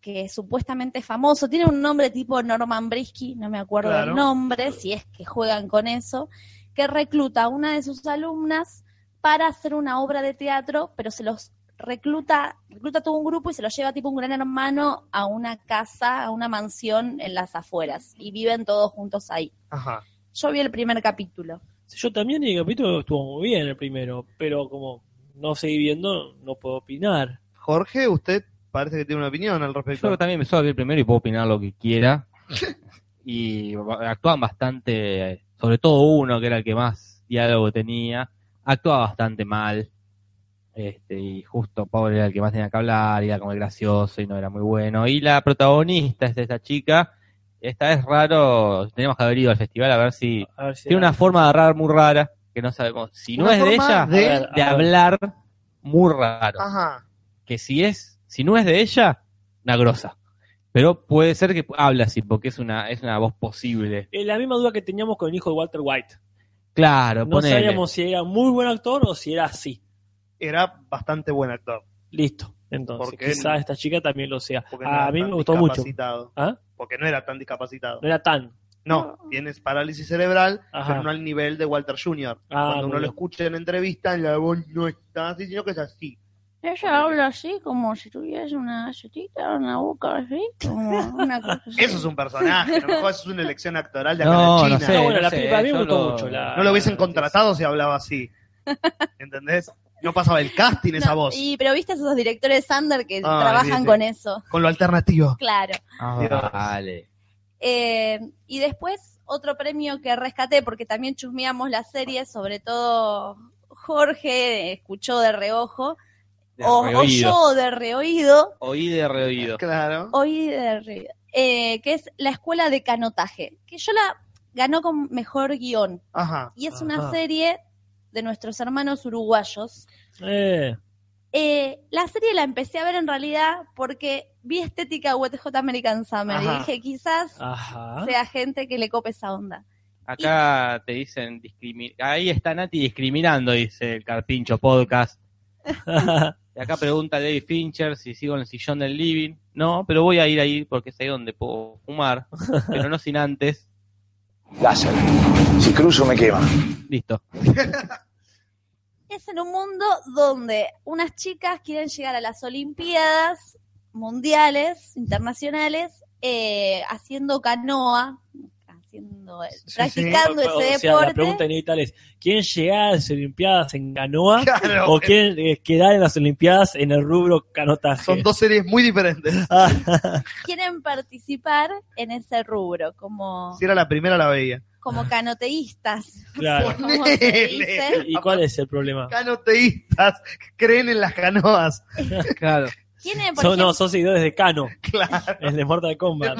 que es supuestamente famoso, tiene un nombre tipo Norman Brisky, no me acuerdo Claro. el nombre, si es que juegan con eso, que recluta a una de sus alumnas para hacer una obra de teatro, pero se los recluta, recluta todo un grupo y se los lleva tipo un gran hermano a una casa, a una mansión en las afueras, y viven todos juntos ahí. Ajá. Yo vi el primer capítulo. Sí, yo también y el capítulo estuvo muy bien el primero, pero como no seguí viendo, no puedo opinar. Jorge, usted parece que tiene una opinión al respecto. Yo también me suelo ver primero y puedo opinar lo que quiera. y ba- actúan bastante, sobre todo uno que era el que más diálogo tenía, actúa bastante mal. Este, y justo Pablo era el que más tenía que hablar, y era como el gracioso y no era muy bueno. Y la protagonista es esta chica. Esta es raro, tenemos que haber ido al festival a ver si A ver si tiene era- una forma de hablar muy rara que no sabemos. Si no Ah, Una es de forma ella, de- A ver, de a ver. hablar muy raro Ajá. que si es, si no es de ella, una grosa. Pero puede ser que habla así, porque es una, es una voz posible. Eh, la misma duda que teníamos con el hijo de Walter White. Claro, No ponele. sabíamos si era muy buen actor o si era así. Era bastante buen actor. Listo. Entonces, Porque- quizá esta chica también lo sea. Porque no A era mí tan me gustó mucho. discapacitado. ¿Ah? Porque no era tan discapacitado. No era tan. No, tienes parálisis cerebral, Ajá. pero no al nivel de Walter Jr. Ah, Cuando muy uno lo bien. escucha en entrevista, la voz no está así, sino que es así. Ella habla así como si tuviese una setita, una boca así, como una cosa así. Eso es un personaje, a lo mejor es una elección actoral de acá No, de no China. sé. No, bueno, la sé, piba a mí me yo gustó lo- mucho. La, No lo hubiesen contratado si hablaba así. ¿Entendés? No pasaba el casting esa No, voz. Y, pero viste a esos directores Sander que Ay, trabajan viste. con eso, Con lo alternativo. claro. Dios. Ah, vale. Eh, y después otro premio que rescaté, porque también chusmeamos la serie, sobre todo Jorge escuchó de reojo, o, o reoído. yo de reoído, Oí de reoído. Claro. oí de reoído, eh, que es la escuela de canotaje, que yo la ganó con mejor guión, Ajá. y es una Ajá. serie de nuestros hermanos uruguayos, Eh, Eh, la serie la empecé a ver en realidad porque vi estética WTJ American Summer Ajá. y dije, quizás ajá. sea gente que le cope esa onda. Acá te dicen discrimi- Ahí está Nati discriminando, dice el Carpincho Podcast. Y acá pregunta David Fincher si sigo en el sillón del living. No, pero voy a ir ahí porque es ahí donde puedo fumar. Pero no sin antes. Láser. Si cruzo me quema. Listo. Es en un mundo donde unas chicas quieren llegar a las Olimpiadas mundiales, internacionales, eh, haciendo canoa, haciendo, eh, sí. practicando Pero, ese o sea, deporte. la pregunta inevitable es: ¿quién llega a las Olimpiadas en canoa? Claro. ¿O quién eh, queda en las Olimpiadas en el rubro canotaje? Son dos series muy diferentes. Ah, Quieren participar en ese rubro, como, Si era la primera la veía. como canoteístas. claro. ¿Cómo se dice? Ponele. ¿Y cuál es el problema? Canoteístas que creen en las canoas. Claro. Tienen, por Son, no, ejemplo, son seguidores de Cano, Claro, el de Mortal Kombat.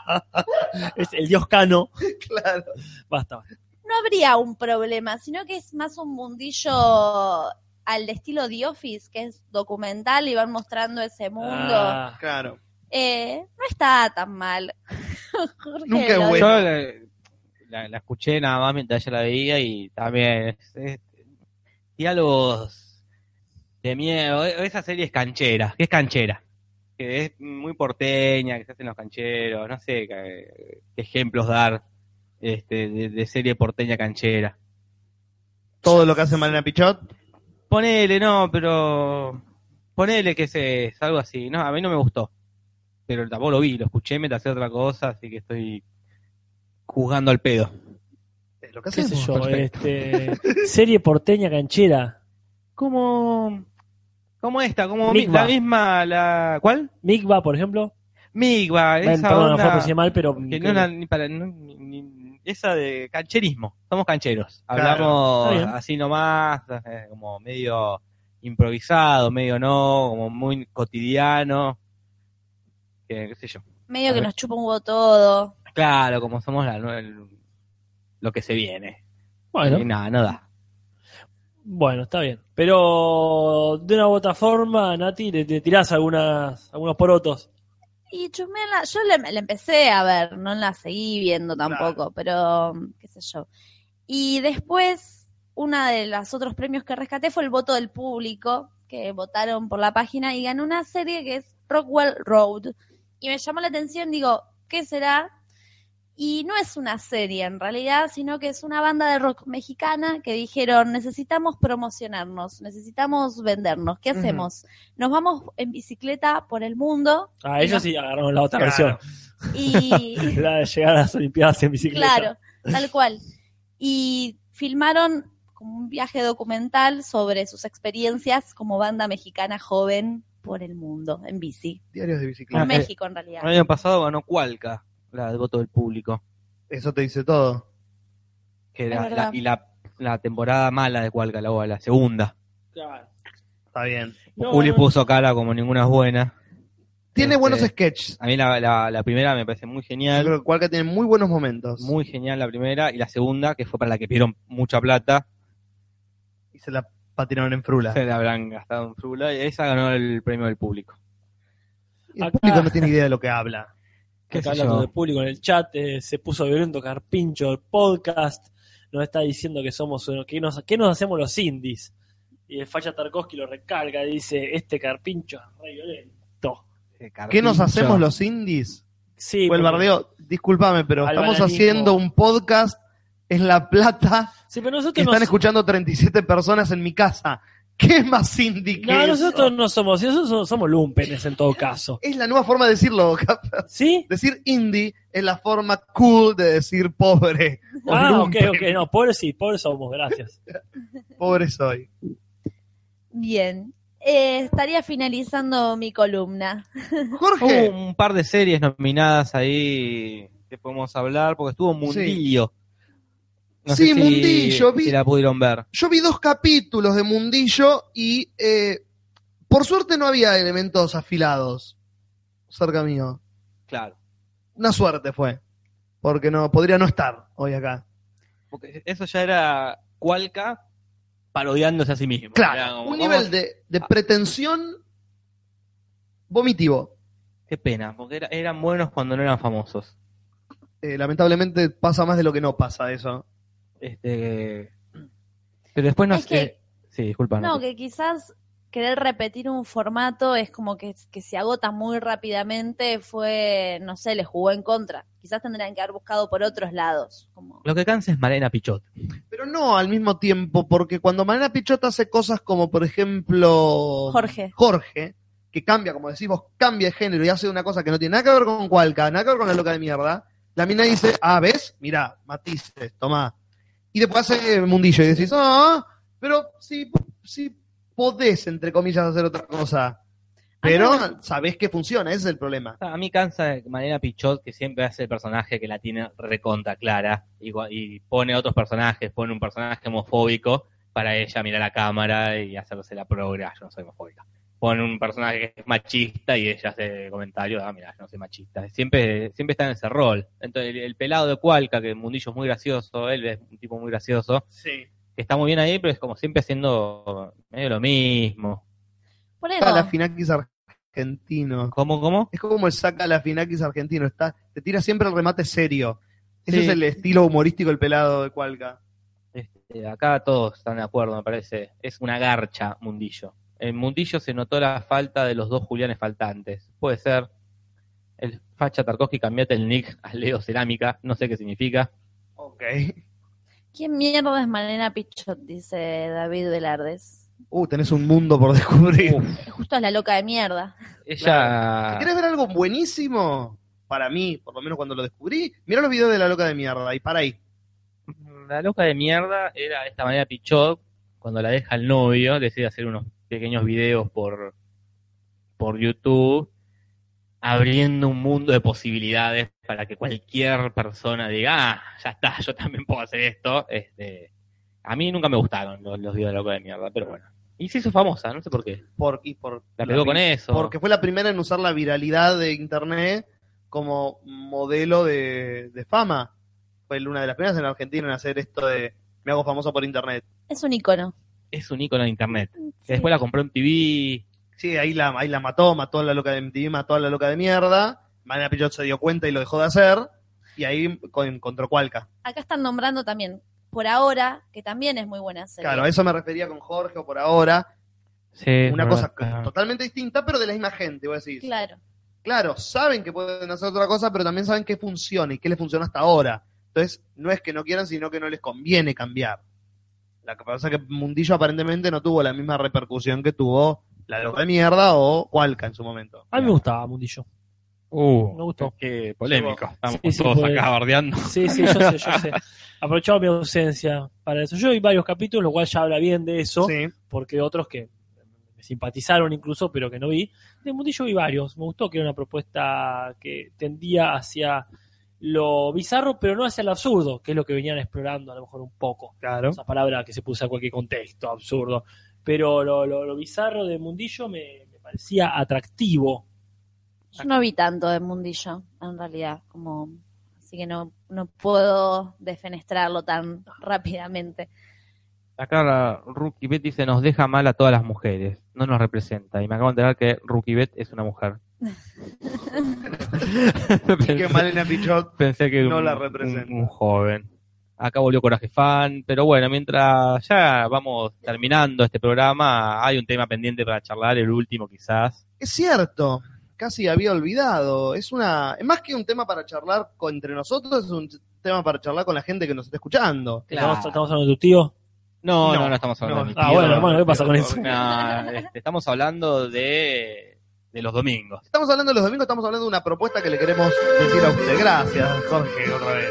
es el dios Cano. claro. Basta. basta. no habría un problema, sino que es más un mundillo al estilo The Office, que es documental y van mostrando ese mundo. Ah, Claro. Eh, no está tan mal. Jorge Nunca es lo- bueno. Yo la, la- la escuché nada más mientras ella la veía y también es- es- diálogos de miedo. E- Esa serie es canchera, que es canchera, que es muy porteña, que se hacen los cancheros, no sé qué qué ejemplos dar este, de, de serie porteña canchera. Todo lo que hace Marina Pichot. Ponele, no, pero ponele que se- es algo así. No, a mí no me gustó, pero tampoco lo vi, lo escuché mientras hacía otra cosa, así que estoy juzgando al pedo. Es lo que qué hace sé yo, eh? este, serie porteña canchera. como como esta, como mi- Migba. la misma la ¿cuál? Migba, por ejemplo. Migba, Bueno, esa perdón, a lo mejor onda pronuncié mal, pero. que no la- ni para no- ni- ni- esa de cancherismo. Somos cancheros. Claro. Hablamos Está bien. así nomás, eh, como medio improvisado, medio no, como muy cotidiano. Que, qué sé yo. medio A que ver. nos chupa un huevo todo. Claro, como somos la nue- el- lo que se viene. Y Bueno, nada, no da. bueno, está bien. Pero de una u otra forma, Nati, le, le tirás algunas, algunos porotos. Y chusmeala, yo le- la empecé a ver, no la seguí viendo tampoco, pero mm, qué sé yo. Y después, uno de los otros premios que rescaté fue el voto del público, que votaron por la página y ganó una serie que es Rockwell Road. Y me llamó la atención, digo, ¿qué será? Y no es una serie en realidad, sino que es una banda de rock mexicana que dijeron, necesitamos promocionarnos, necesitamos vendernos, ¿qué Ujú. hacemos? Nos vamos en bicicleta por el mundo Ah, ellos sí agarraron la otra Claro. y versión. La de llegar a las Olimpiadas en bicicleta. claro, tal cual. Y filmaron como un viaje documental sobre sus experiencias como banda mexicana joven por el mundo, en bici. Diarios de Por bicicleta. Ah, eh. México, en realidad. El año pasado ganó Cualca, la del voto del público. Eso te dice todo. que Es la- la- verdad. y la, la temporada mala de Cualca, la, la segunda. Claro. Está bien. No, Juli no, puso cara como ninguna es buena. Tiene Este, buenos sketches. A mí la, la- la primera me parece muy Yo genial, creo que Cualca tiene muy buenos momentos. muy genial la primera, y la segunda, que fue para la que pidieron mucha plata, Y se la patinaron en frula. se la habrán gastado en frula, y esa ganó el premio del público. Y el Acá- público no tiene idea de lo que habla. ¿Qué Acá sé hablando yo? del público en el chat, eh, se puso violento Carpincho el podcast, nos está diciendo que somos uno, que nos, que nos hacemos los indies. Y el Falla Tarkovsky lo recarga, dice, este Carpincho es re violento. ¿Qué nos hacemos los indies? Sí, Fue el porque- bardeo. Disculpame, pero Al estamos bananismo. haciendo un podcast en La Plata Sí, pero que nosotros están nos, escuchando 37 personas en mi casa. ¿Qué es más indie que No, eso? nosotros no somos, nosotros so- somos lumpenes en todo caso. Es la nueva forma de decirlo, Cap. ¿Sí? Decir indie es la forma cool de decir pobre. o Ah, ok, lumpen. ok, no, pobres sí, pobres somos, gracias. Pobre soy. Bien. Eh, estaría finalizando mi columna. Jorge, Hubo Uh. un par de series nominadas ahí que podemos hablar, porque estuvo Mundillo. Sí, Mundillo, vi- Si la pudieron ver. yo vi dos capítulos de Mundillo y eh, por suerte no había elementos afilados cerca mío. Claro. Una suerte fue. Porque no, podría no estar hoy acá. Porque eso ya era Cualca parodiándose a sí mismo. Era Claro, como, "Oh, un vamos- nivel de, de pretensión vomitivo. Qué pena, porque era- eran buenos cuando no eran famosos. Eh, lamentablemente pasa más de lo que no pasa eso. Este, pero después no Es que- eh, sí, disculpa. No, no te- que quizás querer repetir un formato es como que, que se agota muy rápidamente, fue, no sé, les jugó en contra. Quizás tendrían que haber buscado por otros lados. Como... Lo que cansa es Malena Pichot. Pero no al mismo tiempo, porque cuando Manera Pichota hace cosas como, por ejemplo, Jorge. Jorge, que cambia, como decimos, cambia de género y hace una cosa que no tiene nada que ver con Cualca, nada que ver con la loca de mierda, la mina dice, ah, ¿ves? Mirá, matices, tomá. Y después hace mundillo y decís, ah, pero si, si podés, entre comillas, hacer otra cosa. Pero sabés que funciona, ese es el problema. A mí cansa Malena Pichot, que siempre hace el personaje que la tiene reconta clara y, gua- y pone otros personajes, pone un personaje homofóbico para ella mirar a la cámara y hacerse la progra, yo no soy homofóbica. Pone un personaje que es machista y ella hace comentarios, ah, mira, yo no soy machista. Siempre, siempre está en ese rol. Entonces, el, el pelado de Cualca, que el mundillo es muy gracioso, él es un tipo muy gracioso, Sí. que está muy bien ahí, pero es como siempre haciendo medio lo mismo. Por eso, Está la Finakis argentino. ¿Cómo, cómo? Es como el saca la Finakis argentino, está, te tira siempre el remate serio. Ese Sí. es el estilo humorístico del pelado de Cualca. Este, acá todos están de acuerdo, me parece. Es una garcha, Mundillo. En Mundillo se notó la falta de los dos Julianes faltantes. Puede ser. El facha Tarkovsky cambiate el nick a Leo Cerámica, no sé qué significa. Ok. ¿quién mierda es Malena Pichot? Dice David Velardes. Uh, tenés un mundo por descubrir. Justo es la loca de mierda. Ella. ¿Querés ver algo buenísimo? Para mí, por lo menos cuando lo descubrí, mirá los videos de la loca de mierda y para ahí. La loca de mierda era de esta manera Pichot. Cuando la deja el novio, decide hacer unos pequeños videos por, por YouTube, abriendo un mundo de posibilidades para que cualquier persona diga, ah, ya está, yo también puedo hacer esto. Este, a mí nunca me gustaron los, los videos de la loca de mierda, pero bueno. Y se hizo famosa, no sé por qué. Por, y por, La pegó con eso. Porque fue la primera en usar la viralidad de internet como modelo de, de fama. Fue una de las primeras en Argentina en hacer esto de me hago famoso por internet. Es un icono. Es un ícono de internet. Después la compró en TV. Sí, ahí la, ahí la mató, mató a la loca de MTV, mató a la loca de mierda. Mariana Pichot se dio cuenta y lo dejó de hacer. Y ahí con- encontró Cualca. Acá están nombrando también, por ahora, que también es muy buena serie. Claro, a eso me refería con Jorge o por ahora. Una cosa que totalmente distinta, pero de la misma gente, vos decís. Claro. Claro, saben que pueden hacer otra cosa, pero también saben que funciona y qué les funciona hasta ahora. Entonces, no es que no quieran, sino que no les conviene cambiar. La que pasa es que Mundillo aparentemente no tuvo la misma repercusión que tuvo la loca de mierda o Cualca en su momento. A mí me gustaba Mundillo. Uh, Me gustó. Qué polémico. Estamos Sí, sí, todos puede. acá bardeando. Sí, sí, yo sé, yo sé. Aprovechaba mi ausencia para eso. Yo vi varios capítulos, lo cual ya habla bien de eso, Sí. porque otros que me simpatizaron incluso, pero que no vi. De Mundillo vi varios. Me gustó que era una propuesta que tendía hacia lo bizarro, pero no hacia lo absurdo, que es lo que venían explorando a lo mejor un poco. Claro. esa palabra que se puso a cualquier contexto, absurdo. Pero lo, lo- lo bizarro de Mundillo me, me parecía atractivo. Yo no vi tanto de Mundillo, en realidad, como así que no, no puedo defenestrarlo tan rápidamente. Acá la Rookie Bet dice, nos deja mal a todas las mujeres, no nos representa. Y me acabo de enterar que Rookie Bet es una mujer. Y que pensé, Malena Pichot pensé que no un, la representa. un- un joven. Acá volvió Coraje Fan, pero bueno, mientras ya vamos terminando este programa, hay un tema pendiente para charlar, el último quizás. Es cierto, casi había olvidado. Es una, es más que un tema para charlar con, entre nosotros, es un tema para charlar con la gente que nos está escuchando. Estamos, estamos hablando de tu tío. No, no, no, estamos hablando no. de mi Ah, tío, bueno, bueno, ¿qué pasa con no, eso? no, este, estamos hablando de, de los domingos. Estamos hablando de los domingos, estamos hablando de una propuesta que le queremos decir a usted. Gracias, Jorge, otra vez.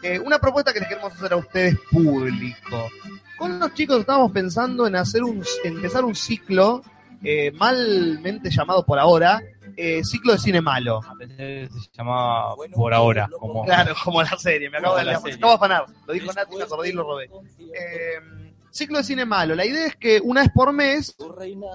Eh, una propuesta que les queremos hacer a ustedes público. Con los chicos estábamos pensando en hacer un, en empezar un ciclo eh, malmente llamado por ahora eh, ciclo de cine malo. Pensé que Se llamaba Por Ahora. Como, Claro, como la serie, me acabo Como de la me serie. acabo de afanar. Lo dijo Nati, me acordé y lo robé. Eh, ciclo de cine malo. La idea es que una vez por mes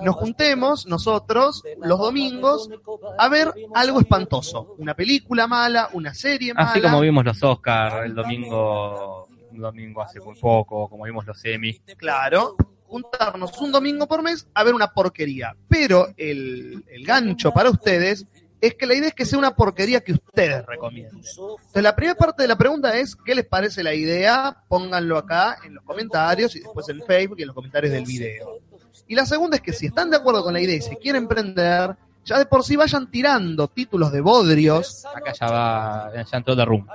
nos juntemos nosotros los domingos a ver algo espantoso. Una película mala, una serie mala. Así como vimos los Oscars el domingo, un domingo hace muy poco, como vimos los Emmy. Claro. Juntarnos un domingo por mes a ver una porquería. Pero el, el gancho para ustedes es que la idea es que sea una porquería que ustedes recomienden. Entonces, la primera parte de la pregunta es: ¿qué les parece la idea? Pónganlo acá en los comentarios y después en Facebook y en los comentarios del video. Y la segunda es que si están de acuerdo con la idea y se quieren prender, ya de por sí vayan tirando títulos de bodrios. Acá ya va, ya entró la room.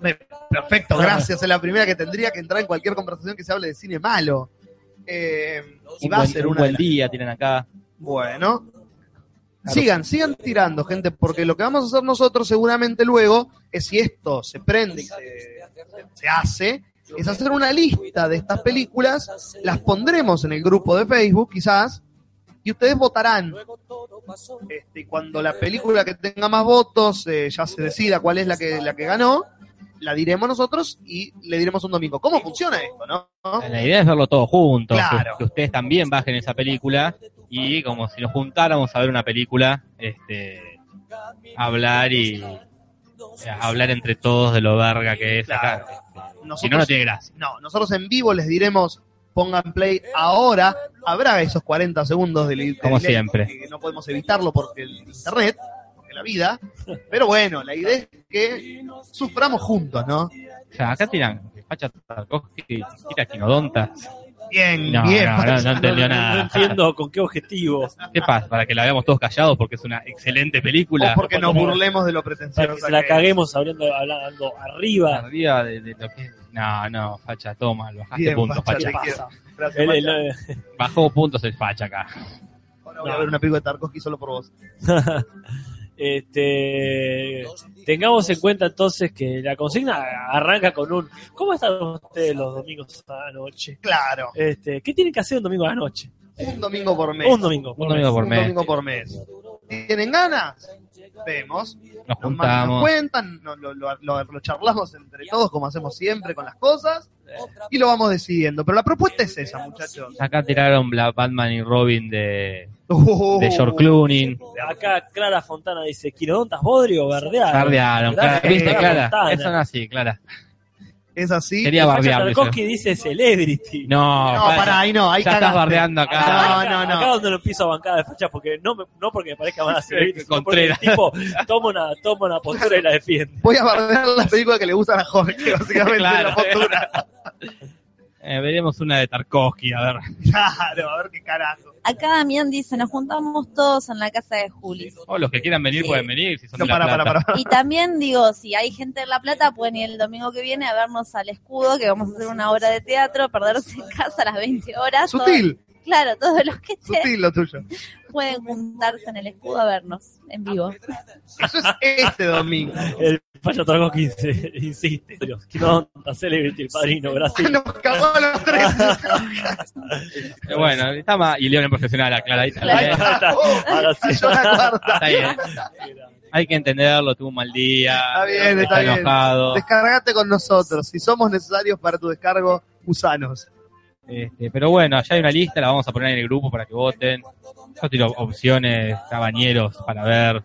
Me- Perfecto, gracias. Es la primera que tendría que entrar en cualquier conversación que se hable de cine malo. Eh, y Un va a buen, ser un una de buen las- día tienen acá. Bueno. Sigan, sigan tirando, gente, porque lo que vamos a hacer nosotros seguramente luego es si esto se prende y se, se hace, es hacer una lista de estas películas, las pondremos en el grupo de Facebook quizás, y ustedes votarán. Este, y cuando la película que tenga más votos eh, ya se decida cuál es la que, la que ganó, la diremos nosotros y le diremos un domingo. ¿Cómo funciona esto? no? La idea es verlo todo juntos, Claro. que, que ustedes también bajen esa película y como si nos juntáramos a ver una película, este, hablar y eh, hablar entre todos de lo verga que es acá. Este, Si no, no Nosotros- tiene gracia. No, nosotros en vivo les diremos, pongan play ahora. Habrá esos 40 segundos de li- de Como delay, siempre. que no podemos evitarlo porque el internet, porque la vida. Pero bueno, la idea es que suframos juntos, ¿no? O sea, acá tiran Pacha Tarkovsky, tira quinodontas. Bien, No, bien. no, no, no entendió No nada. entiendo con qué objetivo. ¿Qué pasa? Para que la veamos todos callados porque es una excelente película. O porque nos burlemos de lo Para que pretencioso. se la que- caguemos hablando, hablando arriba. Arriba de, de lo que... No, no, Facha, toma, bajaste Bien, puntos, Facha, Facha. te quiero. Gracias, El- Macha. el- Bajó puntos el Facha acá. Ahora voy a ver una película de Tarkovsky solo por vos. este, tengamos en cuenta entonces que la consigna arranca con un ¿Cómo están ustedes los domingos a la noche? Claro, Este, ¿Qué tienen que hacer un domingo a la noche? un domingo por mes. Un domingo. Un domingo por Un mes. domingo por mes. ¿Tienen ganas? Vemos. nos, Nos mandan- nos juntamos. cuentan, nos- lo, lo- lo- lo charlamos entre todos como hacemos siempre con las cosas y lo vamos decidiendo. Pero la propuesta es esa, muchachos. Acá tiraron la Batman y Robin de, Uh, de George Clooney. Acá Clara Fontana dice, ¿Quirodontas bodrio o verdear? Bardearon, Clara. Gracias, ¿Viste, Clara Clara? Fontana. Eso no así, Clara. Es así. Sería bardeable. eso. Tarkovsky dice celebrity. No, No, pará, ahí no, ahí ya estás cagaste. bardeando acá. No, no, no. Acá donde lo empiezo a bancar de facha porque no, me- no porque me parezca mala celebrity, sino porque el Contreras. tipo toma una, toma una postura y la defiende. Voy a bardear las películas que le gustan a Jorge, básicamente, Claro. la postura. Eh, veremos una de Tarkovsky, a ver. Claro, a ver qué carajo. Acá Damián dice, nos juntamos todos en la casa de Juli. O los que quieran venir Sí. pueden venir. Si son No, de la para, para, Plata. para. Y también digo, si hay gente en La Plata, pueden ir el domingo que viene a vernos al escudo, que vamos a hacer una obra de teatro, perderse en casa a las 20 horas. Todo- Sutil, claro, todos los que estén sutil lo tuyo. pueden juntarse en el escudo a vernos en vivo. Eso es este domingo. El facha Tarkovsky dice- insiste. Quirodontas, celebrity, el Ah, padrino, Brasil. Nos cagó a los tres. Eh, Bueno, está más. Y León en profesional, a Clara. ahí está Claro. bien. Ahí está. Oh, Ahora sí. cayó la cuarta. Está bien. Hay que entenderlo, tuvo un mal día. Está bien, está bien. enojado. Descargate con nosotros. Si somos necesarios para tu descargo, usanos. Este, pero bueno, ya hay una lista, la vamos a poner en el grupo para que voten. Yo tiro opciones, cabañeros para ver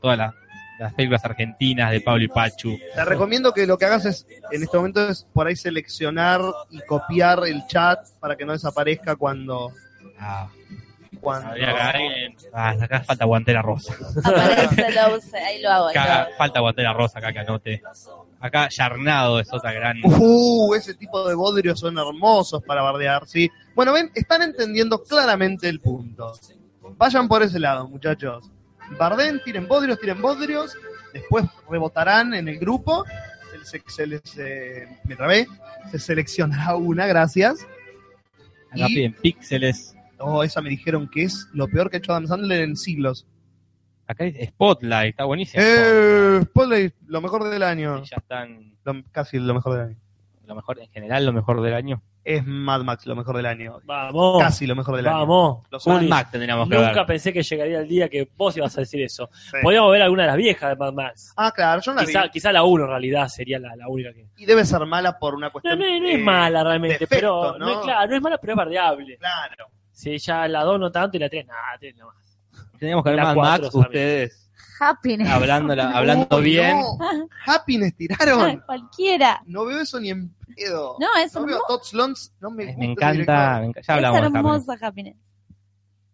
todas las, las películas argentinas de Pablo y Pachu. Te recomiendo que lo que hagas es, en este momento es por ahí seleccionar y copiar el chat para que no desaparezca cuando... Ah, cuando... habría acá alguien. Ah, acá falta guantera rosa. Aparece Louse, ahí lo hago. ahí lo hago. Acá falta guantera rosa acá que anote. Acá Yarnado es otra gran. Uh, ese tipo de bodrios son hermosos para bardear, ¿sí? Bueno, ven, están entendiendo claramente el punto. Vayan por ese lado, muchachos. Barden, tiren bodrios, tiren bodrios. Después rebotarán en el grupo. Se les- se les, eh, me trabé. Se seleccionará una, gracias. Acá Y- piden píxeles. Oh, esa me dijeron que es lo peor que ha hecho Adam Sandler en siglos. Acá hay Spotlight, está buenísimo. Eh, Spotlight, lo mejor del año. Ya están Lo- casi lo mejor del año. lo mejor, en general lo mejor del año. Es Mad Max lo mejor del año. Vamos. Casi lo mejor del año. Vamos. Los Mad Juli, Max tendríamos que Nunca ver. pensé que llegaría el día que vos ibas a decir eso. Sí. Podríamos ver alguna de las viejas de Mad Max. Ah, claro, yo no la vi. Quizá, quizá la 1 en realidad sería la, la única que. Y debe ser mala por una No, cuestión. no, no es eh, mala realmente, defecto, pero. ¿no? ¿no? es, claro, no es mala, pero es bardeable. Claro. Si ya la 2 no tanto y la 3, nada, 3 nomás. Teníamos que ver La Mad cuatro, Max, Sammy. ustedes Happiness. hablando, hablando Oh, bien. no. Happiness tiraron. Cualquiera. No veo eso ni en pedo. No, es No veo hermosa. a Todd Slons, no me, Ay, gusta Me el encanta, director. me encanta. Ya Es hablamos de Happiness. hermosa Happiness.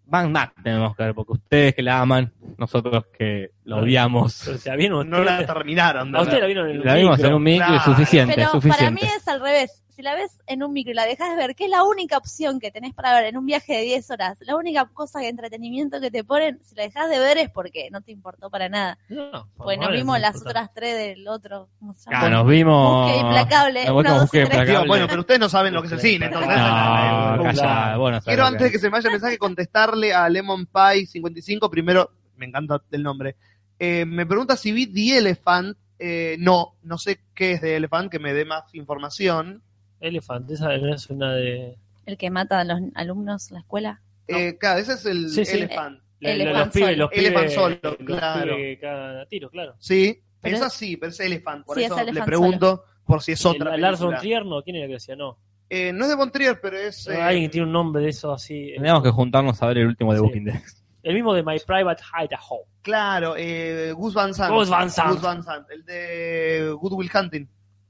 Mad Max tenemos que ver, porque ustedes que la aman, nosotros que lo odiamos. Pero si la vieron No la ustedes- terminaron. de A ustedes ver. la vieron en el La vimos en un micro y es Claro. suficiente, Pero es para mí suficiente. es al revés. Si la ves en un micro y la dejas de ver, que es la única opción que tenés para ver en un viaje de 10 horas, la única cosa de entretenimiento que te ponen, si la dejas de ver es porque no te importó para nada. No, por Pues no favor, vimos no las importa. otras tres del otro. ¿cómo se llama? Ah, nos vimos. Busque implacable. Nos Una, vimos dos, Busque tres. Digo, implacable. bueno, pero ustedes no saben lo que es el cine, entonces. No, Claro. callá, bueno, Quiero Ah, antes de que se me vaya el mensaje contestarle a Lemon Pie 55. Primero, me encanta el nombre. Eh, me pregunta si vi The Elephant. Eh, no, no sé qué es The Elephant, que me dé más información. Elephant, esa no es una de. El que mata a los alumnos en la escuela. Eh, claro, ese es el Sí, sí. Elephant. la- la- Elephant los pibes, los pibes. Elephant solo, los pibes claro. que cagan a tiro, claro. Sí, Pero esa es- sí, pero es Elephant. Por Sí, es eso le Elephant pregunto por si es otra. El- Larson película. Tierno, ¿quién era que decía? No. Eh, no es de Von Trier, pero es. eh, Alguien que tiene un nombre de eso así. eh, Teníamos que juntarnos a ver el último de Sí. Walking Dead. El mismo de My Private Idaho. Claro, eh, Gus Van Sant. Gus Van Sant. Gus Van Sant, el de Good Will Hunting,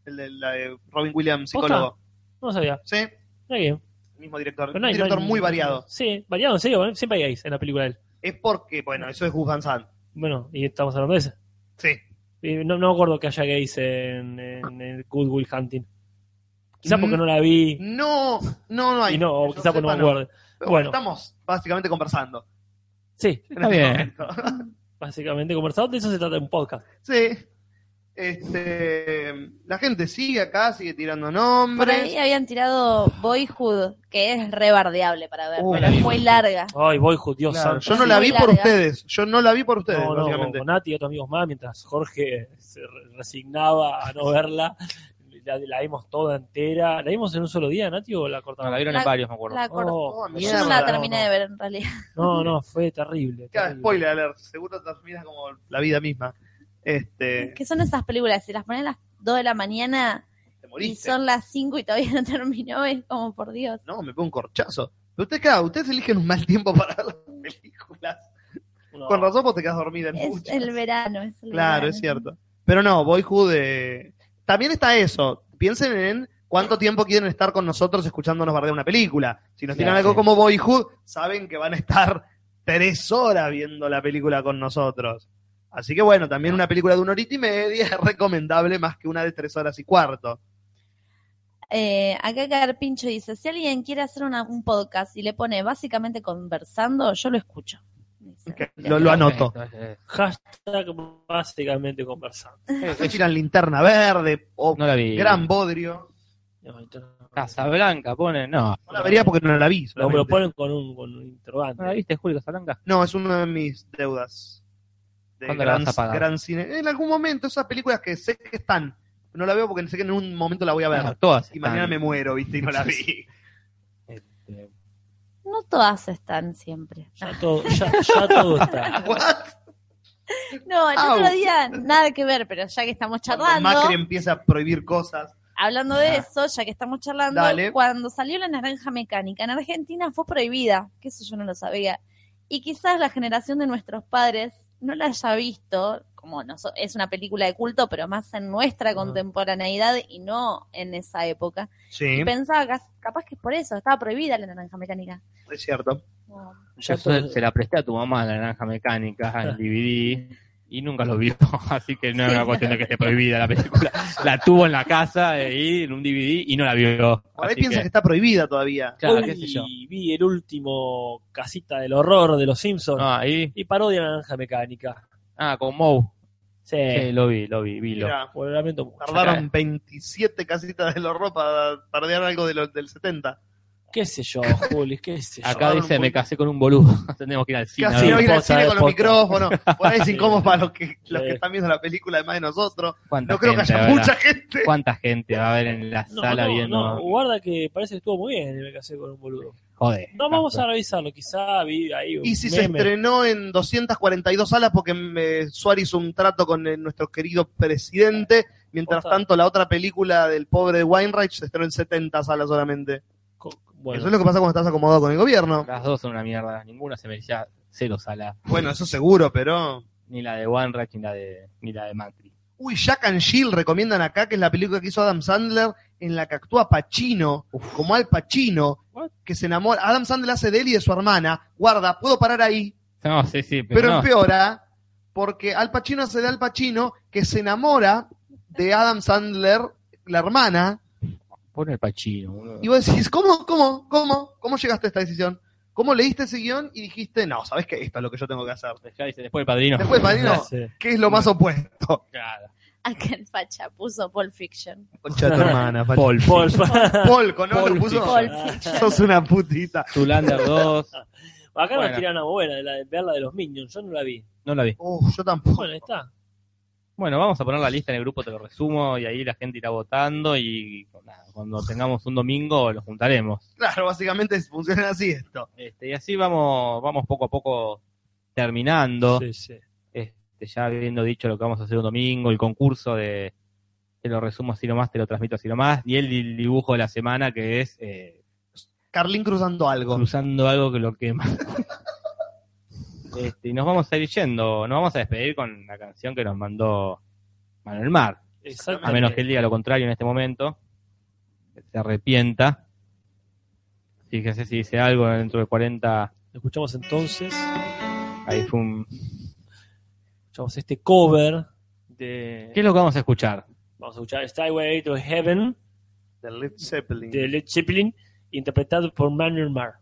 el de la de Robin Williams, psicólogo. No lo sabía. Sí, Está bien. mismo director. Pero Un no hay- no hay- director muy variado. Sí, variado, en serio. ¿eh? Siempre hay gays en la película de él. Es porque, bueno, eso es Gus Van Sant. Bueno, y estamos hablando de ese. Sí. Eh, No, no me acuerdo que haya gays en, en el Good Will Hunting. Quizá Mm. porque no la vi. No, no, no hay. y no, o Que yo quizá porque no sepa, me acuerdo. Pero Bueno. bueno, estamos básicamente conversando. Sí, en este Está bien. momento. básicamente conversado. De eso se trata un podcast. Sí. Este, la gente sigue acá, sigue tirando Por nombres. ahí habían tirado Boyhood, que es rebardeable para ver, Uh, pero es muy larga. Ay, Boyhood, Dios Claro, santo. yo no Sí, la muy vi por larga. ustedes. Yo no la vi por ustedes, No, no, básicamente. con Nati y otros amigos más, mientras Jorge se re- resignaba a no verla, la, la vimos toda entera. ¿La vimos en un solo día, Nati, o la cortamos? No, la vieron La- en varios, me acuerdo. La cor- Oh, Oh, Yo no la mierda, terminé no, de ver en realidad. No, no, fue terrible. Claro, terrible. spoiler alert, seguro transmitas como la vida misma. Este, Que son esas películas, si las ponen a las 2 de la mañana te y moriste. son las 5 y todavía no terminó, es como por Dios. No, me pongo un corchazo. Pero ustedes, claro, ustedes eligen un mal tiempo para ver las películas. No. Con razón vos te quedas dormida en Es muchas. el verano, es el Claro, verano. es cierto. Pero no, Boyhood. eh, También está eso. Piensen en cuánto tiempo quieren estar con nosotros escuchándonos bardear una película. Si nos tiran Claro, algo sí. como Boyhood, saben que van a estar tres horas viendo la película con nosotros. Así que bueno, también una película de una horita y media es recomendable más que una de tres horas y cuarto. Eh, acá Carpincho dice, si alguien quiere hacer una- un podcast y le pone básicamente conversando, yo lo escucho. Dice. Ok, Lo, lo anoto. Hashtag básicamente conversando. Me tiran linterna verde o No la vi. gran bodrio. No, entonces- Ah, Casablanca, ponen. No. No la vería porque no la vi. Lo, lo solamente. ponen con un, con un interrogante. ¿No la Ah, viste, Julio Casablanca? No, es una de mis deudas. De ¿Cuándo la gran, vas a pagar? gran cine. En algún momento, esas películas que sé que están, no la veo porque sé que en un momento la voy a ver. No, todas. y mañana me están, muero, ¿viste? Y no la vi. este, No todas están siempre. Ya todo, ya, ya todo está. What? No, el otro Au. día nada que ver, pero ya que estamos Cuando charlando, Macri empieza a prohibir cosas. hablando de eso, ya que estamos charlando, Dale. cuando salió la naranja mecánica en Argentina fue prohibida, que eso yo no lo sabía. Y quizás la generación de nuestros padres no la haya visto, como noso- es una película de culto, pero más en nuestra contemporaneidad y no en esa época. Sí, Pensaba que capaz que es por eso, estaba prohibida la naranja mecánica. es cierto. No. Ya Ah. yo todo- se, se la presté a tu mamá, la naranja mecánica, el DVD. Y nunca lo vio, así que no es una cuestión de que esté prohibida la película. La tuvo en la casa eh, y en un DVD y no la vio. Por ahí Así piensa que... está prohibida todavía. Claro, Hoy qué sé yo. vi el último casita del horror de los Simpsons No, ahí. y parodia la naranja mecánica. Ah, con Moe. Sí, Sí, lo vi, lo vi, vi. Lo. Mirá, bueno, lamento mucho. tardaron 27 casitas de los ropa para parodiar algo de los del 70. ¿Qué sé yo, Juli? ¿Qué sé yo? Acá dice, me casé con un boludo. Tenemos que ir al cine. Casi a no ver. ir al posta, cine eh, con los posta. micrófonos. Por ahí es incómodo para los que, los Sí. que están viendo la película, además de nosotros. ¿Cuánta No creo que gente haya habrá? mucha gente. ¿Cuánta gente va a haber en la No, sala no, viendo? no, guarda que parece que estuvo muy bien el casé con un boludo. Joder. No, vamos a tanto. revisarlo, quizá vi ahí un Y si se meme. estrenó en 242 salas porque eh, Suárez hizo un trato con eh, nuestro querido presidente. Mientras Posta. tanto, la otra película del pobre Weinreich se estrenó en 70 salas solamente. Co- Bueno, Eso es lo que pasa cuando estás acomodado con el gobierno. Las dos son una mierda. Ninguna se merecía cero sala. Bueno, eso seguro, pero... Ni la de One Rack, ni la de, ni la de Macri. Uy, Jack and Jill recomiendan acá, que es la película que hizo Adam Sandler, en la que actúa Pacino, como Al Pacino, What? que se enamora. Adam Sandler hace de él y de su hermana. Guarda, puedo parar ahí, No, sí, sí, pero, pero no. empeora, porque Al Pacino hace de Al Pacino, que se enamora de Adam Sandler, la hermana, Pon el Pachino. boludo. y vos decís, ¿cómo, cómo, cómo, cómo llegaste a esta decisión? ¿Cómo leíste ese guión y dijiste, no, sabes que esto es lo que yo tengo que hacer? Dejá, dice, después el padrino. Después, padrino, sí. ¿qué es lo más opuesto? Claro. Acá el facha puso Pulp Fiction. Concha de tu hermana, Pacino. Paul. Paul- Paul, con otro Paul puso. Paul Sos una putita. Zulander 2. Acá Bueno. nos tiraron una buena, la de ver la de los Minions, yo no la vi. No la vi. Uf, yo tampoco. Bueno, ahí está. Bueno, vamos a poner la lista en el grupo, te lo resumo, y ahí la gente irá votando y nada, cuando tengamos un domingo lo juntaremos. Claro, básicamente funciona así esto. Este, y así vamos, vamos poco a poco terminando, Sí, sí. este, ya habiendo dicho lo que vamos a hacer un domingo, el concurso de te lo resumo así nomás, te lo transmito así nomás, y el di- dibujo de la semana que es eh, Carlín cruzando algo. cruzando algo que lo quema. Este, y nos vamos a ir yendo, nos vamos a despedir con la canción que nos mandó Manuel Mar. Exactamente. A menos que él diga lo contrario en este momento, que se arrepienta. Fíjense si dice algo dentro de 40. Escuchamos entonces, Ahí fue un... escuchamos este cover de... ¿Qué es lo que vamos a escuchar? Vamos a escuchar Skyway to Heaven De Led Zeppelin. de Led Zeppelin, interpretado por Manuel Mar.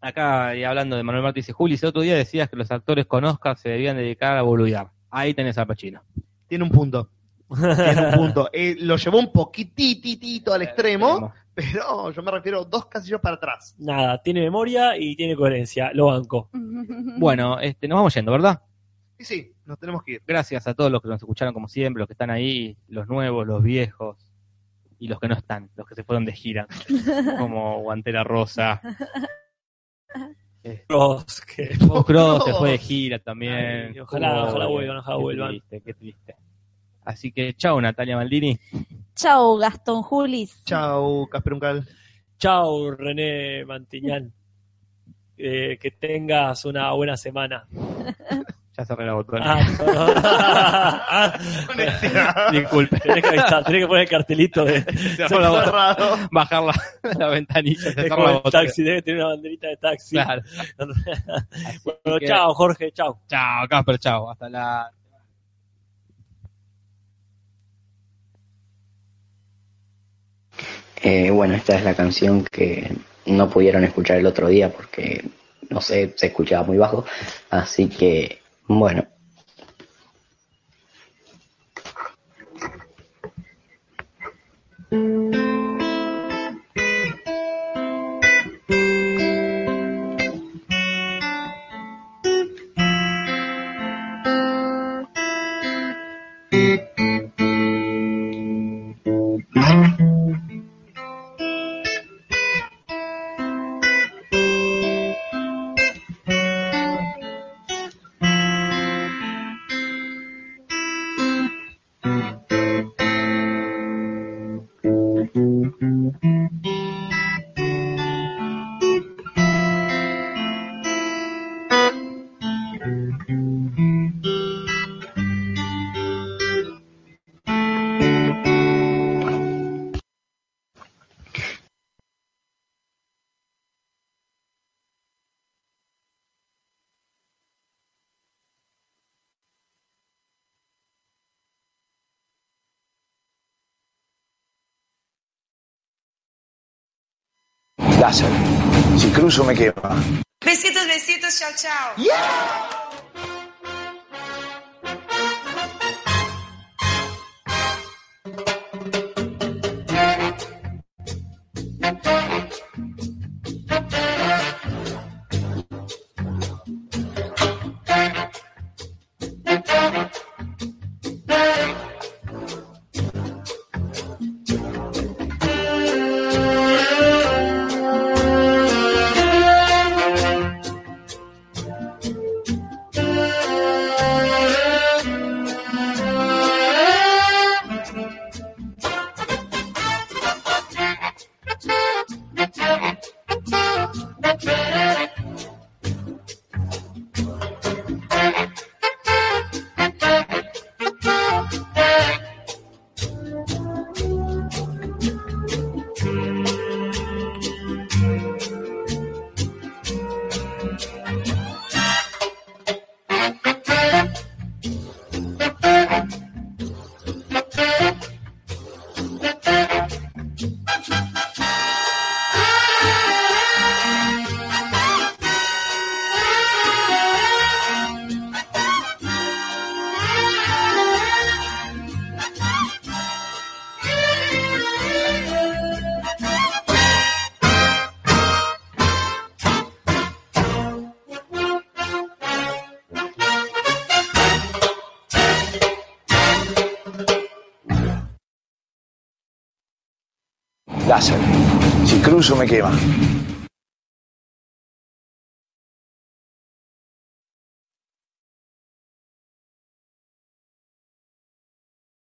Acá, y hablando de Manuel Martí, dice Juli, si otro día decías que los actores con Oscar se debían dedicar a boludear. Ahí tenés a Pachino. Tiene un punto. Tiene un punto. Eh, lo llevó un poquititito al extremo, pero yo me refiero dos casillos para atrás. Nada, tiene memoria y tiene coherencia, lo banco. Bueno, este, nos vamos yendo, ¿verdad? Y sí, nos tenemos que ir. Gracias a todos los que nos escucharon como siempre, los que están ahí, los nuevos, los viejos y los que no están, los que se fueron de gira, como Guantera Rosa. Dios, que- Bob Cross se Cross. fue de gira también. Ay, ojalá- Oh, ojalá vuelvan, ojalá qué vuelvan. triste, qué triste. Así que chao Natalia Maldini. Chau, Gastón Julis. Chau, Casper Uncal. Chao, René Mantiñán. Eh, que tengas una buena semana. Ya cerré la botona. Ah, perdón. Honestidad. Disculpe. Ah, tenés que avisar, tenés que poner el cartelito de, Cerró la botona. Cerrado. Bajar la, la ventanilla. de Cerrar Ah. como la el botona. taxi, debe tener una banderita de taxi. Claro. bueno, que- chao, Jorge, chao. Chao, Casper, chao. Hasta la Eh, bueno, esta es la canción que no pudieron escuchar el otro día porque, no sé, se escuchaba muy bajo. Así que, bueno. Láser. Si cruzo me quema. Besitos, besitos, chao, chao. Láser. Si cruzo me quema.